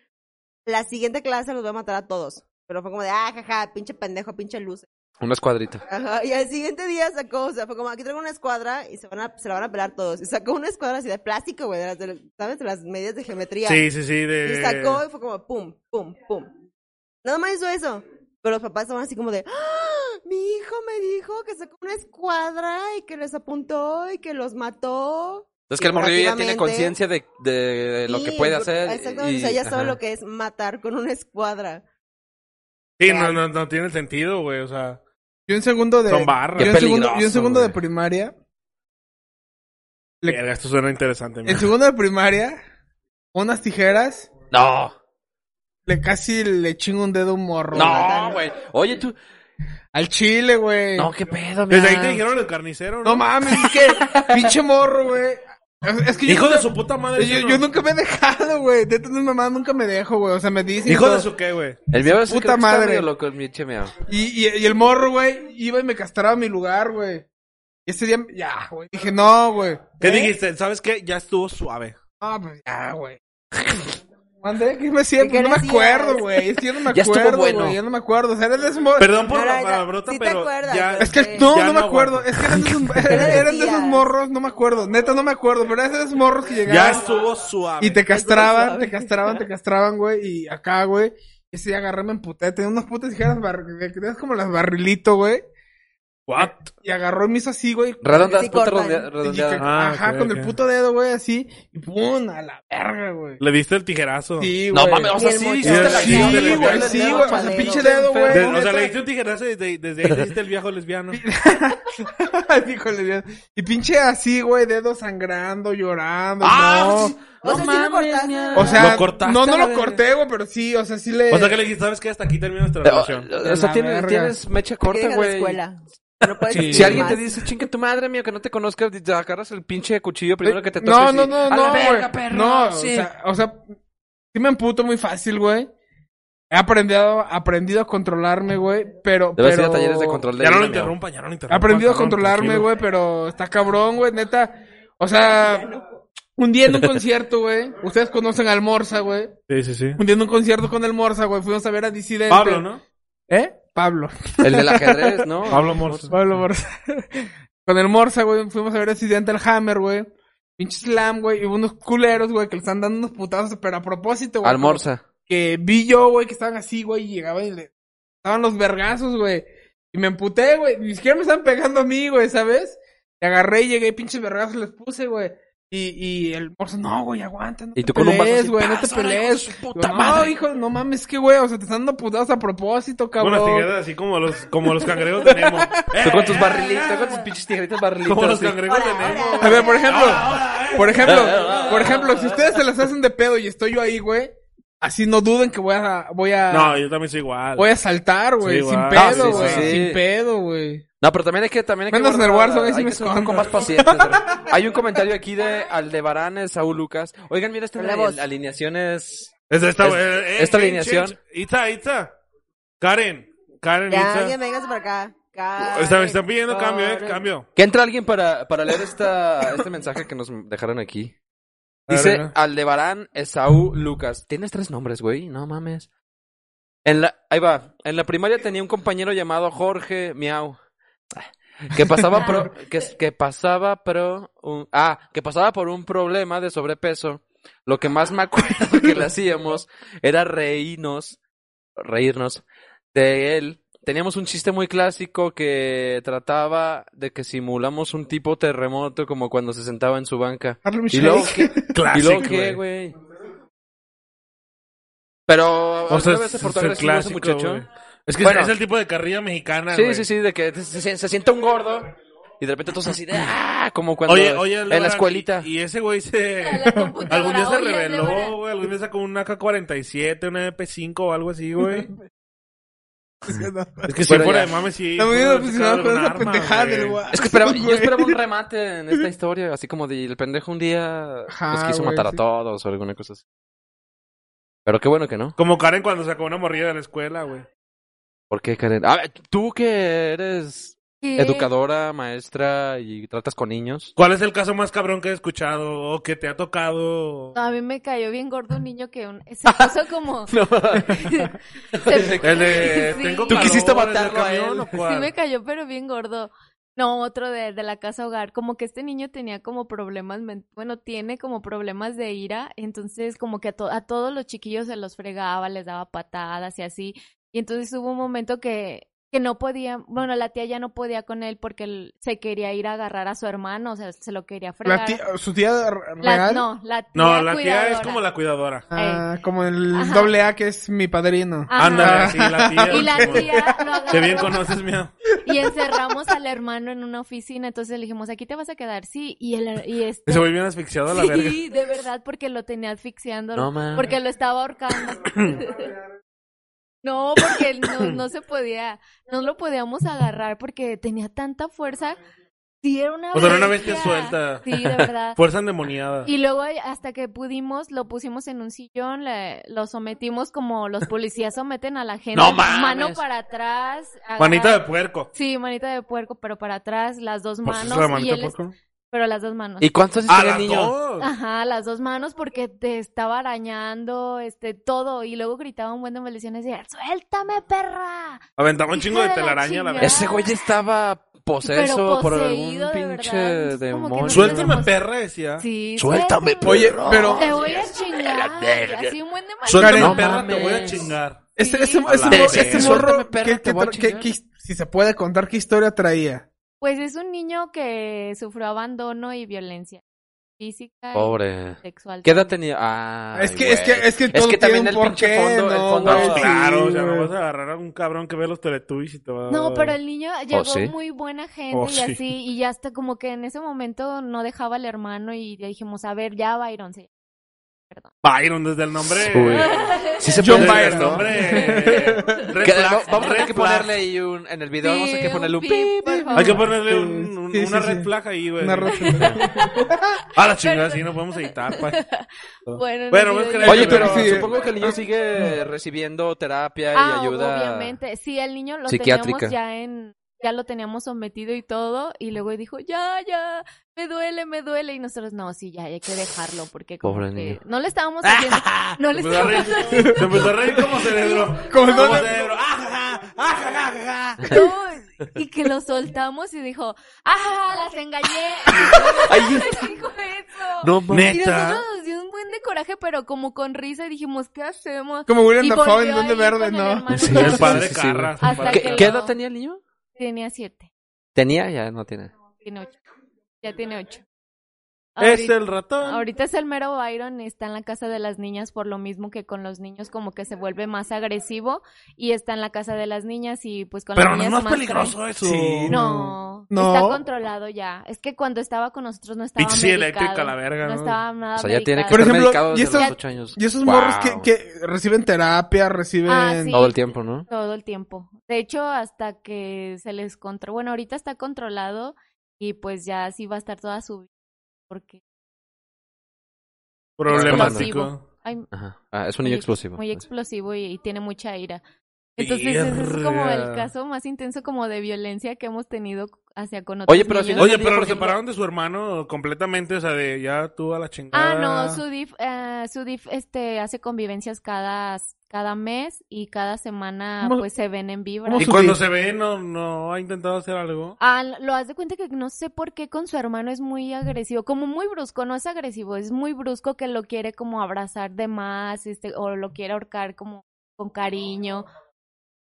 H: La siguiente clase los voy a matar a todos. Pero fue como de, ah, jaja, pinche pendejo, pinche luz.
B: Un escuadrito.
H: Ajá, y al siguiente día sacó, o sea, fue como, aquí traigo una escuadra y se van a, se la van a pelar todos. Y sacó una escuadra así de plástico, güey, de las de- ¿sabes? De las medidas de geometría.
C: Sí, sí, sí, de...
H: Y sacó y fue como, pum, pum, pum. Nada más hizo eso. Pero los papás estaban así como de, ¡Ah! mi hijo me dijo que sacó una escuadra y que les apuntó y que los mató.
B: Es que el
H: Y
B: morrillo ya
H: prácticamente-
B: tiene conciencia de, de lo que
H: Sí,
B: puede
H: el-
B: hacer.
H: Exactamente,
B: y-
H: o sea, ya sabe
B: ajá.
H: lo que es matar con una escuadra.
C: Sí, no, no, no tiene sentido, güey, o sea...
G: yo en segundo de.
C: Son barras.
G: Yo en
B: Qué
G: segundo, yo en
B: peligroso,
G: segundo de
B: güey.
G: primaria. Le-
C: Verga, Esto suena interesante, mira.
G: En segundo de primaria, con unas tijeras,
B: No,
G: le casi le chingo un dedo a un morro.
B: no, güey. Oye, tú.
G: Al chile, güey.
B: No, qué pedo, mira.
C: Desde ahí te dijeron el carnicero, ¿no?
G: No mames, es que pinche morro, güey. Es es que yo,
C: Hijo de
G: nunca-
C: su puta madre.
G: yo,
C: sí,
G: yo
C: no.
G: nunca me he dejado, güey. De tener mamá nunca me dejo, güey. O sea, me dicen. y
C: Hijo
G: todo.
C: de su qué, güey.
B: El mío es creo
G: Puta
B: que está
G: madre.
B: medio loco el mío chemeo.
G: Y, y, y el morro, güey, iba y me castraba a mi lugar, güey. Y ese día, ya, güey. Dije, no, güey.
C: ¿Qué
G: ¿Eh?
C: dijiste? ¿Sabes qué? Ya estuvo suave.
G: No, pues ya, güey. Mandé, ¿qué me siento?
H: ¿Qué
G: no me
H: decías?
G: acuerdo, güey. Es que yo no me
B: Ya estuvo
G: acuerdo, güey.
B: bueno.
G: Yo no me acuerdo. O sea, eres de esos morros.
C: Perdón por
H: Ahora,
C: la
H: ya,
C: palabrota,
H: sí te
C: pero.
H: acuerdas,
C: ya-
H: güey.
G: Es que
H: Sí.
G: no,
C: Ya
G: no me
C: no
G: acuerdo.
C: aguanto.
G: Es que eran de, esos, eran- eran de esos morros, no me acuerdo. Neta, no me acuerdo. Pero eran de esos morros que llegaban.
C: Ya estuvo suave.
G: Y te
H: Eso
G: castraban,
H: no
G: te castraban, te castraban, güey. Y acá, güey. Ese día agarré, me emputé. Tenía unas putas tijeras bar- de- de esas como las barrilito, güey.
C: What?
G: Y agarró y me hizo así, güey.
B: Redondas,
H: Sí,
B: puta
H: cortan.
B: redondea-
G: Y que-
B: redondeada.
C: Ah,
G: ajá,
C: ok,
G: con
C: ok.
G: el puto dedo, güey, así. Y pum, a la verga, güey.
C: Le diste el tijerazo.
G: Sí,
B: No
G: güey.
B: mames, o sea,
H: Y el
B: sí,
H: mochón.
B: hiciste la
C: Sí,
B: acción de
G: Sí, güey,
B: limpiarle el
G: sí,
B: dedo,
G: güey. O
B: chaval.
G: sea, pinche dedo, güey.
C: De- o sea, le
G: neta.
C: diste un tijerazo y desde, desde ahí le diste el viejo lesbiano.
G: Híjole, Dios. Y pinche así, güey, dedo sangrando, llorando. no.
H: O sea, sí lo cortaste.
G: O sea,
C: Lo cortaste
G: no,
C: a
G: no
C: la
G: lo
C: verga.
G: corté, güey, pero sí, o sea, sí le.
C: O sea, que le dijiste, ¿sabes qué? Hasta aquí termina nuestra
B: Eh,
C: relación.
B: o-
G: De
B: O sea,
G: la
B: tienes,
G: verga.
B: tienes mecha corta,
H: Llegas a la
B: güey.
H: escuela. No puedes
C: Sí.
B: Si alguien
H: más.
B: te dice, chinga tu madre, mío, que no te conozca, te agarras el pinche cuchillo primero que te toques.
G: No, no, no,
B: a
G: no,
B: la verga,
G: güey.
B: perro.
G: No,
B: sí.
G: o sea, o sea, sí me emputo muy fácil, güey. He aprendido, aprendido a controlarme, güey, pero.
B: Debes
G: pero...
B: ir a talleres de control de
C: Ya no lo
B: vida, mío.
C: interrumpan, ya no lo
G: He
C: interrumpan.
G: aprendido a
C: cabrón,
G: controlarme,
C: tranquilo.
G: güey, pero está cabrón, güey, neta. O sea, un día en un concierto, güey. Ustedes conocen al Morsa, güey.
C: Sí, sí, sí.
G: Un día en un concierto con el Morsa, güey. Fuimos a ver a Disidente.
C: Pablo, ¿no?
G: ¿Eh? Pablo.
B: El del ajedrez, ¿no?
E: Pablo Morse.
G: Pablo Morsa. Con el Morsa, güey, fuimos a ver accidente al Hammer, güey. Pinche slam, güey. Y hubo unos culeros, güey, que le están dando unos putazos, pero a propósito, güey.
B: Almorza.
G: Que vi yo, güey, que estaban así, güey, y llegaban y le estaban los vergazos, güey. Y me emputé, güey. Ni siquiera me estaban pegando a mí, güey, ¿sabes? Y agarré y llegué, pinches vergazos, les puse, güey. Y, y el morsa, no, güey, aguanta, no
B: Y tú
G: te
B: con un vaso
G: pelees,
B: así,
G: güey, no te
B: "Pásale,
G: pelees.
B: hijo de su
G: Digo,
B: puta
G: no,
B: madre".
G: hijo, no mames, que güey, o sea, te están dando putazos a propósito,
C: Con
G: cabrón.
C: las tijeras así como los, como los cangrejos de Nemo. Eh,
B: Tú con tus barrilitos, tú con tus pinches tijeritas barrilitos.
C: Como los
B: sí.
C: cangrejos de
H: Ahora,
C: Nemo. eh.
H: ahora.
G: A ver, por ejemplo, por ejemplo, por ejemplo, si ustedes se las hacen de pedo y estoy yo ahí, güey, así no duden que voy a, voy a,
C: No, yo también soy igual.
G: voy a saltar, güey,
C: Sí,
G: sin
C: va.
B: Ah, sí,
G: pedo,
B: sí,
G: güey,
B: sí.
G: sin pedo, güey.
B: No, pero también hay que también hay que
G: Menos en el
B: guardar-
G: Warzone, ahí sí
B: hay
G: me
B: que ser un poco
G: escondo.
B: más pacientes. Hay un comentario aquí de Aldebarán, de Saúl Lucas. Oigan, mira esta
H: Con la
B: ali-
H: voz.
B: alineaciones.
C: Es esta,
B: Es-
C: eh, eh,
B: esta
C: eh,
B: alineación.
C: change. Itza, Itza. Karen. Karen,
H: Ya, ya
C: Itza.
H: vengas para acá.
C: Está-
H: Karen,
C: me están pidiendo cambio, eh,
H: Karen.
C: cambio.
B: Que entra alguien para, para leer esta, este mensaje que nos dejaron aquí.
C: A ver,
B: Dice
C: venga.
B: Aldebarán Esaú Lucas. Tienes tres nombres, güey. No mames. En la, ahí va. En la primaria tenía un compañero llamado Jorge Miau. Que pasaba pro, que, que pasaba pro un, ah, que pasaba por un problema de sobrepeso. Lo que más me acuerdo que le hacíamos era reírnos, reírnos de él. Teníamos un chiste muy clásico que trataba de que simulamos un tipo terremoto como cuando se sentaba en su banca.
G: Carlos
B: Y
G: Michel.
B: luego que, y luego
C: Clásico,
B: qué, güey. Pero
C: O sea,
B: ¿alguna
C: es,
B: vez se
C: es
B: portó
C: el
B: agresivo ese
C: clásico,
B: muchacho.
C: güey. Es que
B: Bueno.
C: es el tipo de carrilla mexicana,
B: Sí,
C: güey.
B: sí, sí, de que se, se- se sienta un gordo y de repente todos así de ¡ah! como cuando
C: Oye, oye,
B: en la
C: Laura,
B: escuelita.
C: Y, y ese güey se...
I: computadora,
C: Algún día se
I: oye, Laura.
C: reveló, güey. Algún día sacó un AK-47, una MP5 o algo así, güey. es que si
B: Pero
C: fuera
B: ya.
C: de mames, sí.
G: Estamos bien
C: pudo haber
G: obsesionados
C: sacado
G: con esa
C: algún arma,
G: pendejada
C: güey.
G: del guay.
B: Es que esperaba, yo
G: güey.
B: esperaba un remate en esta historia, así como de el pendejo un día
G: Ajá,
B: los quiso
G: güey,
B: matar a
G: sí.
B: todos o alguna cosa así. Pero qué bueno que no.
C: Como Karen cuando sacó una morrilla de la escuela, güey.
B: ¿Por qué, Karen? A ver, tú que eres educadora, maestra y tratas con niños.
C: ¿Cuál es el caso más cabrón que he escuchado o que te ha tocado?
J: No, a mí me cayó bien gordo un niño que un- se puso como... Se-
C: El de...
J: Sí.
C: Tengo
J: Tú
C: calor,
B: quisiste
C: ¿es del
B: matarlo a
C: camión
B: él.
C: o cuál?
J: Sí me cayó, pero bien gordo. No, otro de, de la casa hogar. Como que este niño tenía como problemas, men- bueno, tiene como problemas de ira, entonces como que a, to- a todos los chiquillos se los fregaba, les daba patadas y así. Y entonces hubo un momento que, que no podía, bueno, la tía ya no podía con él porque él se quería ir a agarrar a su hermano, o sea, se lo quería
G: La
J: fregar.
G: tía, su tía r-
J: La-
G: real.
J: no, la tía
C: No, la tía es
J: cuidadora.
C: como la cuidadora.
G: Ah, como el
J: Ajá.
G: doble A que es mi padrino.
J: Ajá.
C: Ándale, sí, la tía.
J: Y la
C: como-
J: tía lo
C: Que bien
J: agarró.
C: conoces, mía.
J: y encerramos al hermano en una oficina, entonces le dijimos, aquí te vas a quedar, sí, y el y este
C: Se volvió bien asfixiado a la verga.
J: sí, de verdad, porque lo tenía asfixiando,
B: No mames.
J: porque lo estaba ahorcando. no, porque él no, no se podía, no lo podíamos agarrar porque tenía tanta fuerza Sí, era una
C: O sea, era una bestia suelta.
J: Sí, de verdad.
C: Fuerza endemoniada.
J: Y luego ay, hasta que pudimos, lo pusimos en un sillón, le- lo sometimos como los policías someten a la gente.
C: ¡No mames!
J: Mano para atrás. agarra-
C: Manita de puerco.
J: Sí, manita de puerco, pero para atrás, las dos
C: Pues,
J: manos.
C: ¿eso de manita
J: y
C: de
J: él es-
C: puerco?
J: Pero las dos manos.
K: ¿Y cuántos años
C: ¡A
K: tenía el
C: las
K: niño?
C: dos!
J: Ajá, las dos manos porque te estaba arañando, este, todo. Y luego gritaba un buen de maldiciones y decía, suéltame, perra.
C: Aventaba un chingo de
J: Hija de la
C: telaraña a la
J: chingada.
C: vez.
K: Ese güey estaba poseso
J: Pero
K: por
J: poseído,
K: algún
J: de verdad.
K: pinche
J: Entonces, como que
K: demonio.
J: no Suéltame, tenemos-
C: perra, decía.
J: pues, Sí,
K: Suéltame,
J: suéltame.
K: oye, pero-
J: Te voy a chingar.
K: verga.
J: Así un buen de
C: Suéltame,
J: maldiciones.
C: perra, te voy a chingar.
G: Este, este,
C: A la
G: este morro,
C: verga.
G: este
K: Suéltame,
G: morro
K: perra,
G: ¿qué-
K: te
G: qué
K: voy a
G: tra-
K: chingar.
G: qué- qué- si se puede contar qué historia traía.
J: Pues es un niño que sufrió abandono y violencia física y
K: Pobre.
J: sexual.
K: ¿Qué edad tenía? Ah,
G: Es que- eh, es que- es que todo
K: también
G: tiene
K: el
G: un
K: pinche
G: porqué,
K: fondo, el
G: ¿no,
K: fondo.
G: güey?
K: Ah,
G: Sí.
C: Claro, o sea, no
G: güey.
C: vas a agarrar a un cabrón que ve los teletubbies y te va a...
J: No, pero el niño llegó
K: Oh, sí?
J: muy buena gente
C: Oh,
J: y
C: sí.
J: así, y ya hasta como que en ese momento no dejaba al hermano y ya dijimos, a ver, ya Byron, sí.
C: Byron, desde el nombre...
K: Uy. Sí se puede
C: John
K: ver,
C: Byron,
K: ¿no?
C: hombre. Red
K: Que-
C: flag,
K: vamos a
C: red
K: tener que
C: flag.
K: ponerle ahí un. En el video vamos a tener que ponerle un
J: pip,
K: pip.
J: por favor.
C: Hay que ponerle un- un-
G: Ah, Sí, sí,
C: una
G: sí.
C: red flag ahí, güey.
G: Una red flag.
C: A la chingada, sí, no podemos editar, pa.
J: Bueno, no
C: Bueno,
J: olvido
C: es que
J: yo.
C: la-
K: Oye, pero
G: Sí.
K: supongo que el niño sigue recibiendo terapia y
J: Ah,
K: ayuda.
J: obviamente. Sí, el niño lo
K: psiquiátrica.
J: teníamos ya en, ya lo teníamos sometido y todo, y luego dijo, ya, ya, me duele, me duele, y nosotros, no, sí, ya, hay que dejarlo, porque como
K: Pobre
J: que
K: niño. Ah.
J: no le estábamos haciendo, no le
C: Se empezó a
J: estábamos
C: reír,
J: haciendo,
C: se empezó a reír como cerebro. Como cerebro. Ah, ¡Ajaja! ¡Ajaja!
J: no, y que lo soltamos y dijo, ah, las engañé,
K: Ay,
J: dijo eso.
K: no mames.
J: Y nosotros
C: Neta.
J: nos dio un buen de coraje, pero como con risa, y dijimos, ¿qué hacemos?
G: Como William
J: Y
G: Dafoe en
J: volvió
G: Duende
J: ahí con
G: Verde,
J: el
G: ¿no?
J: hermano.
K: Sí,
C: El padre
K: sí, sí, güey.
C: Carras.
J: Hasta
C: el padre
J: que
C: Carras.
K: ¿Qué
J: lo-
K: edad tenía el niño?
J: Tenía siete,
K: Tenía, ya no tiene.
J: tiene ocho, ya tiene ocho.
C: Es
J: Ahorita-
C: el ratón.
J: Ahorita es el mero Byron, está en la casa de las niñas por lo mismo que con los niños como que se vuelve más agresivo y está en la casa de las niñas y pues con
C: Pero
J: las
C: no es
J: niñas
C: más
J: tranqui-
C: peligroso eso.
G: Sí,
J: No,
G: No.
J: está controlado ya. Es que cuando estaba con nosotros no estaba
C: Pinche
J: medicado.
C: eléctrica, la verga,
J: No
C: ¿no?
J: estaba nada
K: O sea, ya tiene
J: medicado.
K: que
G: Por
K: estar
G: ejemplo,
K: medicado
G: y
K: desde
G: esos-
K: los ocho años.
G: Y esos
K: Wow.
G: morros que, que reciben terapia, reciben...
J: Ah, sí.
K: Todo el tiempo, ¿no?
J: Todo el tiempo. De hecho, hasta que se les controla. Bueno, ahorita está controlado y pues ya así va a estar toda su vida. Porque,
C: Problemático.
J: ay,
K: Ajá. Ah, es un niño
J: ex-
K: explosivo.
J: Muy explosivo y, y tiene mucha ira. Entonces, ese es como el
C: Verga.
J: caso más intenso como de violencia que hemos tenido hacia con otros
K: Oye, pero al
J: niños.
K: final
C: Oye,
K: del día,
C: pero
K: por
C: lo
K: ejemplo-
C: separaron de su hermano completamente, o sea, de ya tú a la chingada.
J: Ah, no, Sudif, eh, Sudif este, hace convivencias cada, cada mes y cada semana
G: ¿Cómo-
J: pues se ven en vibra.
G: cómo
C: Y
G: su-
C: cuando se ve, no, no ha intentado hacer algo.
J: Ah, lo haz de cuenta que no sé por qué con su hermano es muy agresivo, como muy brusco, no es agresivo, es muy brusco que lo quiere como abrazar de más, este, o lo quiere ahorcar como con cariño.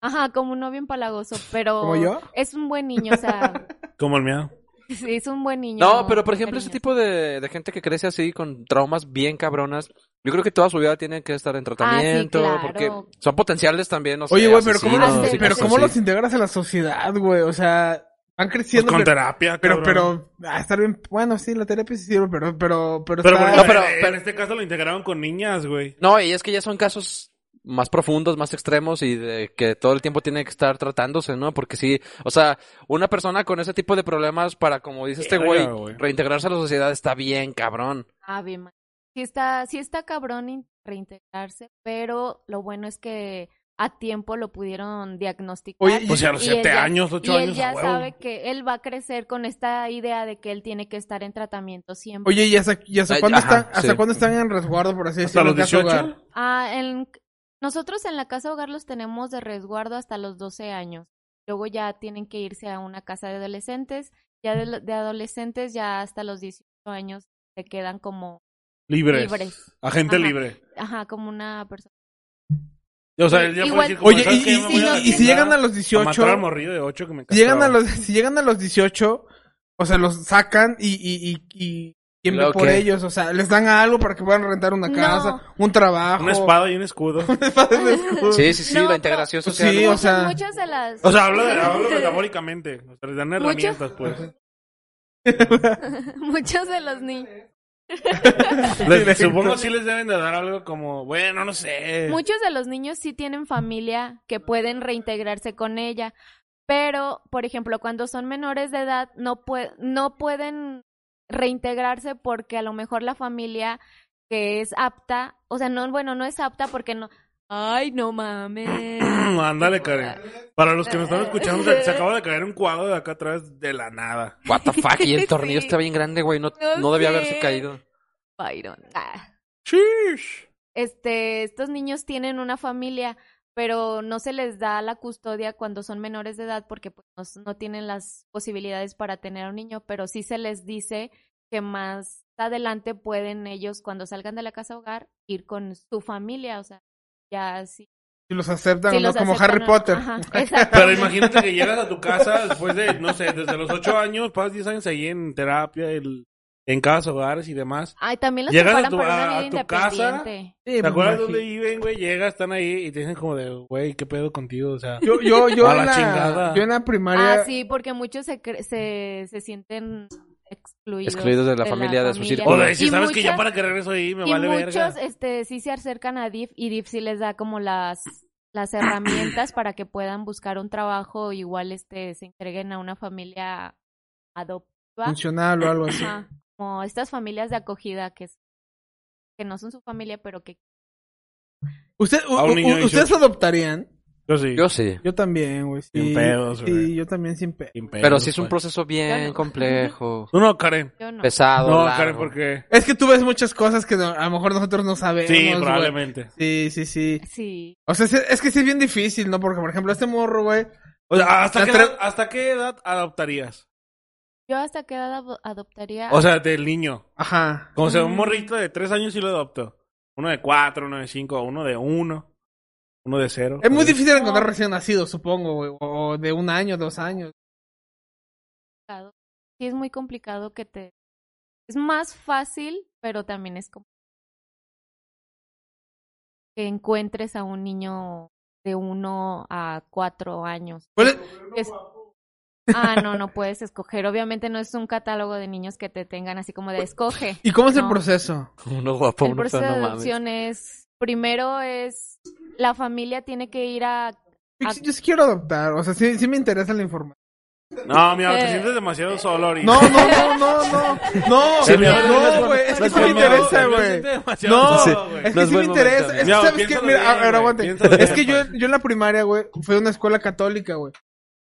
J: Ajá, como un novio empalagoso, pero
G: ¿Como yo?
J: es un buen niño, o sea,
C: Como el mío.
J: sí, es un buen niño.
K: No, pero por ejemplo, ese
J: cariño.
K: tipo de, de gente que crece así con traumas bien cabronas, yo creo que toda su vida tiene que estar en tratamiento,
J: claro.
K: porque son potenciales también, no sé,
G: Oye, güey, pero ¿cómo,
K: asesinos
G: los,
K: y
G: pero
K: cosas
G: ¿cómo
K: así.
G: los integras a la sociedad, güey? O sea, van
C: Pues
G: creciendo...
C: con
G: pero,
C: terapia,
G: pero,
C: cabrón.
G: pero, ah, estar bien... Bueno, sí, la terapia sí sirve, pero, pero, pero,
C: Pero,
G: está-
C: bueno,
K: No, pero-
C: en- en
K: pero-
C: este caso lo integraron con niñas, güey.
K: No, y es que ya son casos más profundos, más extremos y de que todo el tiempo tiene que estar tratándose, ¿no? Porque sí, o sea, una persona con ese tipo de problemas para, como dice este
C: Verga,
K: güey,
C: güey.
K: reintegrarse a la sociedad está bien, cabrón.
J: Ah, bien, man. Sí está, sí está cabrón in- reintegrarse, pero lo bueno es que a tiempo lo pudieron diagnosticar.
C: O
G: Oye,
C: sea, Pues a los
J: Y él
C: siete
J: ya-
C: años, ocho
J: y él
C: años,
J: ya
C: a huevo.
J: sabe que él va a crecer con esta idea de que él tiene que estar en tratamiento siempre.
G: Oye, ¿y hasta, y hasta
K: Ay,
G: cuándo,
K: ajá,
G: están, hasta
K: sí.
G: cuándo están en resguardo, por así
C: Hasta
G: decirlo?
C: los
G: en casa
C: 18.
G: hogar?
J: Ah, en- nosotros en la casa hogar los tenemos de resguardo hasta los 12 años. Luego ya tienen que irse a una casa de adolescentes. Ya de, lo- de adolescentes ya hasta los 18 años se quedan como,
C: Libres.
J: Libres.
C: Agente
J: Ajá.
C: libre.
J: ajá, como una persona.
C: O sea, él ya puede
J: Igual-
C: decir como,
G: Oye, y,
C: ¿sabes qué?
G: y-
C: Me
G: y-
C: voy la
G: y si
C: chingada
G: llegan a los
C: a matar
G: 18...
C: al morrillo de 8 que me
G: Si llegan, a
C: castraba.
G: los, si llegan a los 18, o sea, los sacan y, y, y, y quién ve
K: Luego,
G: por
K: ¿qué?
G: ellos, o sea, les dan algo para que puedan rentar una
J: No.
G: casa, un trabajo.
C: Una espada y un escudo.
G: un escudo.
K: Sí, sí, sí,
J: No,
K: la
J: pero-
K: integración
G: Pues
K: social.
G: sí, o
J: Muchas,
G: sea-
J: muchas de las...
C: O sea, hablo, de, hablo metabólicamente. O sea, les dan
J: Mucho.
C: herramientas, pues.
J: Muchos de los niños,
C: Les- supongo sí les deben de dar algo como, bueno, no sé.
J: muchos de los niños sí tienen familia que pueden reintegrarse con ella, Pero, por ejemplo, cuando son menores de edad, no, pue- no pueden reintegrarse porque a lo mejor la familia que es apta, o sea, no, bueno, no es apta porque no. Ay, no mames.
C: Ándale, Karen. Para los que nos están escuchando, se, se acaba de caer un cuadro de acá atrás de la nada.
K: What the fuck, y el tornillo está bien grande, güey. No,
J: No
K: no debía
J: sé.
K: haberse caído.
J: Byron. Ah. Este, estos niños tienen una familia, pero no se les da la custodia cuando son menores de edad porque pues, no, s- no tienen las posibilidades para tener a un niño, pero sí se les dice que más adelante pueden ellos, cuando salgan de la casa hogar, ir con su familia, o sea, ya sí.
G: Si los aceptan
J: Sí,
G: o no,
J: los
G: como
J: aceptan
G: Harry
J: o no.
G: Potter.
J: Ajá,
C: Pero imagínate que llegas a tu casa después de, no sé, desde los ocho años, pasas 10 años ahí en terapia, el- en casas hogares y demás.
J: Ay, también los
C: Llegas a
J: preparan
C: tu-
J: para
C: a-
J: una
C: a
J: vida
C: tu casa,
J: independiente.
C: ¿Te
G: pues,
C: acuerdas dónde viven, güey? Llegas, están ahí y te dicen como de, güey, ¿qué pedo contigo? O sea,
G: Yo, yo, yo,
C: a
G: en
C: la,
G: la,
C: chingada.
G: yo en la primaria.
J: Ah, sí, porque muchos se, cre- se, se sienten excluidos.
K: Excluidos de la familia, de su
J: familia.
K: círculo.
C: O de decir,
J: Y
C: ¿sabes que ya
J: muchas-
C: para que regreso ahí me
J: y
C: vale
J: muchos
C: verga?
J: este sí se acercan a DIF y DIF sí les da como las las herramientas para que puedan buscar un trabajo igual este se entreguen a una familia adoptiva
G: Funcional o algo así.
J: Ajá, como estas familias de acogida que es- que no son su familia pero que
G: ¿Usted, u-
C: A un
G: u-
C: niño de
G: ¿Ustedes
C: 18.
G: adoptarían?
C: Yo sí.
K: Yo sí.
G: Yo también, güey.
C: Sin
G: sí,
C: pedos,
G: sí,
C: güey.
G: yo también sin pedos.
C: Sin
K: Pero
C: pedos,
K: sí es un
C: pues.
K: proceso bien
J: Yo no.
K: complejo.
C: No, no, Karen.
J: yo
B: Pues
J: no
K: Pesado.
C: No,
K: largo.
C: Karen, porque...
G: Es que tú ves muchas cosas que no- a lo mejor nosotros no sabemos.
C: Sí,
G: güey.
C: probablemente.
G: Sí, sí, sí.
J: sí
G: O sea, sí- es que sí es bien difícil, ¿no? Porque, por ejemplo, este morro, güey.
C: O sea, ¿hasta
G: la
C: qué,
G: tra-
C: edad, ¿hasta qué edad adoptarías?
J: yo hasta qué edad ado- adoptaría
C: O sea, del niño.
G: Ajá.
C: Como sea, un morrito de tres años sí lo adopto. Uno de cuatro, uno de cinco, uno de uno, uno de cero.
G: Es muy
C: Entonces,
G: difícil encontrar recién nacido, supongo, güey. O de un año, dos años.
J: complicado. sí es muy complicado que te es más fácil pero también es como que encuentres a un niño de uno a cuatro años
G: ¿Cuál es-
J: Es- Ah, no, no puedes escoger. Obviamente no es un catálogo de niños que te tengan así como de escoge.
G: ¿Y cómo es el
J: No.
G: proceso?
K: Uno guapo,
J: El
K: uno
J: proceso
K: feo,
J: de
K: no mames.
J: adopción es, primero es, la familia tiene que ir a...
G: Yo,
J: Ah.
G: sí- yo sí quiero adoptar, o sea, sí, sí me interesa la información.
C: No, mira, te
J: Eh.
C: sientes demasiado solo ahorita.
G: No, no, no, no, no. No,
K: Sí, mira,
G: no, güey. Es que sí me interesa, güey. No,
C: No,
G: es
C: güey.
G: que
K: es
G: sí me
K: buen
G: interesa.
K: momento,
G: Es que,
C: mira. No,
G: ¿sabes qué?
C: piénsalo
G: Mira, a-
C: bien,
G: a ver,
C: güey,
G: aguante.
C: piénsalo
G: Es
C: bien,
G: que yo,
C: compadre.
G: yo en la primaria, güey, fue una escuela católica, güey.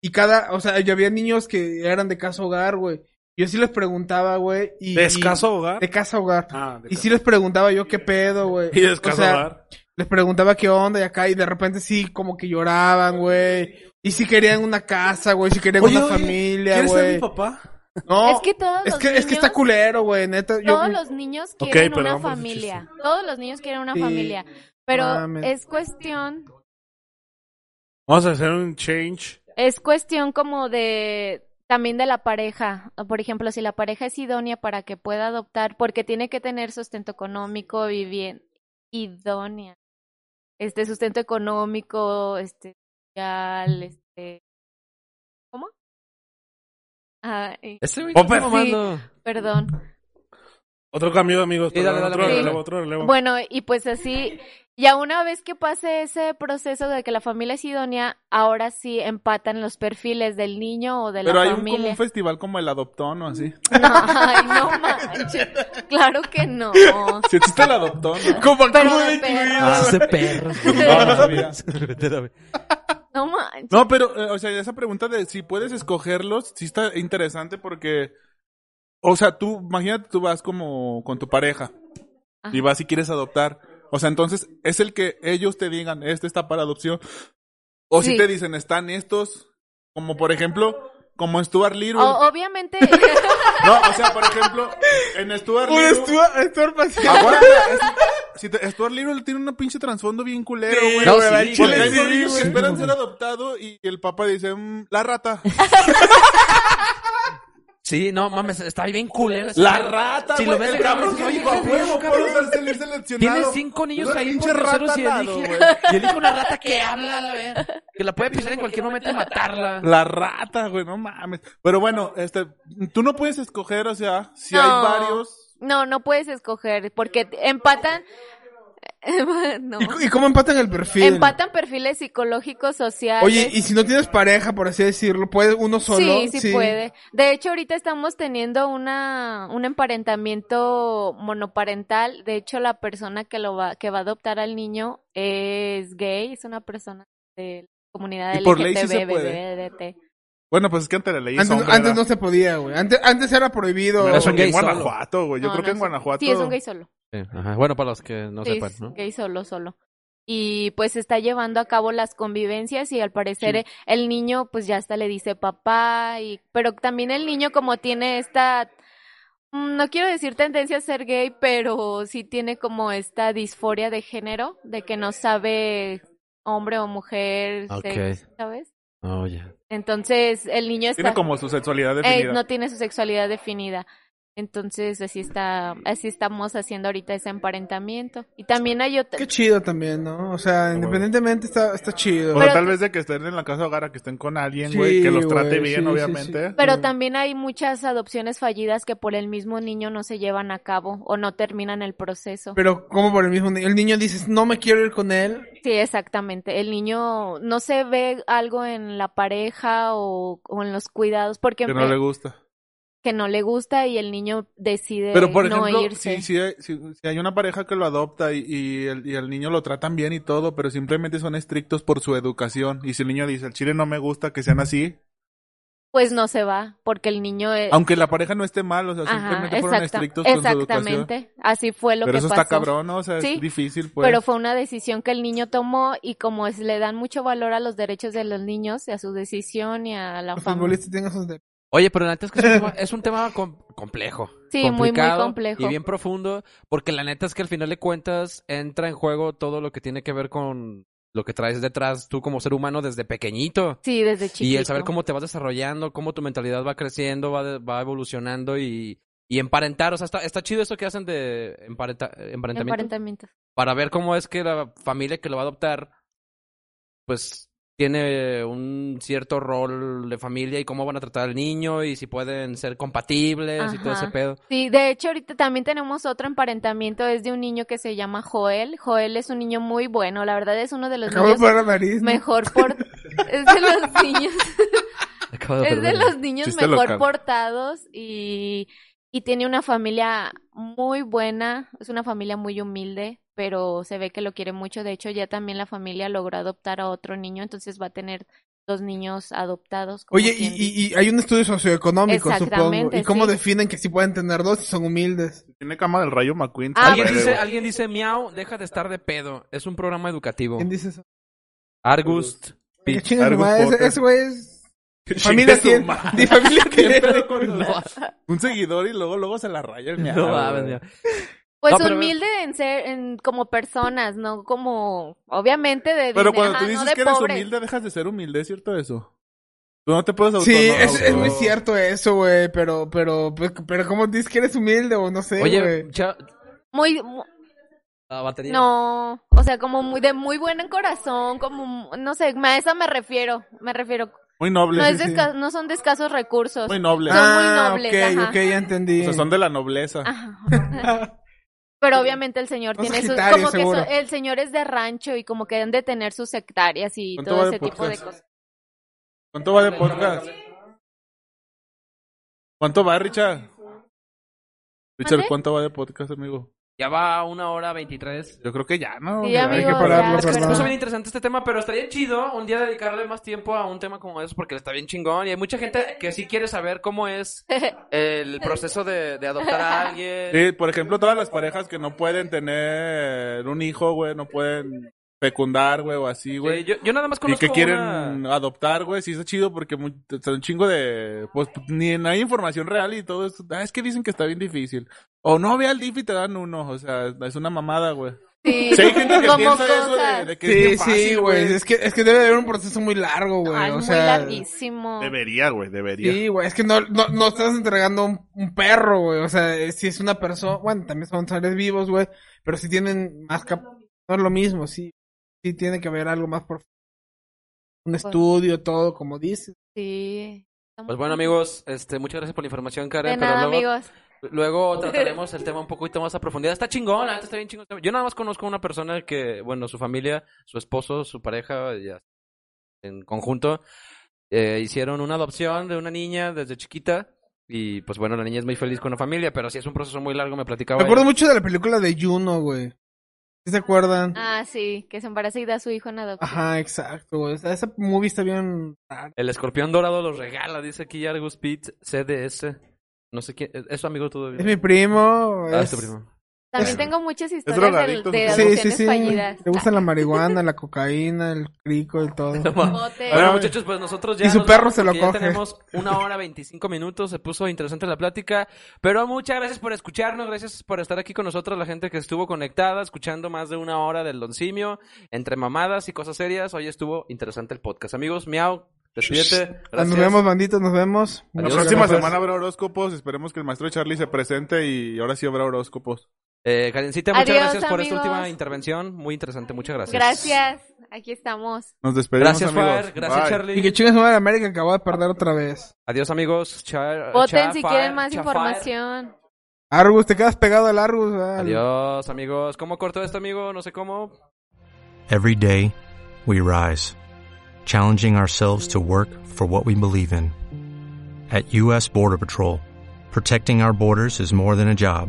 G: Y cada, o sea, yo había niños que eran de casa hogar, güey. Yo sí les preguntaba, güey. y-
C: ¿De
G: y-
C: escaso hogar?
G: De casa hogar.
C: Ah, de
G: Y sí les preguntaba yo qué pedo, güey.
C: Y de
G: O
C: escaso
G: sea,
C: hogar.
G: les preguntaba qué onda y acá, y de repente sí, como que lloraban, güey. Y si querían una casa, güey, si querían una familia,
C: ¿Quieres ser mi
G: güey.
C: papá?
G: No,
J: Es que todos
G: es
J: los
G: que, es que está
J: niños-
G: culero, güey, neta. Yo,
J: Todos los niños
C: Ok,
J: quieren
C: pero
J: una
C: vamos a ese
J: familia. Todos los niños quieren una
G: Sí,
J: familia. Pero
G: mames.
J: es cuestión,
C: Vamos a hacer un change.
J: es cuestión como de también de la pareja, por ejemplo, si la pareja es idónea para que pueda adoptar, porque tiene que tener sustento económico, vivienda idónea, este sustento económico, este social, este, ¿cómo? Ah, eh,
K: Ese Este güey
C: Popper.
K: está mamando.
J: perdón.
C: Otro cambio, amigos.
K: Sí, dale,
C: perdón,
K: dale,
C: otro
J: amigo.
C: relevo, otro relevo.
J: Bueno, y pues así, ya una vez que pase ese proceso de que la familia es idónea, ahora sí empatan los perfiles del niño o de
E: Pero
J: la
E: hay un,
J: familia.
E: como un festival como el adoptón o así.
J: Ay, no manches. Claro que no.
E: Si existe el adoptón, ¿no?
J: Pero de perro.
K: Ah, ese perro.
E: No, no sabía.
J: No manches.
E: No, pero, eh, o sea, esa pregunta de si puedes escogerlos, sí está interesante porque, o sea, tú, imagínate, tú vas como con tu pareja
J: Ajá.
E: y vas y quieres adoptar. O sea, entonces es el que ellos te digan, este está para adopción. O si
J: Sí.
E: te dicen, están estos, como por ejemplo, como Stuart Little.
J: O- obviamente.
E: No, o sea, por ejemplo, en Stuart
G: Un
E: Little.
G: Stuart, Stuart Paciano.
E: Aguanta, es- si te- Stuart Little tiene un pinche trasfondo bien culero, güey.
K: No,
E: Porque
K: sí, güey.
E: hay
K: Sí,
E: morrillos que
K: güey.
E: esperan ser adoptado y el papá dice, "Mm, la rata.
K: Sí, no mames, está bien culero. ese
E: La
K: perro.
E: rata,
K: Si lo
E: güey,
K: ves
E: el cabrón
K: dices,
E: que
K: "Oye,
E: dijo, a
K: qué
E: huevo,
K: perro,
E: puedo
K: cabrón".
E: ser libre seleccionado.
K: Tiene cinco niños
E: Una
K: ahí
E: pinche
K: por groseros
E: rata
K: y
E: al
K: elige,
E: lado, güey.
K: y elige una rata que habla, la verdad. Que la puede pisar en cualquier momento y matarla.
E: La rata, güey, no mames. Pero bueno, este, tú no puedes escoger, o sea, si
J: No.
E: hay varios.
J: No, no puedes escoger porque te- empatan. no.
G: ¿Y, cu- y cómo empatan el perfil?
J: Ah, Empatan perfiles psicológicos, sociales.
G: Oye, y si no tienes pareja, por así decirlo, ¿puede uno solo?
J: Sí, sí, puede. De hecho, ahorita estamos teniendo una, un emparentamiento monoparental. De hecho, la persona que lo va, que va a adoptar al niño es gay, es una persona de la comunidad
E: Y por ley sí se
J: LGTB,
E: puede.
J: BBDT.
E: Bueno, pues es que antes la ley es
G: Antes,
E: hombre,
G: antes
E: ¿verdad?
G: no se podía, güey. Antes, antes era prohibido.
E: Pero eso aquí en Guanajuato, güey. Yo
J: No,
E: creo
J: no,
E: que en
J: es-
E: Guanajuato.
J: Sí, es un gay solo.
B: Sí, ajá. Bueno, para los que no
J: Sí,
B: sepan,
J: es
B: ¿no?
J: gay solo, solo. Y pues está llevando a cabo las convivencias y al parecer eh, el niño pues ya hasta le dice papá y pero también el niño como tiene esta mm, no quiero decir tendencia a ser gay, pero sí tiene como esta disforia de género de que no sabe hombre o mujer, sexo,
B: Ok.
J: ¿sabes?
B: Oh, ya.
J: Entonces el niño está
E: Tiene como su sexualidad
J: eh,
E: definida.
J: no tiene su sexualidad definida. Entonces así está, así estamos haciendo ahorita ese emparentamiento. Y también hay otra,
G: Qué chido también, ¿no? O
E: Ah,
G: sea, independientemente está, está chido.
E: O sea, tal vez de que estén en la casa de hogar, a que estén con alguien, güey,
G: Sí,
E: que los trate
G: güey,
E: bien,
G: sí, sí,
E: obviamente.
J: pero también hay muchas adopciones fallidas que por el mismo niño no se llevan a cabo o no terminan el proceso.
G: Pero como por el mismo niño. El niño dices, no me quiero ir con él.
J: Sí, exactamente. El niño no se ve algo en la pareja o, o en los cuidados porque
E: Que no
J: me-
E: le gusta.
J: que no le gusta y el niño decide
E: Pero por
J: no
E: ejemplo,
J: irse.
E: si, si, hay- si- si hay una pareja que lo adopta y, y el, y el niño lo tratan bien y todo, pero simplemente son estrictos por su educación. Y si el niño dice, el chile no me gusta que sean así,
J: Pues no se va porque el niño eh,
E: aunque la pareja no esté mal, o sea,
J: Ajá,
E: simplemente fueron
J: exacta-
E: estrictos con su educación.
J: exactamente. Así fue lo
E: Pero
J: que
E: eso
J: pasó.
E: está cabrón, ¿no? O sea,
J: Sí,
E: es difícil, pues.
J: Pero fue una decisión que el niño tomó y como es- le dan mucho valor a los derechos de los niños, y a su decisión y a la
G: Los
J: familia.
G: futbolistas tienen esos de...
B: Oye, pero la neta es que es un tema, es un tema com- complejo.
J: Sí, muy, muy
B: complicado
J: complejo.
B: Y bien profundo, porque la neta es que al final de cuentas entra en juego todo lo que tiene que ver con lo que traes detrás tú como ser humano desde pequeñito.
J: Sí, desde chiquito.
B: Y el saber cómo te vas desarrollando, cómo tu mentalidad va creciendo, va, de- va evolucionando y, y emparentar. O sea, está, está chido eso que hacen de emparenta- emparentamiento.
J: Emparentamiento.
B: Para ver cómo es que la familia que lo va a adoptar, pues tiene un cierto rol de familia y cómo van a tratar al niño y si pueden ser compatibles y todo ese
J: Ajá.
B: pedo.
J: Sí, de hecho ahorita también tenemos otro emparentamiento, es de un niño que se llama Joel. Joel es un niño muy bueno, la verdad es uno de los
G: Acabo de
J: niños
G: poner la nariz. ¿no?
J: mejor por es de los niños es de los niños
G: Chiste
J: mejor
G: local.
J: portados y, y tiene una familia muy buena, es una familia muy humilde, pero se ve que lo quiere mucho. De hecho, ya también la familia logró adoptar a otro niño, entonces va a tener dos niños adoptados. como
G: Oye, y,
J: quien dice.
G: y- y hay un estudio socioeconómico, supongo.
J: Exactamente,
G: ¿Y cómo
J: sí.
G: definen que sí pueden tener dos si son humildes?
E: Tiene cama del rayo McQueen.
B: alguien,
J: Ah,
B: dice, alguien dice, miau, deja de estar de pedo. Es un programa educativo.
G: ¿Quién dice eso?
B: Argust.
G: Que chinga su
B: Argus
G: madre,
B: Potter.
G: ese- Ese güey es...
E: Que chingue
G: Familia
E: su
G: tiene-
E: madre.
G: ni familia
E: ¿Qué
G: tiene.
E: pedo con la- Un seguidor y luego, luego se la raya el miau,
B: mames,
E: güey.
J: Pues
E: No, pero-
J: humilde en ser, en, como personas, no como, obviamente de
E: Pero
J: dinero,
E: cuando tú
J: ajá, no
E: dices
J: de
E: que eres
J: pobres.
E: humilde, dejas de ser humilde, ¿es cierto eso? Tú no te puedes auto...
G: Sí,
E: no,
G: es, es
E: auto-
G: muy cierto eso, güey, pero, pero, pero, pero ¿cómo dices que eres humilde o no sé,
B: Oye,
G: güey?
B: cha-
J: Muy, mu-
B: la batería.
J: no, o sea, como muy, de muy buen corazón, como, mu- no sé, a eso me refiero, me refiero.
E: Muy noble.
J: No, es
E: sí,
J: de
E: sí.
J: esca- no son de escasos recursos.
E: Muy noble.
J: Son muy nobles,
G: Ah, ok,
J: ajá.
G: ok, ya entendí.
E: O sea, son de la nobleza.
J: Pero obviamente el señor
G: Son
J: tiene sus,
G: sagitarios,
J: como que
E: seguro.
J: so- el señor es de rancho y como que han de tener sus hectáreas y
E: ¿Cuánto
J: todo
E: vale
J: ese
E: por
J: tipo de
E: casa?
J: cosas.
E: ¿Cuánto va de podcast? ¿Cuánto va, Richard? Richard,
B: ¿Mande?
E: ¿cuánto va de podcast, amigo?
B: Ya va a una hora veintitrés.
E: Yo creo que ya, ¿no?
J: Sí,
E: Ya hay
J: amigo,
E: que pararlo,
B: Es que se
E: Fernando.
B: puso bien interesante este tema, pero estaría chido un día dedicarle más tiempo a un tema como eso porque está bien chingón y hay mucha gente que sí quiere saber cómo es el proceso de, de adoptar a alguien.
E: Sí, por ejemplo, todas las parejas que no pueden tener un hijo, güey, no pueden fecundar, güey, o así, güey.
B: yo, nada más
E: Y
B: conozco
E: que quieren
B: una-
E: adoptar, güey, sí está chido porque mu- son un chingo de... Pues ni no hay información real y todo eso. Ah, es que dicen que está bien difícil. O no, ve al DIF y te dan uno, o sea, es una mamada, güey.
J: Sí,
E: Sí, hay gente que
J: como
E: piensa eso
J: cosas.
E: de, de que es
G: Sí,
E: bien
G: sí,
E: fácil,
G: güey, es que, es que debe haber un proceso muy largo, güey,
J: Ay,
G: o
J: Ah, muy
G: sea...
J: larguísimo.
E: Debería, güey, debería.
G: Sí, güey, es que no, no, no estás entregando un, un perro, güey. O sea, eh, si es una persona, bueno, también son seres vivos, güey, pero si tienen más cap... No es lo mismo, sí. Sí tiene que haber algo más profundo. Un estudio, todo, como dices.
J: Sí.
B: Pues bueno, amigos, este, muchas gracias por la información, Karen.
J: De
B: pero
J: nada,
B: luego
J: amigos.
B: Luego trataremos el tema un poquito más a profundidad. Está chingón, la neta está bien chingón. Yo nada más conozco a una persona que, bueno, su familia, su esposo, su pareja, ya en conjunto, eh, hicieron una adopción de una niña desde chiquita. Y pues bueno, la niña es muy feliz con la familia, pero sí es un proceso muy largo, me platicaba.
G: Me acuerdo
B: ella.
G: mucho de la película de Juno, güey. ¿Sí se acuerdan?
J: Ah, sí, que se embaraza y da a su hijo en adopción.
G: Ajá, exacto, güey. Esa, esa movie está bien rara.
B: El escorpión dorado los regala, dice aquí Argus Pitt, CDS. No sé quién, es su amigo todavía.
G: Es mi primo.
B: Ah,
G: es-
B: es tu primo.
J: También tengo muchas historias del-
G: drogadicto.
J: de,
G: Sí,
J: adopciones
G: sí, sí.
J: fallidas.
G: Le gusta la marihuana, la cocaína, el crico y todo. Ah,
J: Bote.
B: Bueno, muchachos, pues nosotros ya.
G: Y su
B: nos
G: perro
B: vamos
G: se lo
B: porque ya
G: coge.
B: tenemos una hora veinticinco minutos. Se puso interesante la plática. Pero muchas gracias por escucharnos. Gracias por estar aquí con nosotros, la gente que estuvo conectada, escuchando más de una hora del Don Simio, entre mamadas y cosas serias. Hoy estuvo interesante el podcast. Amigos, miau. Despídete.
G: Nos
B: Gracias.
G: vemos, banditos, nos vemos.
E: La
B: Adiós,
E: próxima
B: gracias.
E: semana habrá horóscopos. Esperemos que el maestro Charlie se presente y ahora sí habrá horóscopos.
B: Eh, Karencita, muchas
J: Adiós,
B: gracias por esta
J: amigos.
B: última intervención. Muy interesante, muchas gracias.
J: Gracias, aquí estamos.
E: Nos despedimos.
B: Gracias,
E: amigos.
B: Fer. Gracias,
E: Bye.
B: Charlie.
G: Y que chingas madre América que acabo de perder otra vez.
B: Adiós, amigos. Cha-
J: Voten
B: cha-
J: si
B: fire,
J: quieren más
B: cha-
J: información.
G: Argus, te quedas pegado al Argus. ah, al-
B: Adiós, amigos. ¿Cómo corto esto, amigo? No sé cómo.
L: Every day, we rise, challenging ourselves to work for what we believe in. At U.S. Border Patrol, protecting our borders is more than a job,